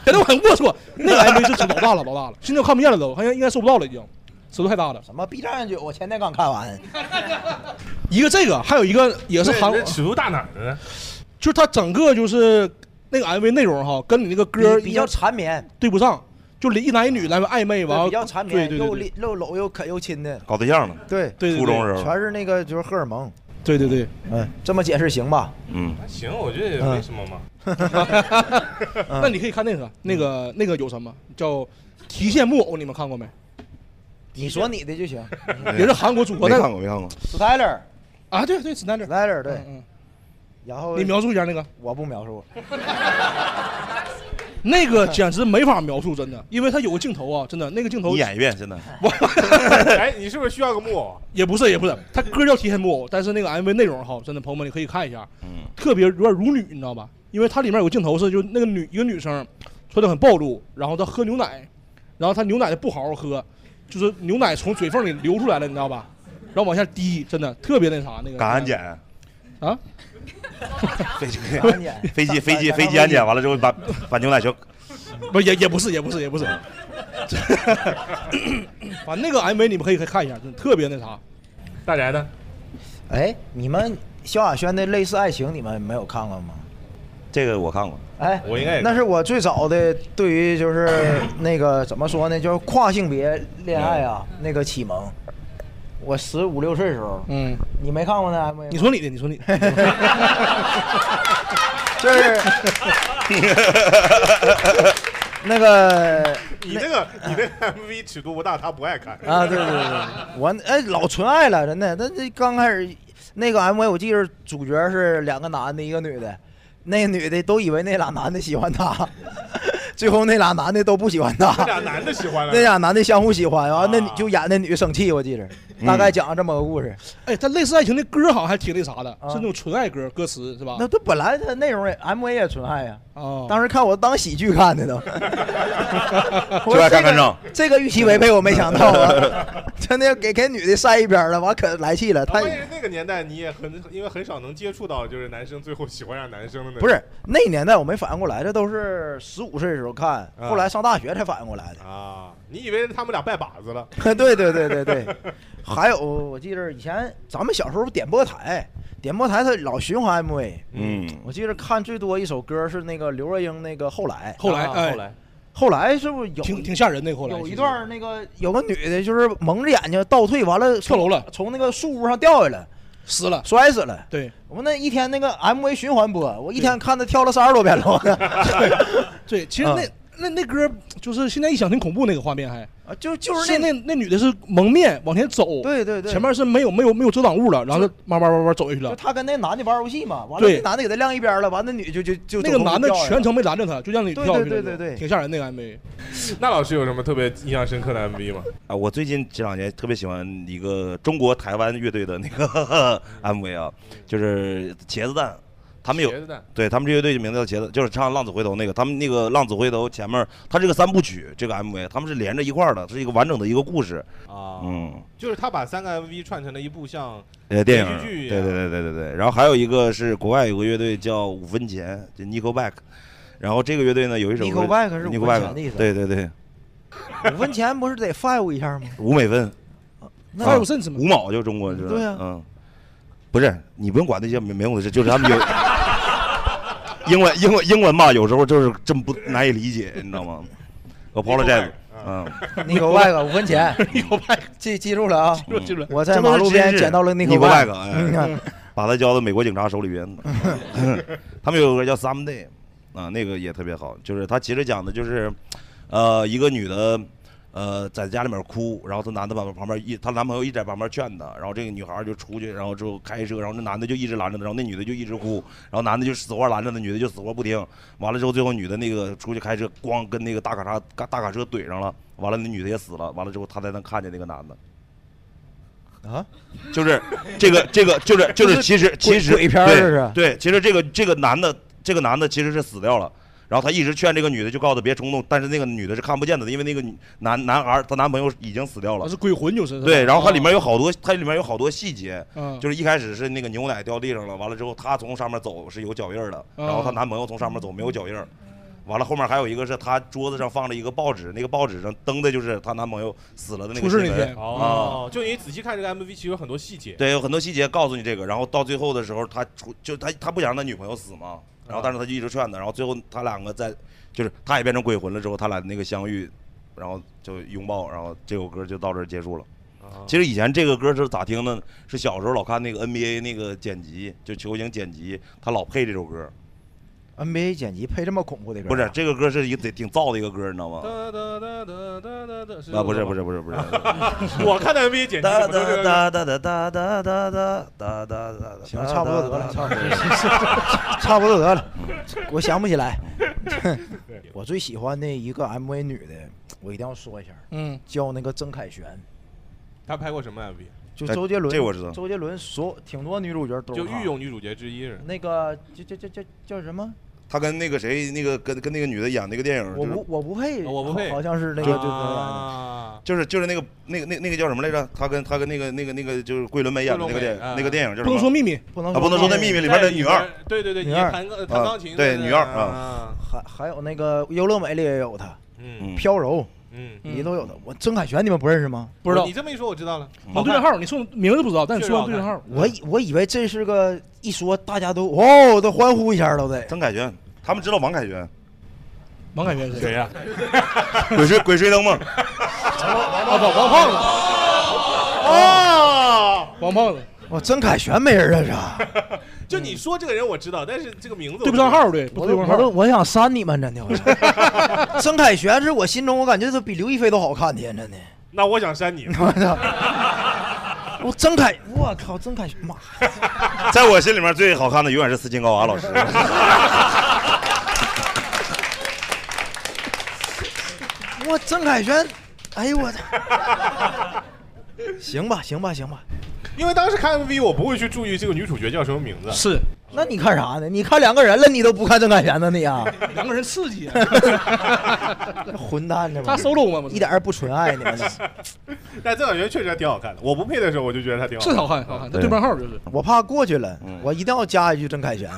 Speaker 3: 可能我很龌龊。那个 MV 是尺度老大了，老大了，现在我看不见了都，好像应该收不到了，已经，尺度太大了。
Speaker 5: 什么 B 站就我前天刚看完，
Speaker 3: *laughs* 一个这个，还有一个也是韩
Speaker 1: 对那尺度大哪儿呢？
Speaker 3: 就是它整个就是那个 MV 内容哈，跟你那个歌
Speaker 5: 比比较缠绵，
Speaker 3: 对不上，就一男一女来回暧昧
Speaker 5: 对
Speaker 3: 完了，
Speaker 5: 比较缠
Speaker 3: 对
Speaker 5: 绵，
Speaker 3: 对
Speaker 5: 又
Speaker 3: 对
Speaker 5: 搂又搂又啃又亲的，
Speaker 4: 搞对象了。
Speaker 5: 对
Speaker 3: 对对
Speaker 4: 初中时候。
Speaker 5: 全是那个就是荷尔蒙。
Speaker 3: 对对对，
Speaker 5: 嗯，这么解释行吧？嗯
Speaker 4: 嗯，
Speaker 1: 行，我觉得也没什么嘛。
Speaker 5: *laughs*
Speaker 3: 对。 *laughs* 那你可以看那
Speaker 4: 嗯
Speaker 3: 个那个那个有什么叫《提线木偶》，你们看过没？
Speaker 5: 你说你的就
Speaker 4: *laughs*
Speaker 5: 行。
Speaker 3: 也是韩国主播，
Speaker 4: 没
Speaker 3: 那
Speaker 4: 看过，没看过。
Speaker 5: Styler
Speaker 3: 啊，对嗯对，Styler
Speaker 5: Styler 对，然后
Speaker 3: 你描述一下那个，
Speaker 5: 我不描述，
Speaker 3: *laughs* 那个简直没法描述，真的，因为他有个镜头啊，真的那个镜头。
Speaker 4: 你演一遍现在。
Speaker 1: *laughs* 哎，你是不是需要个木偶？
Speaker 3: *laughs* 也不是也不是，他歌叫《提线木偶》，但是那个 MV 内容哈，真的朋友们你可以看一下，
Speaker 4: 嗯，
Speaker 3: 特别有点辱女，你知道吧？因为它里面有个镜头是，就那个女一个女生穿的很暴露，然后她喝牛奶，然后她牛奶不好好喝，就是牛奶从嘴缝里流出来了，你知道吧？然后往下滴，真的特别那啥那个。
Speaker 4: 敢安检。
Speaker 3: 啊？
Speaker 4: 飞机
Speaker 3: 敢安检
Speaker 4: *laughs* 飞机飞机
Speaker 3: 敢敢
Speaker 4: 飞机安检完了之后，把把牛奶全
Speaker 3: 不也也不是也不是也不是， *laughs* 把那个 MV 你们可以看一下，真的特别那啥。
Speaker 1: 大宅呢？
Speaker 5: 哎，你们萧亚轩的《类似爱情》你们没有看过吗？
Speaker 4: 这个我看过。
Speaker 5: 哎，
Speaker 4: 我应该也
Speaker 5: 那是我最早的对于就是那个怎么说呢，就是跨性别恋爱啊，那个启蒙。我十五六岁时候，
Speaker 3: 嗯，
Speaker 5: 你没看过那 MV？
Speaker 3: 你说你的，你说你的，
Speaker 5: 就是 *laughs* 那个
Speaker 1: 你那个你那个 MV 尺度不大，他不爱看
Speaker 5: 啊，对对对，我哎老纯爱了，真的。但这刚开始那个 MV，我记得主角是两个男的，一个女的，那个女的都以为那俩男的喜欢她， *laughs* 最后那俩男的都不喜欢她。
Speaker 1: 那俩啊男的喜欢了，啊
Speaker 5: 那俩男的相互喜欢，完那女就演那女生气，我记着，
Speaker 4: 嗯
Speaker 5: 大概讲了这么个故事。
Speaker 3: 哎，他类似爱情的歌好像还挺那啥的，是那种纯爱歌，歌词是吧？
Speaker 5: 啊那这本来它内容也 MV 也纯爱呀，
Speaker 3: 哦，
Speaker 5: 当时看我当喜剧看的都，
Speaker 4: *laughs* 就爱看
Speaker 5: 我
Speaker 4: 看仗
Speaker 5: 说这个这个预期违背，我没想到啊， *laughs* 真的给给女的晒一边了，完可来气了，
Speaker 1: 关
Speaker 5: 太
Speaker 1: 键是那个年代，你也很因为很少能接触到，就是男生最后喜欢上男生的那种
Speaker 5: 不是那年代我没反应过来，这都是十五岁的时候看，
Speaker 1: 啊
Speaker 5: 后来上大学才反应过来
Speaker 1: *laughs*
Speaker 5: 的。
Speaker 1: 啊？你以为他们俩拜把子了？
Speaker 5: 对对对对对，还有我记着以前咱们小时候点播台，点播台它老循环 MV，
Speaker 4: 嗯，
Speaker 5: 我记着看最多一首歌是那个刘若英那个后来，
Speaker 3: 后来哎后来，
Speaker 5: 啊后来是不是有
Speaker 3: 挺挺吓人那个后来
Speaker 5: 有
Speaker 3: 其
Speaker 5: 一
Speaker 3: 实
Speaker 5: 段那个有个女的，就是蒙着眼睛倒退，完了跳楼了，从那个树屋上掉下来，
Speaker 3: 死了，
Speaker 5: 摔死了。
Speaker 3: 对，
Speaker 5: 我们那一天那个 MV 循环播，我一天看她跳了三十多遍了。
Speaker 3: *laughs*
Speaker 5: *laughs*
Speaker 3: 对，其实那、
Speaker 5: 啊
Speaker 3: 那那歌就是现在一想挺恐怖那个画面还，
Speaker 5: 啊，就就是
Speaker 3: 那那那女的是蒙面往前走，
Speaker 5: 对对对
Speaker 3: 前面是没有没有没有遮挡物了，然后她慢慢慢慢走下去
Speaker 5: 就
Speaker 3: 了。
Speaker 5: 她跟那男的玩游戏嘛，完了
Speaker 3: 对
Speaker 5: 那男的给她晾一边了，完那女就就就
Speaker 3: 那个
Speaker 5: 走
Speaker 3: 男的
Speaker 5: 掉了
Speaker 3: 全程没拦着她，就让你
Speaker 5: 对
Speaker 3: 跳下去
Speaker 5: 对
Speaker 3: 了
Speaker 5: 对对对
Speaker 3: 挺吓人那个 MV。
Speaker 1: 那老师有什么特别印象深刻的 MV 吗？
Speaker 4: 啊，我最近这两年特别喜欢一个中国台湾乐队的那个 *laughs* MV 啊，就是茄子蛋，他们有
Speaker 1: 茄子蛋
Speaker 4: 对他们这乐队名字叫茄子，就是唱《浪子回头》那个，他们那个《浪子回头》前面，它这个三部曲这个 MV，他们是连着一块儿的，是一个完整的一个故事
Speaker 1: 啊，
Speaker 4: 嗯，
Speaker 1: 就是他把三个 MV 串成了一部像
Speaker 4: 呃，电影
Speaker 1: 连
Speaker 4: 儿，
Speaker 1: 续剧
Speaker 4: 对
Speaker 1: 一
Speaker 4: 对
Speaker 1: 样
Speaker 4: 对对对对。然后还有一个是国外有个乐队叫五分钱，就 Nickelback，然后这个乐队呢有一首歌
Speaker 5: Nickelback 是五分
Speaker 4: Nickelback，
Speaker 5: 钱的意思
Speaker 4: 对对对，
Speaker 5: 五分钱不是得 five 一
Speaker 3: *laughs*
Speaker 5: 下吗？ *laughs*
Speaker 4: 五美分，
Speaker 5: 那
Speaker 4: 啊
Speaker 5: five cents 吗
Speaker 4: 五毛就中国是吧？
Speaker 5: 对啊
Speaker 4: 嗯，不是，你不用管那些没没用的事，就是他们有英文英文英文嘛，有时候就是真不难以理解，你知道吗？Apologize，嗯，
Speaker 1: 啊
Speaker 5: 那个外个五分
Speaker 3: *laughs*
Speaker 5: 钱，记记住了啊！我在
Speaker 4: 这都
Speaker 5: 马
Speaker 4: 是
Speaker 5: 路
Speaker 4: 真
Speaker 5: 边
Speaker 4: 是
Speaker 5: 捡到了那个
Speaker 4: Nickelback，
Speaker 5: 嗯
Speaker 4: 哎，把它交到美国警察手里边。
Speaker 5: *laughs*
Speaker 4: 他们有个歌叫《Someday》，啊，那个也特别好，就是他其实讲的就是，呃，一个女的。呃，在家里面哭，然后她男的把旁边一，她男朋友一直在旁边劝她，然后这个女孩就出去，然后之后开车，然后那男的就一直拦着她，然后那女的就一直哭，然后男的就死活拦着她，女的就死活不听，完了之后最后女的那个出去开车，咣跟那个大卡车大大卡车怼上了，完了那女的也死了，完了之后她才能看见那个男的，
Speaker 5: 啊，
Speaker 4: 就是这个这个就是就
Speaker 5: 就是
Speaker 4: 是其实
Speaker 5: 鬼
Speaker 4: 其实
Speaker 5: 鬼片儿这是
Speaker 4: 对对，其实这个这个男的这个男的其实是死掉了。然后他一直劝这个女的，就告诉她别冲动。但是那个女的是看不见的，因为那个女男男孩儿她男朋友已经死掉了
Speaker 3: 啊那是。鬼魂就是。是吧哦
Speaker 4: 对，然后它里面有好多，它里面有好多细节
Speaker 3: 嗯，
Speaker 4: 就是一开始是那个牛奶掉地上了，完了之后她从上面走是有脚印儿的，
Speaker 3: 嗯
Speaker 4: 然后她男朋友从上面走没有脚印儿，完了后面还有一个是她桌子上放着一个报纸，那个报纸上登的就是她男朋友死了的那个
Speaker 3: 出事
Speaker 4: 新
Speaker 3: 那
Speaker 4: 闻
Speaker 3: 天
Speaker 4: 啊，
Speaker 1: 哦，就你仔细看这个 MV，其实有很多细节。
Speaker 4: 对，有很多细节告诉你这个，然后到最后的时候，他出就他他不想让他女朋友死嘛，然后但是他就一直劝他，然后最后他两个在就是他也变成鬼魂了之后，他俩那个相遇，然后就拥抱，然后这首歌就到这儿结束了。
Speaker 10: 哦
Speaker 4: 其实以前这个歌是咋听呢？是小时候老看那个 NBA 那个剪辑，就球星剪辑，他老配这首歌。
Speaker 5: NBA 剪辑配这啊么恐怖的歌，
Speaker 4: 不是，这个歌是一个得挺燥的一个歌，你知道吗？啊，不是不是不是不是，
Speaker 1: 我看的 MV 剪辑
Speaker 4: 哒
Speaker 1: 怎么都
Speaker 4: 哒
Speaker 1: 是
Speaker 4: 哒哒哒哒哒哒哒哒哒哒。
Speaker 5: 行，啊差不多 *laughs* *laughs*
Speaker 4: 嗯
Speaker 5: 得了，差不多，差不多得了，我想不起来。 *laughs* 我最喜欢的一个 MV 女的，我一定要说一下，
Speaker 3: 嗯，
Speaker 5: 叫那个曾凯旋，
Speaker 1: 他拍过什么 MV？
Speaker 5: 就周杰伦，
Speaker 1: 这我知道。
Speaker 5: 周杰伦所有挺多女主角都是
Speaker 1: 就
Speaker 5: 她
Speaker 1: 御用女主角之一是。
Speaker 5: 那个叫叫叫叫叫什么？
Speaker 4: 他跟那个谁，那个跟跟那个女的演那个电影，
Speaker 5: 我不我不配，我不配，好像是那个
Speaker 4: 就
Speaker 5: 就是
Speaker 1: 啊
Speaker 4: 就是就是那个那个那那个叫什么来着？他跟他跟那个那个那个就是桂纶镁演的那个电
Speaker 1: 啊
Speaker 4: 影，那个电影叫什么？
Speaker 5: 不能
Speaker 4: 啊，不能说那秘密里边的女二。啊
Speaker 1: 对对对，
Speaker 5: 女
Speaker 1: 也
Speaker 5: 二
Speaker 1: 弹个弹钢琴的
Speaker 4: 对
Speaker 1: 那
Speaker 4: 女二
Speaker 1: 个
Speaker 4: 啊，
Speaker 5: 还还有那个优乐美里也有她，
Speaker 1: 嗯
Speaker 5: 飘柔，
Speaker 1: 嗯
Speaker 5: 里都有她。我曾凯旋哦你们不认识吗？
Speaker 3: 不知道
Speaker 1: 你这么一说，我知道了。
Speaker 3: 哦，对
Speaker 1: 好
Speaker 3: 账
Speaker 1: 看
Speaker 3: 号，你送名字不知道，但你说完对账号，
Speaker 5: 我以我以为这是个一说大家都哦都欢呼一下都得。
Speaker 4: 曾凯旋，他们知哦道王凯旋，
Speaker 3: 王凯旋是
Speaker 4: 谁
Speaker 5: 啊
Speaker 4: 呀？鬼吹鬼吹灯梦，
Speaker 3: 我操，王胖子，
Speaker 1: 哦，
Speaker 3: 王胖子，
Speaker 5: 我曾凯旋没人认识啊，
Speaker 1: 就你说这个人我知道，但是这个名字我
Speaker 3: 对不上号，对，
Speaker 5: 我
Speaker 3: 不对
Speaker 5: 都
Speaker 3: 不上
Speaker 5: 我都
Speaker 3: 号。
Speaker 5: 我想删你们真的。我操 *laughs* 曾凯旋是我心中我感觉他比刘亦菲都好看天真的。
Speaker 1: 那我想删
Speaker 3: *laughs*
Speaker 1: 你。
Speaker 5: *laughs* 我操！我哦曾凯，我靠，曾凯旋，妈！
Speaker 4: *laughs* 在我心里面最好看的永远是斯琴高娃老师。
Speaker 5: 我曾凯旋，哎呦我操！ *laughs* 行吧，行吧，行吧。
Speaker 1: 因为当时看 MV，我不会去注意这个女主角叫什么名字。
Speaker 3: 是，
Speaker 5: 那你看啥呢？你看两个人了，你都不看曾凯旋呢？你 *laughs* 啊，
Speaker 3: *laughs* 两个人刺激啊，啊 *laughs*
Speaker 5: 这混蛋呢！
Speaker 3: 他 solo 吗
Speaker 5: 一点儿也不纯爱你们呢。
Speaker 1: *laughs* 但郑晓璇确实还挺好看的。我不配的时候，我就觉得她挺好看。
Speaker 3: *laughs* 是好看，好看，这对账号就是。
Speaker 5: 我怕过去了，我一定要加一句郑凯旋，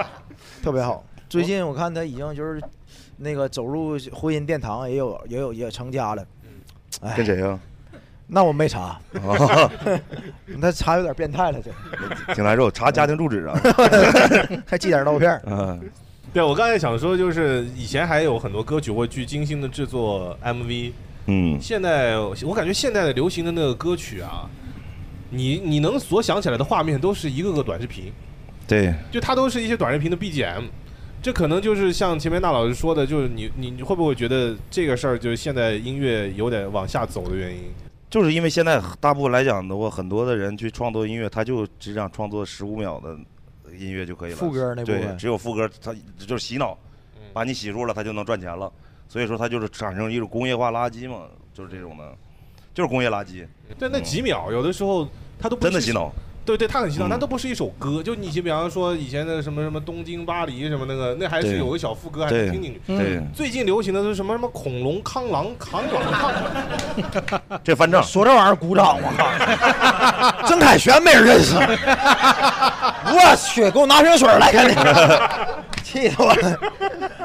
Speaker 5: *laughs* 特别好。最近我看他已经就是那个走入婚姻殿堂，也有也有也成家了。 *laughs* 哎，
Speaker 4: 跟谁呀？
Speaker 5: 那我没查
Speaker 4: 哦，
Speaker 5: *laughs* 那查有点变态了，这
Speaker 4: *laughs*
Speaker 5: *laughs*
Speaker 4: 挺难受，查家庭住址啊。
Speaker 5: 还寄点照片。
Speaker 4: 嗯，
Speaker 1: 对，我刚才想说，就是以前还有很多歌曲会去精心的制作 MV，
Speaker 4: 嗯
Speaker 1: 现在我感觉现在的流行的那个歌曲啊，你你能所想起来的画面都是一个个短视频，
Speaker 4: 对，
Speaker 1: 就它都是一些短视频的 BGM。这可能就是像前面大老师说的，就是你你你会不会觉得这个事儿就是现在音乐有点往下走的原因？
Speaker 4: 就是因为现在大部分来讲的话，很多的人去创作音乐，他就只想创作十五秒的音乐就可以了。
Speaker 5: 副歌那部分
Speaker 4: 对，只有副歌，他就是洗脑，把你洗住了，他就能赚钱了。所以说，他就是产生一种工业化垃圾嘛，就是这种的，就是工业垃圾。嗯
Speaker 1: 对，那几秒有的时候他都不
Speaker 4: 真的
Speaker 1: 是
Speaker 4: 洗脑。
Speaker 1: 对对，他很洗脑，
Speaker 4: 嗯
Speaker 1: 那都不是一首歌。就你比方说以前的什么什么东京、巴黎什么那个，那还是
Speaker 4: 对
Speaker 1: 有个小副歌，还能
Speaker 4: 对
Speaker 1: 听进去。
Speaker 4: 对嗯
Speaker 1: 最近流行的是什么什么恐龙、康狼、扛狼、抗
Speaker 4: 这翻唱
Speaker 5: 说这玩意儿鼓掌，我靠！曾凯旋没人认识，我去，给我拿瓶水来，赶紧！气死我了！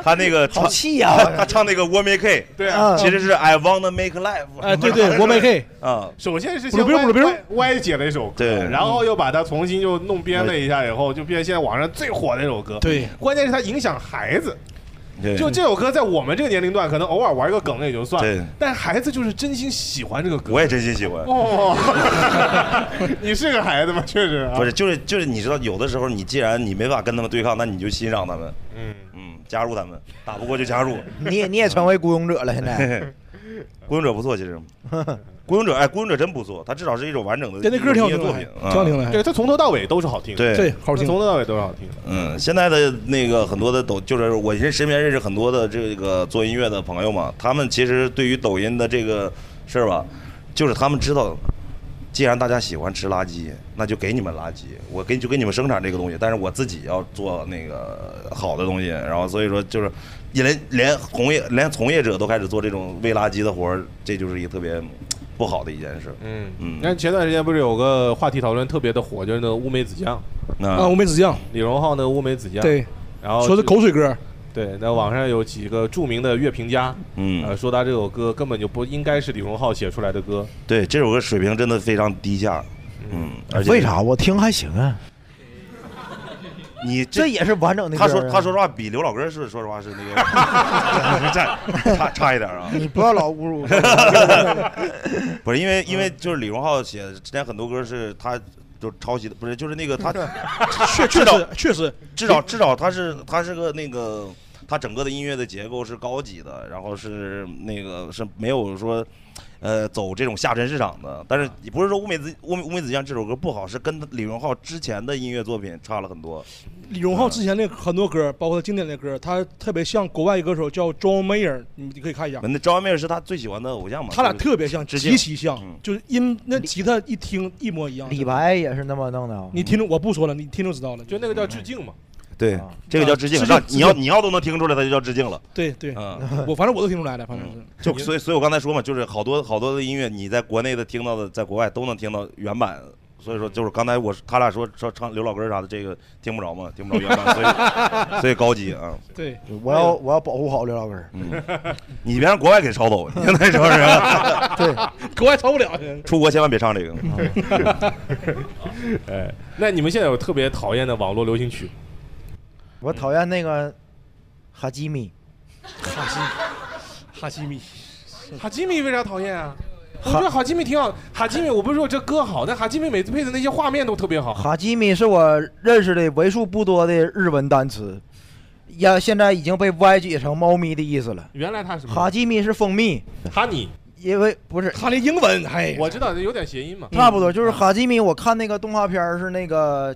Speaker 4: 他那个唱
Speaker 5: 好气呀
Speaker 4: 他他唱那个 One Make It，
Speaker 1: 对
Speaker 5: 啊
Speaker 4: 其实是 I Wanna Make Life。
Speaker 3: 哎对对 One Make It
Speaker 4: 啊，
Speaker 1: 首先是嗯
Speaker 3: 不噜不
Speaker 1: 先
Speaker 3: 噜
Speaker 1: 歪
Speaker 3: 不噜不噜
Speaker 1: 歪歪解了一首歌，
Speaker 4: 对
Speaker 1: 然后又把它重新又弄编了一下，以后就变成现在网上最火的一首歌。
Speaker 3: 对，
Speaker 1: 关键是它影响孩子。
Speaker 4: 对 *laughs*
Speaker 7: *laughs*
Speaker 1: 就这首歌在我们这个年龄段，可能偶尔玩一个梗也就算
Speaker 4: 对
Speaker 1: 了，但孩子就是真心喜欢这个歌。
Speaker 4: 我也真心喜欢。
Speaker 1: 哦，
Speaker 3: *laughs*
Speaker 1: 你是个孩子吗？确实啊，
Speaker 4: 不是，就是就是，你知道，有的时候你既然你没法跟他们对抗，那你就欣赏他们，
Speaker 1: 嗯
Speaker 4: 嗯，加入他们，打不过就 *laughs* 加入。
Speaker 5: 你也你也成为雇佣者了，现
Speaker 4: *laughs*
Speaker 5: 在。
Speaker 4: 孤勇者不错，其 *laughs* 实，孤勇者哎，孤勇者真不错，他至少是一种完整的
Speaker 1: 对那歌挺好
Speaker 4: 音乐
Speaker 1: 听的
Speaker 3: *laughs*
Speaker 4: 作品，
Speaker 1: 还
Speaker 4: 啊
Speaker 1: 挺好听的还对它从头到尾都是好听的
Speaker 4: 对
Speaker 1: 对好听它从头到尾都是好听。
Speaker 4: 嗯，现在的那个很多的抖，就是我认身边认识很多的这个做音乐的朋友嘛，他们其实对于抖音的这个事儿吧，就是他们知道，既然大家喜欢吃垃圾，那就给你们垃圾，我给就给你们生产这个东西，但是我自己要做那个好的东西，然后所以说就是连连红业连从业者都开始做这种喂垃圾的活儿，这就是一个特别不好的一件事。
Speaker 1: 嗯
Speaker 4: 嗯，
Speaker 1: 那前段时间不是有个话题讨论特别的火，就是那个乌梅子酱
Speaker 4: 啊
Speaker 3: 乌梅子酱，
Speaker 1: 李荣浩那个乌梅子酱，
Speaker 3: 对，
Speaker 1: 然后
Speaker 3: 说的
Speaker 1: 就
Speaker 3: 口水歌，
Speaker 1: 对，那网上有几个著名的乐评家，
Speaker 4: 嗯
Speaker 1: 呃，说他这首歌根本就不应该是李荣浩写出来的歌，
Speaker 4: 对，这首歌水平真的非常低下，嗯，而且
Speaker 5: 为啥？我听还行啊。
Speaker 4: 你
Speaker 5: 这也是完整的
Speaker 4: 他
Speaker 5: 歌
Speaker 4: 说
Speaker 5: 啊
Speaker 4: 他说实话比刘老根儿是说实话是
Speaker 5: *laughs*
Speaker 4: 那个差差差一点啊。
Speaker 5: 你不要老侮辱我。 *laughs* 嗯
Speaker 4: 不是因为因为就是李荣浩写之前很多歌是他就抄袭的，不是
Speaker 5: 嗯
Speaker 4: 就是那个他
Speaker 3: 确确实确实
Speaker 4: 至少至少他是他是个那个它整个的音乐的结构是高级的，然后是那个是没有说，呃，走这种下沉市场的。但是也不是说乌梅子乌梅乌梅子酱这首歌不好，是跟李荣浩之前的音乐作品差了很多。
Speaker 3: 李荣浩之前那个很多歌，包括他经典的歌，他特别像国外一个歌手叫 John Mayer，你们可以看一下。
Speaker 4: 那张惠妹是他最喜欢的偶像嘛？
Speaker 3: 他俩
Speaker 4: 就是
Speaker 3: 特别像，
Speaker 4: 致
Speaker 3: 极
Speaker 4: 敬嗯
Speaker 3: 其像，就是音那吉他一听一模一样。
Speaker 5: 李白也是那么弄的。啊
Speaker 3: 你听着，我不说了，你听就知道了。
Speaker 1: *laughs* 就
Speaker 4: 嗯
Speaker 1: 那个叫致敬嘛。
Speaker 4: 对，这个叫致敬
Speaker 3: 致。敬
Speaker 4: 让
Speaker 3: 啊致
Speaker 4: 你要
Speaker 3: 敬
Speaker 4: 你要都能听出来，它就叫致敬了。
Speaker 3: 对对，
Speaker 4: 嗯
Speaker 3: *laughs* 我反正我都听出来了，反正是。
Speaker 4: 就所以，所以我刚才说嘛，就是好多好多的音乐，你在国内的听到的，在国外都能听到原版。所以说，就是刚才我他俩说说唱刘老根儿啥的，这个听不着嘛，听不着原版，
Speaker 3: *laughs*
Speaker 4: 所以所以高级啊。嗯
Speaker 3: 对，
Speaker 5: 我要我要保护好刘老根儿。
Speaker 4: 你别让国外给抄走，你现在说是
Speaker 3: *laughs*
Speaker 4: 吧？ *laughs*
Speaker 3: 对，国外抄不了。
Speaker 4: 出国千万别唱
Speaker 3: *laughs*
Speaker 4: 这个。
Speaker 1: *laughs* 哎，那你们现在有特别讨厌的网络流行曲？
Speaker 5: 我讨厌那个哈基米，
Speaker 3: 哈西，哈西米，
Speaker 1: 哈基米为啥讨厌啊？我觉得哈基米挺好，哈基米我不是说这歌好，但哈基米每次配的那些画面都特别好。
Speaker 5: 哈基米是我认识的为数不多的日文单词，呀，现在已经被歪解成猫咪的意思了。
Speaker 1: 原来他是什么？
Speaker 5: 哈基米是蜂蜜，
Speaker 1: 哈尼，
Speaker 5: 因为不是
Speaker 3: 他的英文，哎，
Speaker 1: 我知道有点谐音嘛，
Speaker 5: 差不多
Speaker 1: 嗯
Speaker 5: 就是哈基米。我看那个动画片儿是那个，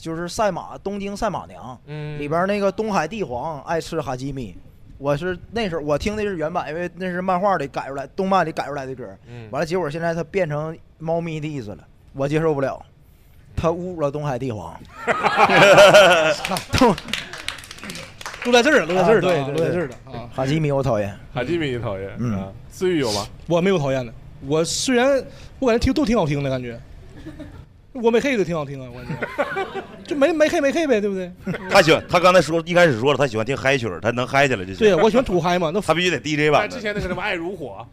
Speaker 5: 就是赛马东京赛马娘，
Speaker 1: 嗯
Speaker 5: 里边儿那个东海帝皇爱吃哈基米。我是那时候我听的是原版，因为那是漫画里改出来、动漫里改出来的歌。
Speaker 1: 嗯
Speaker 5: 完了，结果现在它变成猫咪的意思了，我接受不了。他侮辱了东海帝
Speaker 1: *laughs*
Speaker 5: 皇，都
Speaker 3: 录在这儿了，录在这儿了，
Speaker 5: 对
Speaker 3: 啊，
Speaker 5: 对
Speaker 3: 录在这
Speaker 5: 对
Speaker 3: 儿了啊。
Speaker 5: 哈基米我讨厌，
Speaker 1: 哈基米你讨厌？
Speaker 5: 嗯
Speaker 1: 啊，思雨有吗？
Speaker 3: 我没有讨厌的，我虽然我感觉听都挺好听的感觉，我没 K 都挺好听啊，我感觉就没没 K 没 K 呗，对不对？
Speaker 4: 他喜欢，他刚才说一开始说了，他喜欢听嗨曲儿，他能嗨起来就行。
Speaker 3: 对我喜欢土嗨嘛，那
Speaker 4: 他必须得 DJ 版的
Speaker 1: 嗯之，前那个什么爱如火，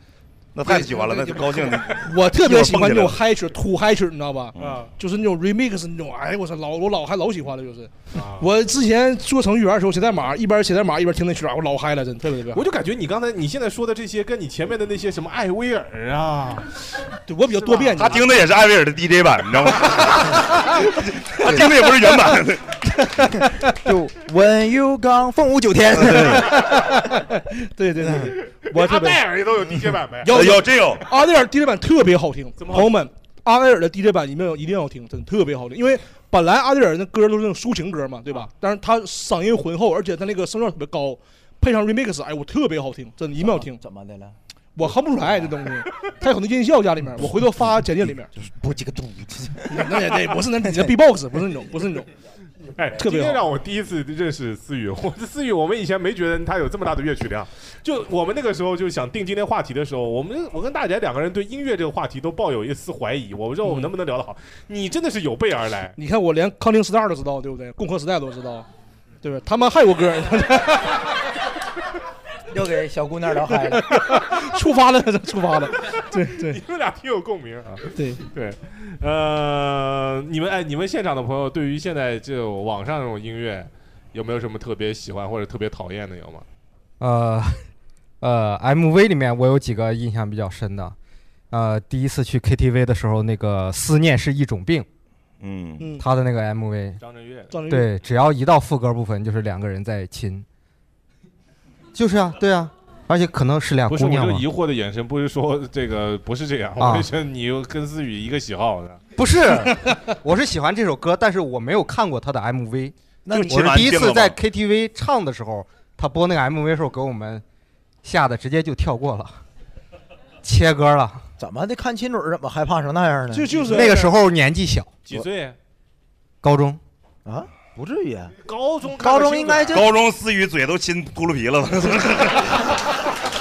Speaker 4: 那太喜欢了，那就高兴的。
Speaker 3: 我特别喜欢那
Speaker 4: 一会
Speaker 3: 种
Speaker 4: 儿蹦起来了嗯
Speaker 3: 嗨曲、土嗨曲，你知道吧？
Speaker 1: 啊，
Speaker 3: 就是那种 remix 那种，哎，我操，老我老还老喜欢了，就是
Speaker 1: 啊。
Speaker 3: 我之前做程序员的时候写代码，一边写代码一边听那曲啊儿，我老嗨了，真特别特别好。
Speaker 1: 我就感觉你刚才你现在说的这些，跟你前面的那些什么艾薇儿啊，
Speaker 3: 对我比较多变。
Speaker 4: 他听的也是艾薇儿的 DJ 版，你知道吗？他听的也不是原版。
Speaker 5: 就 When you gone 凤舞九
Speaker 1: *laughs*
Speaker 5: 天，
Speaker 3: *laughs* 对对对，我特别。
Speaker 1: 尔也都哎有 DJ 版呗
Speaker 3: 有啊
Speaker 4: 这有
Speaker 3: 阿黛尔 DJ 版特别好听，
Speaker 1: 么
Speaker 3: 朋友们，阿黛尔的 DJ 版一定要一定要听，真的特别好听。因为本来阿黛尔那歌都是那种抒情歌嘛，对吧？但是她嗓音浑厚，而且她那个声调特别高，配上 remix，哎，我特别好听，真的一定要听。
Speaker 5: 怎么的了？
Speaker 3: 我哼不出来这东西，它有很多音效加里面，我回头发简
Speaker 5: *laughs*
Speaker 3: 介里面。
Speaker 5: 不几个度，
Speaker 3: 那也那也
Speaker 5: *laughs*
Speaker 3: 不是那你
Speaker 1: *laughs*
Speaker 3: 的 B-box 不是那种不是那种，
Speaker 1: 哎，
Speaker 3: 特别
Speaker 1: 今天
Speaker 3: 好
Speaker 1: 让我第一次认识思雨。 *laughs* 我这思雨，我们以前没觉得他有这么大的乐曲量。就我们那个时候就想定今天话题的时候，我们我跟大姐两个人对音乐这个话题都抱有一丝怀疑。我不知道我们能不能聊得好。
Speaker 3: 嗯
Speaker 1: 你真的是有备而来。
Speaker 3: 你看我连康宁时代都知道，对不对？共和时代都知道，对不对？他们还有歌，
Speaker 5: 又给小姑娘聊嗨了。
Speaker 3: *laughs* 触发了， *laughs* 触发了，对对。
Speaker 1: 你们俩挺有共鸣啊。
Speaker 3: *laughs* 对
Speaker 1: 对，呃，你们哎，你们现场的朋友对于现在这种网上这种音乐，有没有什么特别喜欢或者特别讨厌的？有吗？
Speaker 14: *laughs* 呃呃，MV 里面我有几个印象比较深的，呃，第一次去 KTV 的时候，那个思念是一种病，
Speaker 4: 嗯
Speaker 14: 他的那个 MV，
Speaker 1: 张震岳
Speaker 3: 张震岳
Speaker 14: 对，只要一到副歌部分，就是两个人在亲，就是啊，对啊，而且可能是
Speaker 3: 啊
Speaker 14: 俩
Speaker 1: 不是，
Speaker 14: 姑
Speaker 1: 我
Speaker 14: 娘
Speaker 1: 就
Speaker 14: 嘛
Speaker 1: 疑，惑的眼神，不是说这个不是这样，
Speaker 14: 啊
Speaker 1: 我是觉得你又跟思雨一个喜好的。
Speaker 14: 不是，
Speaker 5: *laughs*
Speaker 14: 我是喜欢这首歌，但是我没有看过他的 MV，
Speaker 1: 那
Speaker 14: 我
Speaker 1: 你
Speaker 14: 是第一次在 KTV 唱的时候，他播那个 MV 的时候给我们吓得直接就跳过了，切歌了。
Speaker 5: 怎么的？看亲嘴儿怎么害怕成那样呢？
Speaker 3: 就就是
Speaker 14: 那个时候年纪小，
Speaker 1: 几岁？
Speaker 14: 高中
Speaker 5: 啊，不至于。
Speaker 1: 高中
Speaker 5: 高中应该就
Speaker 4: 高中思雨嘴都亲秃噜皮了。
Speaker 5: *laughs*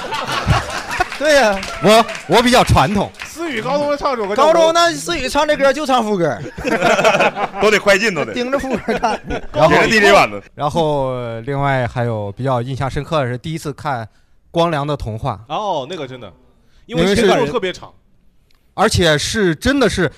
Speaker 5: 对呀、
Speaker 14: 我我比较传统，
Speaker 1: 思雨高中唱首歌，
Speaker 5: 高中那思雨唱这歌就唱副
Speaker 3: *laughs*
Speaker 5: 歌，
Speaker 4: 都得快进，都得
Speaker 5: 盯着副歌看。
Speaker 14: 然后
Speaker 4: 也是 DJ 版的。
Speaker 14: 然后呃另外还有比较印象深刻的是第一次看《光良的童话》，
Speaker 1: *laughs* 哦，那个真的，因
Speaker 14: 因
Speaker 1: 为
Speaker 14: 为
Speaker 1: 前奏
Speaker 14: 是
Speaker 1: 特别长，
Speaker 14: 而且是真的是，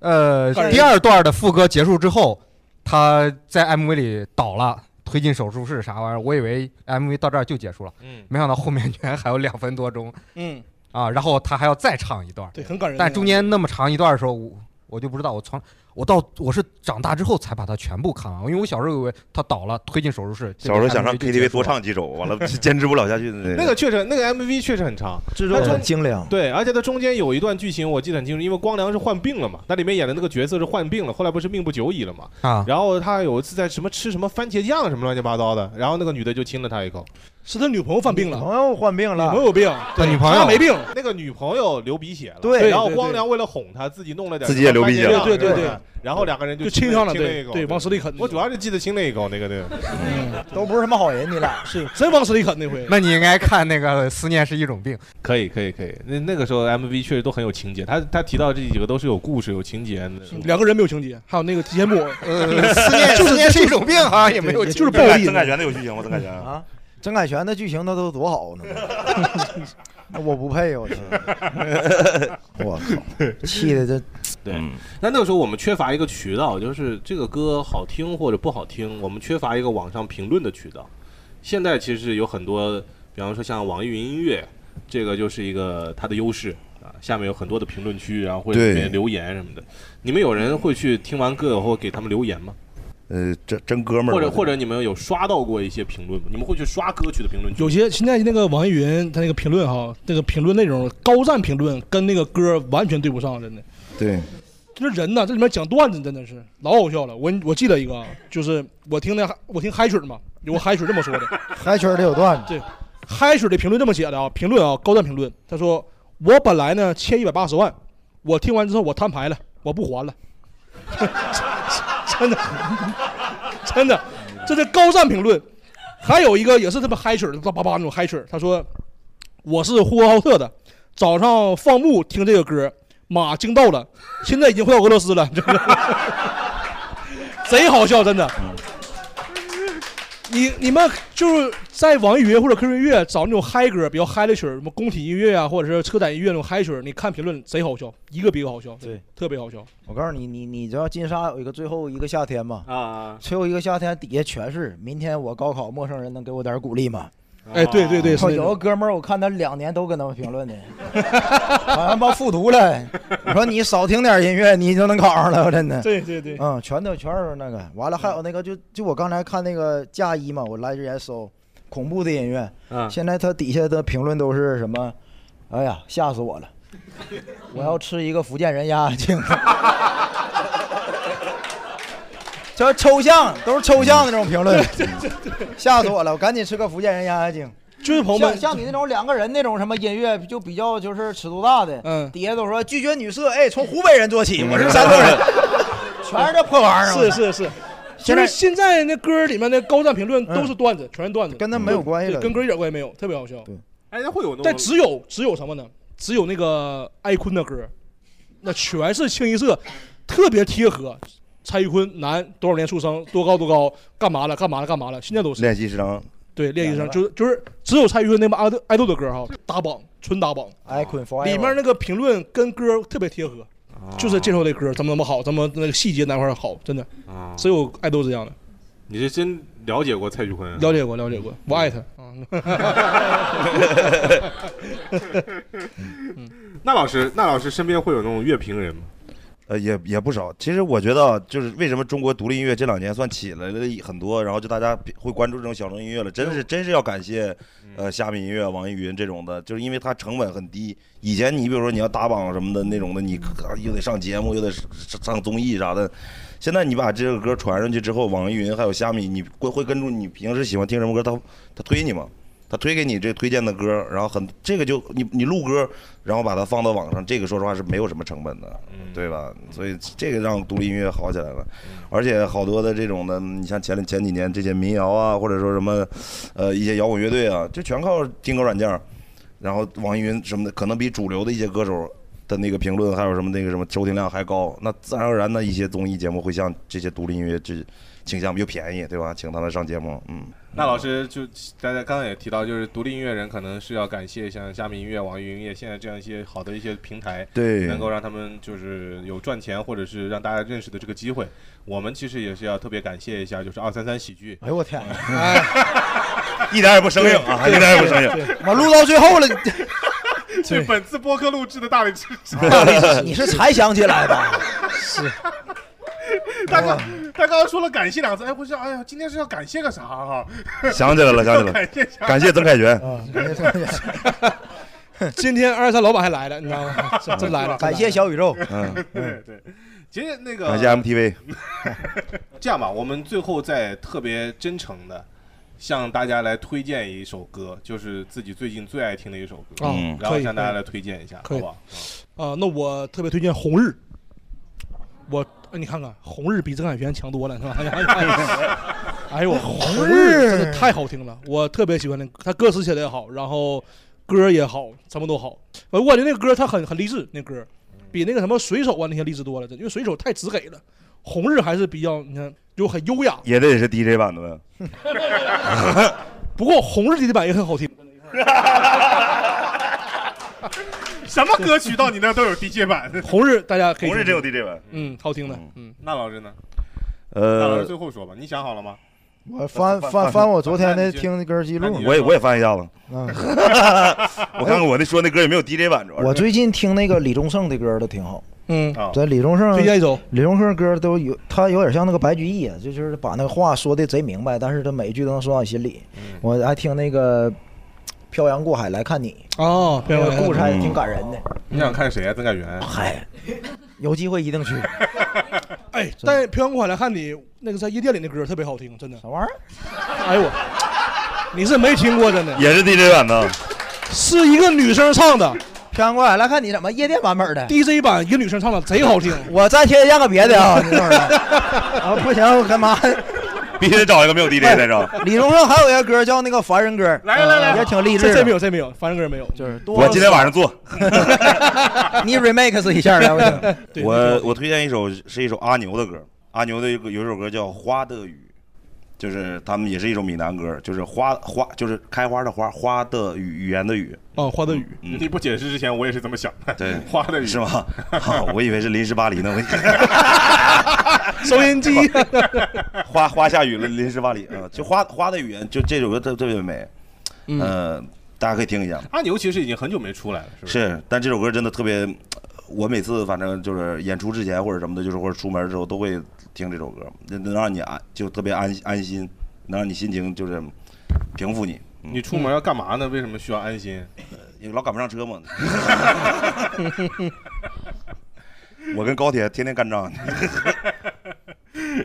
Speaker 14: 呃
Speaker 1: 个，人
Speaker 14: 第二段的副歌结束之后，他在 MV 里倒了。推进手术室啥玩意儿？我以为 MV 到这儿就结束了，
Speaker 1: 嗯
Speaker 14: 没想到后面居然还有两分多钟
Speaker 3: 嗯，
Speaker 14: 啊！然后他还要再唱一段，
Speaker 3: 对，很感人的。
Speaker 14: 但中间那么长一段的时候，我我就不知道，我从我到我是长大之后才把它全部看完，因为我小时候以为他倒了，推进手术室。
Speaker 4: 小时候想
Speaker 14: 让
Speaker 4: 上 KTV 多唱几首，完了坚持不了下去的那
Speaker 1: 那
Speaker 4: 种。
Speaker 1: 个确实，那个 MV 确实很长，
Speaker 5: 制作很精良。
Speaker 1: 对，而且它中间有一段剧情我记得很清楚，因为光良是患病了嘛，它里面演的那个角色是患病了，后来不是命不久矣了嘛。
Speaker 14: 啊，
Speaker 1: 然后他有一次在什么吃什么番茄酱什么乱七八糟的，然后那个女的就亲了他一口。
Speaker 3: 是他女朋友犯病了，
Speaker 5: 朋友患病了，
Speaker 3: 女朋友有病，
Speaker 4: 啊
Speaker 1: 对
Speaker 3: 他没病，
Speaker 1: 那个女朋友流鼻血了，
Speaker 3: 对对
Speaker 1: 然后
Speaker 3: 对
Speaker 1: 光良为了哄她，自己弄了点
Speaker 4: 自己也流鼻血
Speaker 1: 什么番茄酱
Speaker 4: 对对对
Speaker 1: 是吧然后两个人
Speaker 3: 就
Speaker 1: 亲
Speaker 3: 亲上了
Speaker 1: 亲
Speaker 3: 对
Speaker 1: 一口，
Speaker 3: 对往死里啃。
Speaker 1: 我主要是记得亲了一口那个对，
Speaker 4: 嗯
Speaker 5: 都不是什么好人，你俩
Speaker 3: *laughs* 是真往死里啃那回。
Speaker 14: 那你应该看那个《思念是一种病》。
Speaker 1: 可以可以可以，那那个时候 MV 确实都很有情节，他他提到这几个都是有故事有情节的。
Speaker 3: 两个人没有情节，还有那个吉田木，
Speaker 1: 呃思念
Speaker 3: 就是
Speaker 1: 思念是一
Speaker 3: 就是
Speaker 1: 种病啊也没有
Speaker 3: 对
Speaker 1: 情
Speaker 3: 就是
Speaker 1: 节
Speaker 3: 暴
Speaker 1: 哎
Speaker 3: 力。
Speaker 1: 曾凯旋的有剧情吗曾凯旋
Speaker 5: 啊，曾凯旋的剧情那都多好
Speaker 3: *laughs*
Speaker 5: 呢，那我不配，我去， *laughs* 我靠，气的
Speaker 3: *laughs*
Speaker 5: 这。
Speaker 1: 对，那那个时候我们缺乏一个渠道，就是这个歌好听或者不好听，我们缺乏一个网上评论的渠道。现在其实有很多，比方说像网易云音乐，这个就是一个它的优势啊，下面有很多的评论区，然后会
Speaker 4: 对
Speaker 1: 里面留言什么的。你们有人会去听完歌以后给他们留言吗？
Speaker 4: 呃，真真哥们儿，
Speaker 1: 或者或者你们有刷到过一些评论吗？你们会去刷歌曲的评论区？
Speaker 3: 有些现在那个网易云，它那个评论哈，那个评论内容高赞评论跟那个歌完全对不上，真的。
Speaker 4: 对，
Speaker 3: 这人呐，这里面讲段子真的是老好笑了。我我记得一个啊，就是我听那我听嗨曲儿嘛，有个嗨曲儿这么说的，
Speaker 5: 嗨曲儿里有段子。
Speaker 3: 对，嗨曲儿的啊评论这么写的啊，评论啊，高赞评论，他说我本来呢欠一百八十万，我听完之后我摊牌了，我不还了， *laughs* 真的，真的，这是高赞评论。还有一个也是他妈嗨曲儿，叭叭叭那种嗨曲儿，他说我是呼和浩特的，早上放牧听这个歌，马惊到了，现在已经回到俄罗斯了，真的， *laughs* 贼好笑，真的。你你们就是在网易云或者 QQ 音乐找那种嗨歌，比较嗨的曲儿，什么工体音乐啊，或者是车载音乐那种嗨曲儿，你看评论贼好笑，一个比一个好笑，
Speaker 5: 对，
Speaker 3: 特别好笑。
Speaker 5: 我告诉你，你你知道金沙有一个最后一个夏天吗？
Speaker 1: 啊，
Speaker 5: 最后一个夏天底下全是明天我高考，陌生人能给我点鼓励吗？
Speaker 3: 哎对对对是
Speaker 5: 我
Speaker 3: 那种
Speaker 5: 哦有个哥们儿，我看他两年都跟他们评论呢，好像帮复读了。我说你少听点音乐，你就能考上了，真的。
Speaker 3: 对对对
Speaker 5: 嗯，全都全是那个。完了，还有那个，就就我刚才看那个嫁衣嘛，我来之前搜恐怖的音乐，
Speaker 1: 嗯
Speaker 5: 现在他底下的 *laughs* 评论都是什么？哎呀，吓死我了！我要吃一个福建人压压惊。
Speaker 3: *laughs*
Speaker 5: 这抽象都是抽象的那种评论，吓死我了！我赶紧吃个福建人压压惊。
Speaker 3: 就是
Speaker 5: 朋
Speaker 3: 友们
Speaker 5: 像像你那种两个人那种什么音乐，就比较就是尺度大的，
Speaker 3: 嗯，
Speaker 5: 底下都说拒绝女色，哎，从湖北人做起，我是山
Speaker 3: *laughs*
Speaker 5: 东人，全是这破玩意儿。
Speaker 3: 是是是，
Speaker 5: 现
Speaker 3: 现
Speaker 5: 在嗯
Speaker 3: 在现在那歌里面的高赞评论都是段子，全是段子，跟
Speaker 5: 他没有关系了
Speaker 3: 跟歌一点关系没有，特别好笑。
Speaker 1: 哎，那会有那种
Speaker 3: 但只有只有什么呢？只有那个艾坤的歌，那全是清一色，特别贴合。蔡徐坤男多少年出生，多高多高，干嘛了干嘛了干嘛了，现在都是
Speaker 4: 练习生，
Speaker 3: 对练习生，就是就是只有蔡徐坤那帮爱豆爱豆的歌哈，打榜纯打榜，
Speaker 5: 哎，滚发
Speaker 3: 里 *laughs* 面那个评论跟歌特别贴合，就是介绍这歌怎么怎么好，怎么那个细节哪块儿好，真的
Speaker 1: 啊，
Speaker 3: 只有爱豆这样的。
Speaker 1: 你是真了解过蔡徐坤？啊
Speaker 3: 了解过，了解过，我爱他。 *laughs*
Speaker 7: 嗯
Speaker 1: 那老师，那老师身边会有那种乐评人吗？
Speaker 4: 呃，也也不少。其实我觉得啊，就是为什么中国独立音乐这两年算起来了很多，然后就大家会关注这种小众音乐了，真是真是要感谢，呃，虾米音乐、网易云这种的，就是因为它成本很低。以前你比如说你要打榜什么的那种的，你啊又得上节目，又得上上综艺啥的。现在你把这个歌传上去之后，网易云还有虾米，你会会跟住你平时喜欢听什么歌，它它推你吗？他推给你这推荐的歌，然后很这个就你你录歌，然后把它放到网上，这个说实话是没有什么成本的，对吧？所以这个让独立音乐好起来了，而且好多的这种的，你像前前几年这些民谣啊，或者说什么，呃，一些摇滚乐队啊，就全靠听歌软件儿，然后网易云什么的，可能比主流的一些歌手的那个评论还有什么那个什么收听量还高，那自然而然的一些综艺节目会向这些独立音乐这倾向又便宜，对吧？请他们上节目，嗯。
Speaker 1: *laughs* 那老师就大家刚刚也提到，就是独立音乐人可能是要感谢像虾米音乐、网易云音乐现在这样一些好的一些平台，
Speaker 4: 对
Speaker 1: 能够让他们就是有赚钱或者是让大家认识的这个机会。我们其实也是要特别感谢一下，就是二三三喜剧。
Speaker 5: 哎呦我
Speaker 1: *laughs*
Speaker 5: 天，
Speaker 4: 一点也不生硬 *laughs* 啊，一点也不生硬。
Speaker 5: 我录到最
Speaker 1: *laughs*
Speaker 5: 后了，
Speaker 1: 是本
Speaker 4: 啊
Speaker 1: *laughs* 次播客录制的大力支持。
Speaker 5: 你是才想起来的？是，
Speaker 1: 他刚他刚刚说了感谢两个字，哎，我想，哎呀，今天是要感谢个啥啊？
Speaker 4: *laughs* *laughs* 想起来了，想起来
Speaker 1: *laughs* 感谢
Speaker 4: 了， *laughs* 感谢曾凯嗯旋。
Speaker 3: 今天二三老板还来了，你知道吗？真真来了，
Speaker 5: 感谢小宇宙
Speaker 4: 嗯
Speaker 1: *laughs* 对对，其实那个
Speaker 4: 感谢 MTV
Speaker 1: 这样吧，我们最后再特别真诚的向大家来推荐一首歌，就是自己最近最爱听的一首歌，
Speaker 3: 哦嗯
Speaker 1: 然后
Speaker 3: 可以
Speaker 1: 向大家
Speaker 3: 可以
Speaker 1: 来推荐一下，
Speaker 3: 可
Speaker 1: 好
Speaker 3: 以 *laughs*
Speaker 1: 不好？ *laughs* 嗯
Speaker 3: 啊、那我特别推荐《红日》，我呃你看看，《红日》比曾凯旋强多了，
Speaker 1: *laughs*
Speaker 3: 是吧？ *laughs* 哎呀哎呀哎呦，《红日》真的太好听了，我特别喜欢那个，他歌词写的也好，然后歌儿也好，什么都好。我感觉那个歌儿他很很励志，那歌儿
Speaker 1: 嗯
Speaker 3: 比那个什么水手啊那些励志多了，真的因为水手太直给了，《红日》还是比较你看就很优雅。
Speaker 4: 也得是 DJ 版的呗。
Speaker 5: *laughs*
Speaker 3: 不过《红日》这版也很好听。
Speaker 1: 什么歌曲到你那都有 DJ 版，《
Speaker 3: 红日》大家可以。
Speaker 1: 红日真有 DJ 版
Speaker 3: 嗯，好听的，嗯。
Speaker 1: 那老师呢？那老师
Speaker 4: 呃
Speaker 1: 最，后说吧，你想好了吗？
Speaker 5: 我 *laughs* 翻翻翻我昨天的听的歌记录，
Speaker 4: 我也我也翻一下子，
Speaker 5: 嗯
Speaker 4: *laughs* 我看看我那说那歌有没有 DJ 版主要是。
Speaker 5: 我最近听那个李宗盛的歌都挺好。
Speaker 3: 嗯
Speaker 4: 啊
Speaker 5: 这李宗盛
Speaker 4: 推荐一首，
Speaker 5: 李宗盛歌都有，他有点像那个白居易，啊就是把那个话说的贼明白，但是他每一句都能说到你心里。
Speaker 4: 嗯
Speaker 5: 我还听那个《漂洋过海来看你》，
Speaker 1: 啊
Speaker 3: 哦
Speaker 5: 那个故事还
Speaker 4: 嗯
Speaker 5: 挺感人的。
Speaker 1: 你想看谁啊？曾凯旋？
Speaker 5: 嗨，有机会一定去。 *laughs*
Speaker 3: 哎，但《漂洋过海来看你》那个在夜店里那歌特别好听，真的。
Speaker 5: 啥玩意儿？
Speaker 3: 哎呦我，你是没听过真的？
Speaker 4: 也是 DJ 版的，
Speaker 3: 是一个女生唱的。
Speaker 5: 漂洋过海来看你，怎么夜店版本的
Speaker 3: *laughs* ？DJ 版一个女生唱的，贼好听。
Speaker 5: 我再推荐个别的啊，你等
Speaker 3: *laughs*
Speaker 5: 会儿啊啊，不行，我干嘛？
Speaker 4: 必须得找一个没有 DJ 的，是吧？
Speaker 5: 李宗盛还有一个歌叫那个《凡人歌》，来来来，也挺励志
Speaker 3: 这
Speaker 5: 的。
Speaker 3: 这没有，这没有，反正歌没有。就是
Speaker 5: 多我今天晚上 *laughs*
Speaker 4: 做。
Speaker 5: 你 remix 一下来，我听。 *laughs*
Speaker 3: 对
Speaker 4: 我我推荐一首是一首阿牛的歌，阿牛的有个有一首歌叫《花的雨》，就是他们也是一首闽南歌，就是花花就是开花的花，花的雨语言的语。
Speaker 3: 哦，花的雨。
Speaker 4: 嗯
Speaker 1: 你不解释之前，我也是这么想的。
Speaker 4: 对，
Speaker 1: 花的雨
Speaker 4: 是吗？啊我以为是临时巴黎呢，
Speaker 3: 收音机。
Speaker 4: *laughs* 花花下雨了，临时巴黎啊，就花花的语言，就这首歌特特别美，
Speaker 3: 嗯
Speaker 4: 呃，大家可以听一下。
Speaker 1: 阿牛其实已经很久没出来了，是吧？
Speaker 4: 是，但这首歌真的特别，我每次反正就是演出之前或者什么的，就是或者出门的时候都会听这首歌，能能让你安就特别安安心，能让你心情就是平复你。嗯
Speaker 1: 你出门要干嘛呢？为什么需要安心？
Speaker 4: 呃因为老赶不上车嘛。我跟高铁天天干仗。
Speaker 1: *laughs*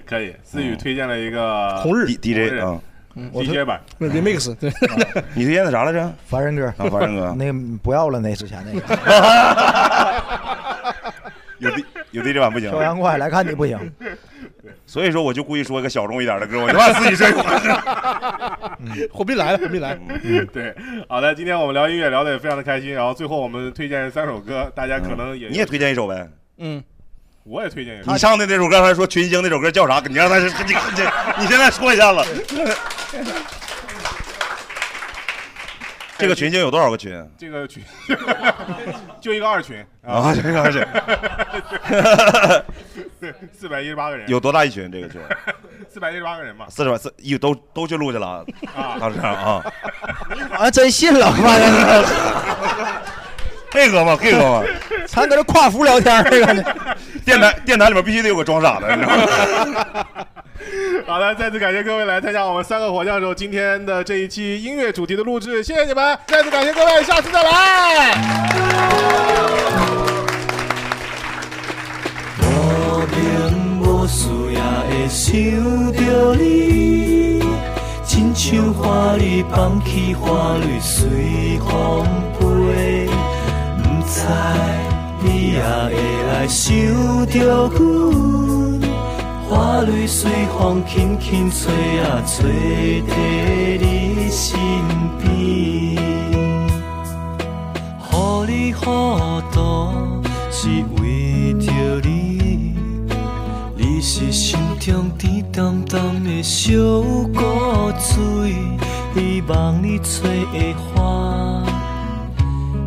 Speaker 1: 可以，思
Speaker 4: 嗯
Speaker 1: 雨推荐了一个
Speaker 4: 红日 D- DJ 啊
Speaker 1: 嗯
Speaker 5: 我
Speaker 1: ，DJ 版。
Speaker 3: 那 remix 对，
Speaker 5: 啊
Speaker 4: 你推荐的啥来着？
Speaker 5: 凡人歌，
Speaker 4: 啊凡人歌
Speaker 5: *laughs* 那个不要了，那之前那个
Speaker 4: 有 D 有 DJ 版不行。
Speaker 5: 漂洋过海来看你不行。
Speaker 3: *laughs*
Speaker 4: 所以说，我就故意说一个小众一点的歌，我就怕自己睡火。
Speaker 3: 嗯火并来了，火并来。
Speaker 4: 嗯
Speaker 1: *laughs* 对，好的，今天我们聊音乐聊得也非常的开心，然后最后我们推荐三首歌，大家可能也
Speaker 4: *laughs* 嗯你也推荐一首呗？
Speaker 3: 嗯，
Speaker 1: 我也推荐一首。
Speaker 4: 你唱的那首歌还说群星那首歌叫啥？你让他是你你你现在说一下了。这个群星有多少个群？
Speaker 1: 这个群 *laughs* 就一个二群
Speaker 4: 啊就一个二群
Speaker 1: 对， *laughs* 四百一十八个人，
Speaker 4: 有多大一群？这个群
Speaker 1: *laughs* 四百一十八个人嘛，
Speaker 4: 四十万四一都都去录去了啊？当时啊，
Speaker 5: *laughs* 好像真信了，发现
Speaker 4: *laughs* 配合吗？配合吗？
Speaker 5: 咱搁这跨服聊天儿这个。
Speaker 4: 电台电台里面必须得有个装傻的，你知道吗？
Speaker 1: *laughs* 好的，再次感谢各位来参加我们三个火枪手今天的这一期音乐主题的录制，谢谢你们，再次感谢各位，下次再来。
Speaker 15: 无名无事也会想着你，亲像花蕊放起，花蕊随风飞。不知你也会来想着阮，花蕊随风轻轻吹啊吹，在你身边。乎你糊涂是为着你，你是心中甜淡淡的小古锥，希望你吹的花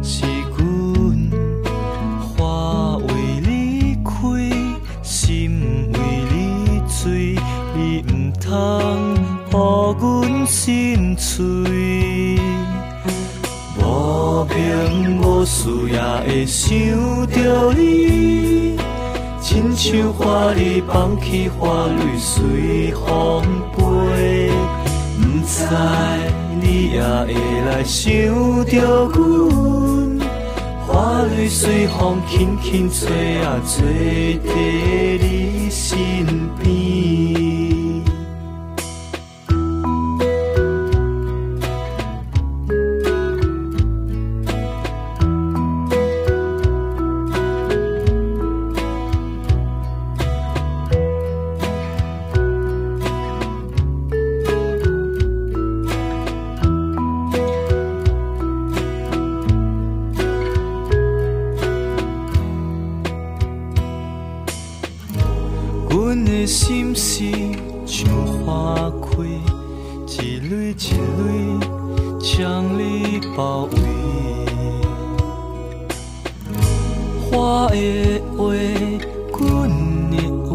Speaker 15: 是阮花为你开，心为你醉，你毋通予阮心碎。无名无事也会想着你，亲亲像花儿放起花蕊随风飞，不知你也会来想着阮。花蕊随风轻轻吹啊吹在你身边。阮的心事像花开，一蕊一蕊将你包围。花的话，阮的话，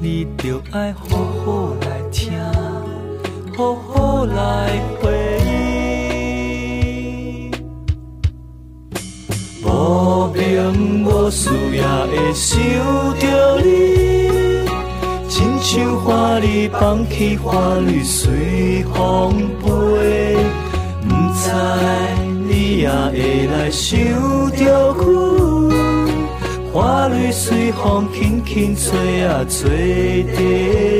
Speaker 15: 你着爱好好来听，好好来回忆。无名无事也会想着你。亲像花儿放起花蕊随风飞，不知你也会来想着阮。花蕊随风轻轻吹啊吹在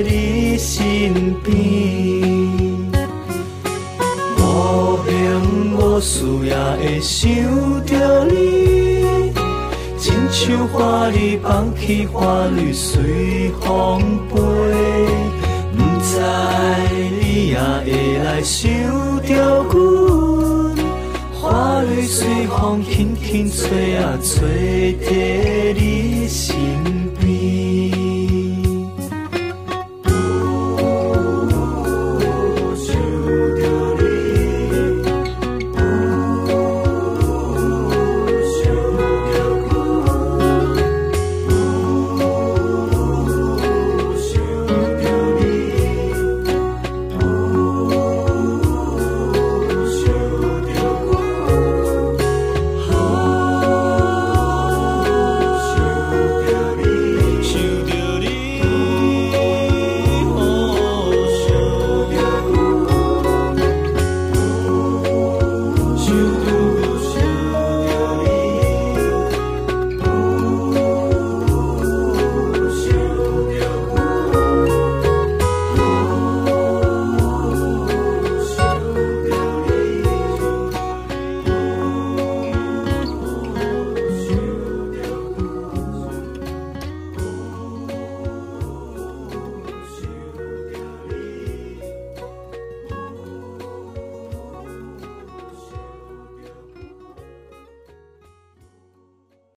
Speaker 15: 你身边。无名无事也会想着你，亲像花儿放起花蕊随风飞，不知你也会来想着阮。花蕊随风轻轻吹啊吹在你身